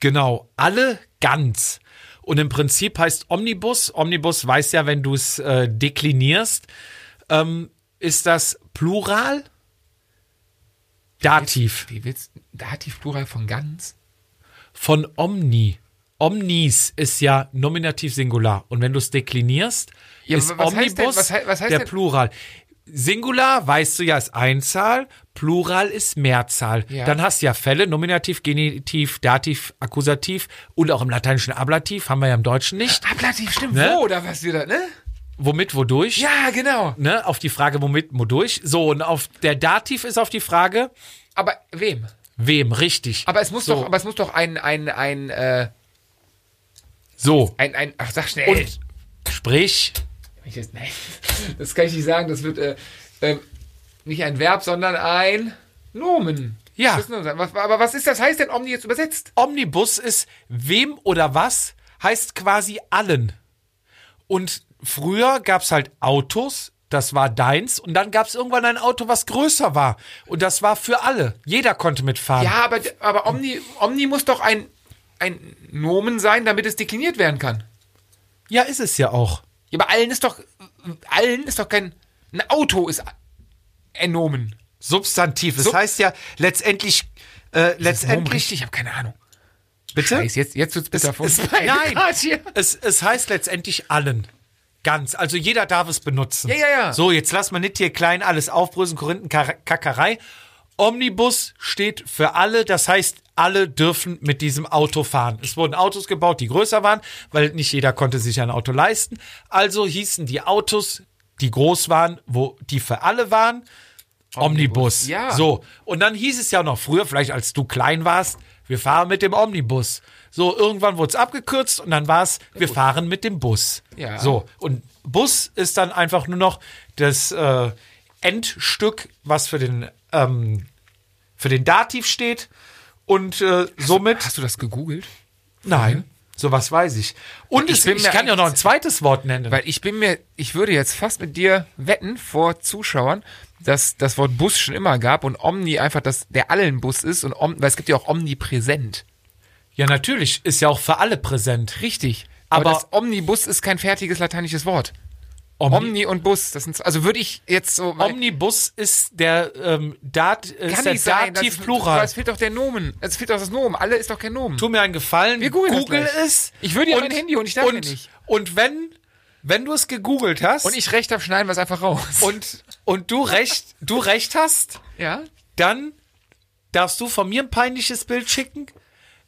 [SPEAKER 4] Genau, alle ganz. Und im Prinzip heißt Omnibus, Omnibus weiß ja, wenn du es äh, deklinierst, ähm, ist das Plural? Dativ.
[SPEAKER 2] Wie willst Dativ Plural von ganz?
[SPEAKER 4] von Omni. Omnis ist ja Nominativ Singular. Und wenn du es deklinierst,
[SPEAKER 2] Ja,
[SPEAKER 4] ist
[SPEAKER 2] aber was heißt denn-
[SPEAKER 4] Omnibus
[SPEAKER 2] was hei- was heißt
[SPEAKER 4] der
[SPEAKER 2] denn-
[SPEAKER 4] Plural. Singular, weißt du ja, ist Einzahl, Plural ist Mehrzahl.
[SPEAKER 2] Ja.
[SPEAKER 4] Dann hast du ja Fälle, Nominativ, Genitiv, Dativ, Akkusativ und auch im lateinischen Ablativ, haben wir ja im Deutschen nicht.
[SPEAKER 2] Ablativ, Ah, stimmt.
[SPEAKER 4] Ne?
[SPEAKER 2] Wo oder was wir da, ne?
[SPEAKER 4] Womit, wodurch?
[SPEAKER 2] Ja, genau.
[SPEAKER 4] Ne, auf die Frage, womit, wodurch. So, und auf der Dativ ist auf die Frage,
[SPEAKER 2] Aber wem?
[SPEAKER 4] wem, richtig.
[SPEAKER 2] Aber es muss
[SPEAKER 4] so,
[SPEAKER 2] doch, aber es muss doch ein, ein, ein, äh,
[SPEAKER 4] So,
[SPEAKER 2] ein, ein, ach, sag schnell.
[SPEAKER 4] und sprich,
[SPEAKER 2] Ich jetzt, <laughs> nein, das kann ich nicht sagen. Das wird äh, ähm, nicht ein Verb, sondern ein Nomen.
[SPEAKER 4] Ja.
[SPEAKER 2] Das ist nur- was- Aber was ist das? Heißt denn Omni jetzt übersetzt?
[SPEAKER 4] Omnibus ist wem oder was heißt quasi allen. Und früher gab es halt Autos, das war deins, und dann gab es irgendwann ein Auto, was größer war. Und das war für alle. Jeder konnte mitfahren.
[SPEAKER 2] Ja, aber, aber Omni, Omni muss doch ein, ein Nomen sein, damit es dekliniert werden kann.
[SPEAKER 4] ja ist es ja auch.
[SPEAKER 2] Ja, aber allen ist doch, allen ist doch kein, ein Auto ist ein Nomen.
[SPEAKER 4] Substantiv. Es
[SPEAKER 2] Sub-
[SPEAKER 4] heißt ja letztendlich, äh,
[SPEAKER 2] Ist das Nomen
[SPEAKER 4] letztendlich
[SPEAKER 2] richtig? Ich habe keine Ahnung.
[SPEAKER 4] Bitte?
[SPEAKER 2] Scheiße, jetzt, jetzt wird's bitter von.
[SPEAKER 4] Nein,
[SPEAKER 2] hier.
[SPEAKER 4] es, es heißt letztendlich allen. Ganz. Also jeder darf es benutzen.
[SPEAKER 2] Ja, ja, ja.
[SPEAKER 4] So, jetzt lass mal nicht hier klein alles aufbröseln, Korinthenkackerei. Omnibus steht für alle, das heißt, alle dürfen mit diesem Auto fahren. Es wurden Autos gebaut, die größer waren, weil nicht jeder konnte sich ein Auto leisten. Also hießen die Autos, die groß waren, wo die für alle waren, Omnibus.
[SPEAKER 2] ja.
[SPEAKER 4] So. Und dann hieß es ja noch früher, vielleicht als du klein warst, wir fahren mit dem Omnibus. So, irgendwann wurde es abgekürzt und dann war es, wir fahren mit dem Bus.
[SPEAKER 2] Ja.
[SPEAKER 4] So. Und Bus ist dann einfach nur noch das äh, Endstück, was für den, ähm, für den Dativ steht. Und äh, somit.
[SPEAKER 2] Hast du das gegoogelt?
[SPEAKER 4] nein. Sowas weiß ich. Und
[SPEAKER 2] Ich
[SPEAKER 4] ich,
[SPEAKER 2] bin
[SPEAKER 4] es, ich
[SPEAKER 2] mir
[SPEAKER 4] kann ja noch ein
[SPEAKER 2] eigentlich-
[SPEAKER 4] zweites Wort nennen.
[SPEAKER 2] Weil ich bin mir, ich würde jetzt fast mit dir wetten vor Zuschauern, dass das Wort Bus schon immer gab und Omni einfach das, der allen Bus ist und Om, weil es gibt ja auch Omnipräsent.
[SPEAKER 4] ja, natürlich. Ist ja auch für alle präsent.
[SPEAKER 2] Richtig.
[SPEAKER 4] Aber-
[SPEAKER 2] Aber, das Omnibus ist kein fertiges lateinisches Wort. Omni und Bus, das sind, also würde ich jetzt so,
[SPEAKER 4] Omnibus ist der ähm, Dat, ist der Dativ
[SPEAKER 2] das,
[SPEAKER 4] Plural.
[SPEAKER 2] Es fehlt doch der Nomen. Es fehlt doch das Nomen. Alle ist doch kein Nomen.
[SPEAKER 4] Tu mir einen Gefallen,
[SPEAKER 2] Wir googeln das
[SPEAKER 4] google
[SPEAKER 2] gleich.
[SPEAKER 4] es.
[SPEAKER 2] Ich würde ja mein Handy und ich darf
[SPEAKER 4] und,
[SPEAKER 2] ja nicht.
[SPEAKER 4] Und wenn, wenn du es gegoogelt hast
[SPEAKER 2] Und ich recht habe, schneiden wir es einfach raus.
[SPEAKER 4] und, und du, recht, du recht hast,
[SPEAKER 2] <laughs> ja?
[SPEAKER 4] dann darfst du von mir ein peinliches Bild schicken.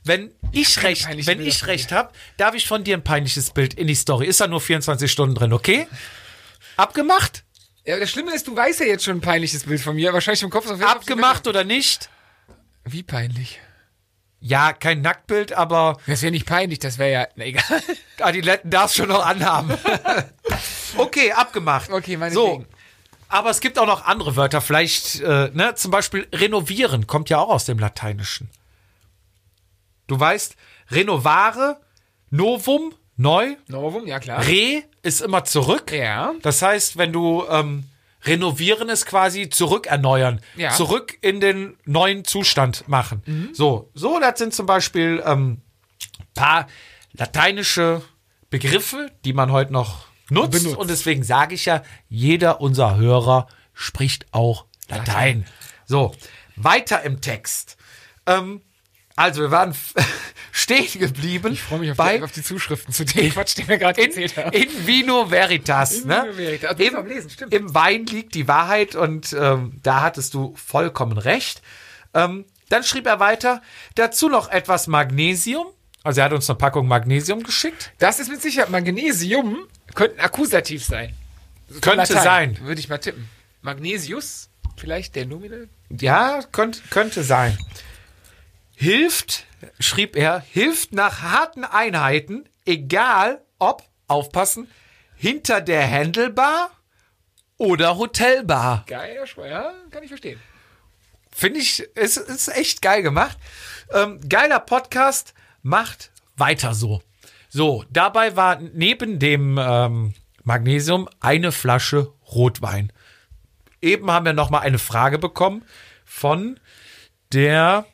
[SPEAKER 4] Wenn ich recht,
[SPEAKER 2] peinlichen
[SPEAKER 4] wenn
[SPEAKER 2] Bilder
[SPEAKER 4] ich
[SPEAKER 2] von
[SPEAKER 4] recht habe, darf ich von dir ein peinliches Bild in die Story. Ist da nur 24 Stunden drin, okay? Abgemacht?
[SPEAKER 2] ja. Das Schlimme ist, du weißt ja jetzt schon ein peinliches Bild von mir. Wahrscheinlich im Kopf. sonst wär's auf die
[SPEAKER 4] Abgemacht oder nicht?
[SPEAKER 2] Wette. Wie peinlich.
[SPEAKER 4] Ja, kein Nacktbild, aber
[SPEAKER 2] Das wäre nicht peinlich, das wäre ja. Na egal.
[SPEAKER 4] Adiletten Ah, darfst schon noch anhaben. <laughs> okay, abgemacht.
[SPEAKER 2] Okay,
[SPEAKER 4] So.
[SPEAKER 2] meinetwegen.
[SPEAKER 4] Aber es gibt auch noch andere Wörter, vielleicht, äh, ne, zum Beispiel renovieren kommt ja auch aus dem Lateinischen. Du weißt, renovare, novum, neu,
[SPEAKER 2] Novum, ja <laughs> klar.
[SPEAKER 4] re ist immer zurück.
[SPEAKER 2] Ja.
[SPEAKER 4] Das heißt, wenn du ähm, renovieren ist quasi zurückerneuern,
[SPEAKER 2] Ja. Mhm.
[SPEAKER 4] zurück in den neuen Zustand machen. So, so, das sind zum Beispiel ähm, paar lateinische Begriffe, die man heute noch nutzt.
[SPEAKER 2] Benutzt.
[SPEAKER 4] Und deswegen sage ich ja, jeder unserer Hörer spricht auch Latein. So, weiter im Text. Ähm, also, wir waren <laughs> f- stehen geblieben.
[SPEAKER 2] Ich freue mich auf,
[SPEAKER 4] bei
[SPEAKER 2] die, auf die Zuschriften zu dem Quatsch, den wir gerade
[SPEAKER 4] in,
[SPEAKER 2] erzählt haben.
[SPEAKER 4] in Vino Veritas.
[SPEAKER 2] In
[SPEAKER 4] ne?
[SPEAKER 2] Vino Veritas. Du bist
[SPEAKER 4] Im,
[SPEAKER 2] am Lesen, stimmt.
[SPEAKER 4] Im Wein liegt die Wahrheit und ähm, da hattest du vollkommen recht. Ähm, dann schrieb er weiter, dazu noch etwas Magnesium. Also er hat uns eine Packung Magnesium geschickt.
[SPEAKER 2] Das ist mit Sicherheit Magnesium. Könnte ein Akkusativ sein.
[SPEAKER 4] Könnte
[SPEAKER 2] Latein.
[SPEAKER 4] sein.
[SPEAKER 2] Würde ich mal tippen. Magnesius, vielleicht der Nominal.
[SPEAKER 4] Ja, könnt, könnte sein. Hilft, schrieb er, hilft nach harten Einheiten, egal ob, aufpassen, hinter der Händelbar oder Hotelbar.
[SPEAKER 2] Geil, ja, kann ich verstehen.
[SPEAKER 4] Finde ich, ist, ist echt geil gemacht. Ähm, geiler Podcast, macht weiter so. So, dabei war neben dem ähm, Magnesium eine Flasche Rotwein. Eben haben wir nochmal eine Frage bekommen von der,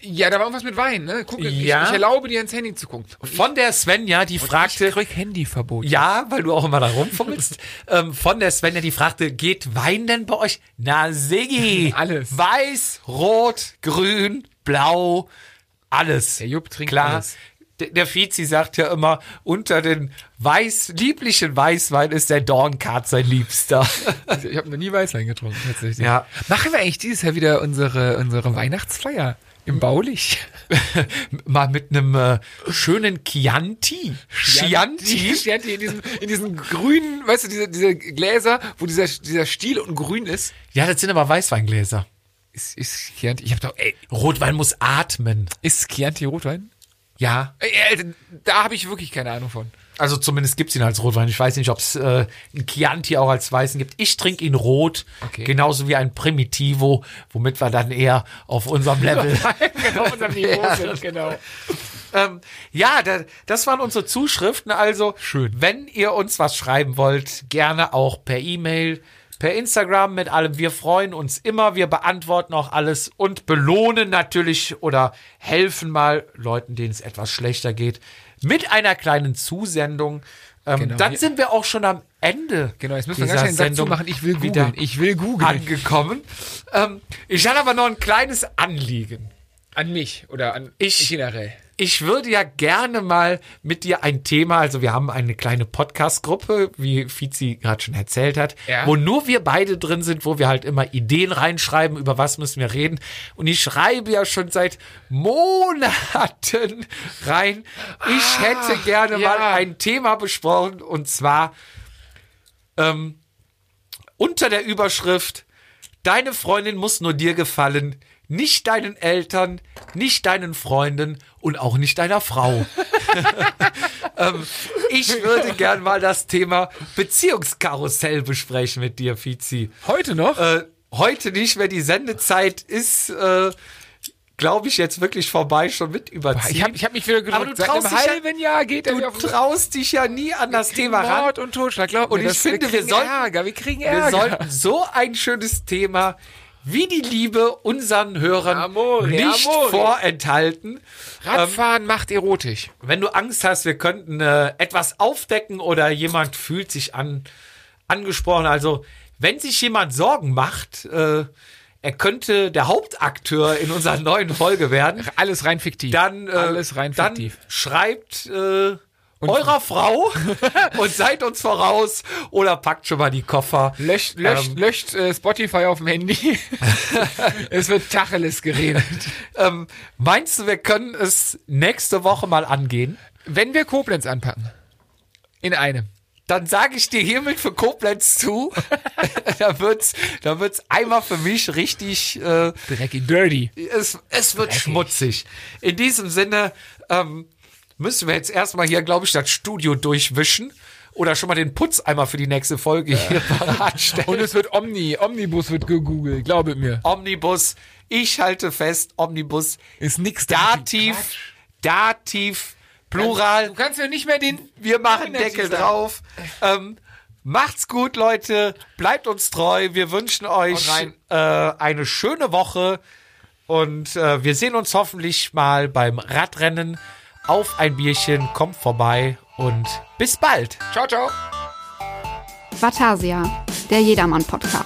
[SPEAKER 2] Ja, da war irgendwas mit Wein, ne? Guck,
[SPEAKER 4] Ja.
[SPEAKER 2] ich, ich erlaube dir ins Handy zu gucken. Und
[SPEAKER 4] von der Svenja, die fragte,
[SPEAKER 2] krieg Handyverbot. Ja.
[SPEAKER 4] Ja, weil du auch immer da
[SPEAKER 2] <laughs>
[SPEAKER 4] rumfummelst. ähm, von der Svenja, die fragte, geht Wein denn bei euch? Na, Siggi.
[SPEAKER 2] <laughs> Alles.
[SPEAKER 4] Weiß, Rot, Grün, Blau, alles.
[SPEAKER 2] Der Jupp trinkt
[SPEAKER 4] Klar.
[SPEAKER 2] alles.
[SPEAKER 4] Der, der Vizi sagt ja immer, unter den weiß, lieblichen Weißwein ist der Dornkart sein
[SPEAKER 2] <laughs>
[SPEAKER 4] Liebster. <laughs>
[SPEAKER 2] Ich habe noch nie Weißwein getrunken, tatsächlich.
[SPEAKER 4] Ja.
[SPEAKER 2] Machen wir eigentlich dieses Jahr wieder unsere, unsere Weihnachtsfeier im Baulich?
[SPEAKER 4] Mal mit einem äh, schönen Chianti.
[SPEAKER 2] Chianti. Chianti in diesen, in diesen grünen, weißt du, diese, diese Gläser, wo dieser, dieser Stiel und grün ist.
[SPEAKER 4] Ja, das sind aber Weißweingläser.
[SPEAKER 2] Ist, ist Chianti, ich hab doch, ey,
[SPEAKER 4] Rotwein muss atmen.
[SPEAKER 2] ist Chianti Rotwein?
[SPEAKER 4] Ja.
[SPEAKER 2] Ey, ey, da habe ich wirklich keine Ahnung von.
[SPEAKER 4] Also zumindest gibt's ihn als Rotwein. Ich weiß nicht, ob's äh, einen Chianti auch als Weißen gibt. Ich trinke ihn rot,
[SPEAKER 2] Okay.
[SPEAKER 4] genauso wie ein Primitivo, womit wir dann eher auf unserem Level.
[SPEAKER 2] genau, unser Niveau
[SPEAKER 4] Ja.
[SPEAKER 2] sind, genau.
[SPEAKER 4] ähm, ja, da, das waren unsere Zuschriften. Also schön. Wenn ihr uns was schreiben wollt, gerne auch per E-Mail, per Instagram mit allem. Wir freuen uns immer. Wir beantworten auch alles und belohnen natürlich oder helfen mal Leuten, denen es etwas schlechter geht, mit einer kleinen Zusendung. Ähm,
[SPEAKER 2] Genau.
[SPEAKER 4] Dann sind wir auch schon am Ende.
[SPEAKER 2] Genau, jetzt müssen wir
[SPEAKER 4] dieser
[SPEAKER 2] ganz schnell den Sack
[SPEAKER 4] Sendung
[SPEAKER 2] zumachen. Ich will
[SPEAKER 4] wieder
[SPEAKER 2] googeln. Ich will googeln.
[SPEAKER 4] angekommen. Ähm, ich hatte aber noch ein kleines Anliegen.
[SPEAKER 2] An mich oder an
[SPEAKER 4] Ich-
[SPEAKER 2] generell.
[SPEAKER 4] Ich würde ja gerne mal mit dir ein Thema, also wir haben eine kleine Podcast-Gruppe, wie Fizi gerade schon erzählt hat,
[SPEAKER 2] Ja.
[SPEAKER 4] wo nur wir beide drin sind, wo wir halt immer Ideen reinschreiben, über was müssen wir reden. Und ich schreibe ja schon seit Monaten <laughs> rein. Ich hätte gerne
[SPEAKER 2] Ah, ja.
[SPEAKER 4] mal ein Thema besprochen und zwar ähm, unter der Überschrift Deine Freundin muss nur dir gefallen, nicht deinen Eltern, nicht deinen Freunden und auch nicht deiner <laughs> Frau. ähm, ich würde gern mal das Thema Beziehungskarussell besprechen mit dir, Fizi.
[SPEAKER 2] Heute noch?
[SPEAKER 4] Äh, heute nicht, wenn die Sendezeit ist, äh, glaube ich, jetzt wirklich vorbei, schon mit überziehen.
[SPEAKER 2] ich habe ich hab mich wieder gedrückt.
[SPEAKER 4] Aber du traust
[SPEAKER 2] Seit
[SPEAKER 4] dich <laughs> ja- Genau.
[SPEAKER 2] einem halben Jahr geht er
[SPEAKER 4] du
[SPEAKER 2] wieder auf
[SPEAKER 4] traust dich ja nie an das Thema ran.
[SPEAKER 2] Mord und Totschlag. Glaub
[SPEAKER 4] Und
[SPEAKER 2] mir,
[SPEAKER 4] ich
[SPEAKER 2] das-
[SPEAKER 4] finde, wir
[SPEAKER 2] kriegen
[SPEAKER 4] sollten-
[SPEAKER 2] Ärger. Wir kriegen Ärger. Ähm,
[SPEAKER 4] Wir sollten so ein schönes Thema wie die Liebe unseren Hörern
[SPEAKER 2] Amore,
[SPEAKER 4] nicht
[SPEAKER 2] amore.
[SPEAKER 4] vorenthalten.
[SPEAKER 2] Radfahren macht erotisch.
[SPEAKER 4] Wenn du Angst hast, wir könnten äh, etwas aufdecken oder jemand fühlt sich an, angesprochen. Also, wenn sich jemand Sorgen macht, äh, er könnte der Hauptakteur in unserer neuen Folge werden.
[SPEAKER 2] Alles rein fiktiv.
[SPEAKER 4] Dann, äh,
[SPEAKER 2] Alles rein
[SPEAKER 4] dann
[SPEAKER 2] fiktiv.
[SPEAKER 4] schreibt äh, eurer
[SPEAKER 2] <laughs>
[SPEAKER 4] Frau und seid uns voraus oder packt schon mal die Koffer.
[SPEAKER 2] Löscht, löscht,
[SPEAKER 4] Ähm,
[SPEAKER 2] löscht äh, Spotify auf
[SPEAKER 4] <laughs>
[SPEAKER 2] dem Handy. es wird Tacheles geredet.
[SPEAKER 4] Ähm, meinst du, wir können es nächste Woche mal angehen?
[SPEAKER 2] Wenn wir Koblenz anpacken. In einem.
[SPEAKER 4] Dann sage ich dir hiermit für Koblenz zu. <laughs> da wird's, da wird's einmal für mich richtig. Äh,
[SPEAKER 2] Drecky Dirty.
[SPEAKER 4] es, es wird schmutzig. In diesem Sinne ähm, müssen wir jetzt erstmal hier, glaube ich, das Studio durchwischen oder schon mal den Putz einmal für die nächste Folge hier parat
[SPEAKER 2] <laughs>
[SPEAKER 4] stellen.
[SPEAKER 2] Und es wird Omni. Omnibus wird gegoogelt. Glaubet mir.
[SPEAKER 4] Omnibus. Ich halte fest, Omnibus.
[SPEAKER 2] Ist nix
[SPEAKER 4] Dativ, Dativ, Plural.
[SPEAKER 2] Du kannst mir nicht mehr den.
[SPEAKER 4] Wir machen
[SPEAKER 2] Energy
[SPEAKER 4] Deckel
[SPEAKER 2] sagen.
[SPEAKER 4] drauf. Ähm, macht's gut, Leute. Bleibt uns treu. Wir wünschen euch
[SPEAKER 2] Haut
[SPEAKER 4] äh, eine schöne Woche. Und äh, wir sehen uns hoffentlich mal beim Radrennen. Auf ein Bierchen, kommt vorbei und bis bald.
[SPEAKER 2] Ciao, ciao.
[SPEAKER 3] Vatasia, der Jedermann-Podcast.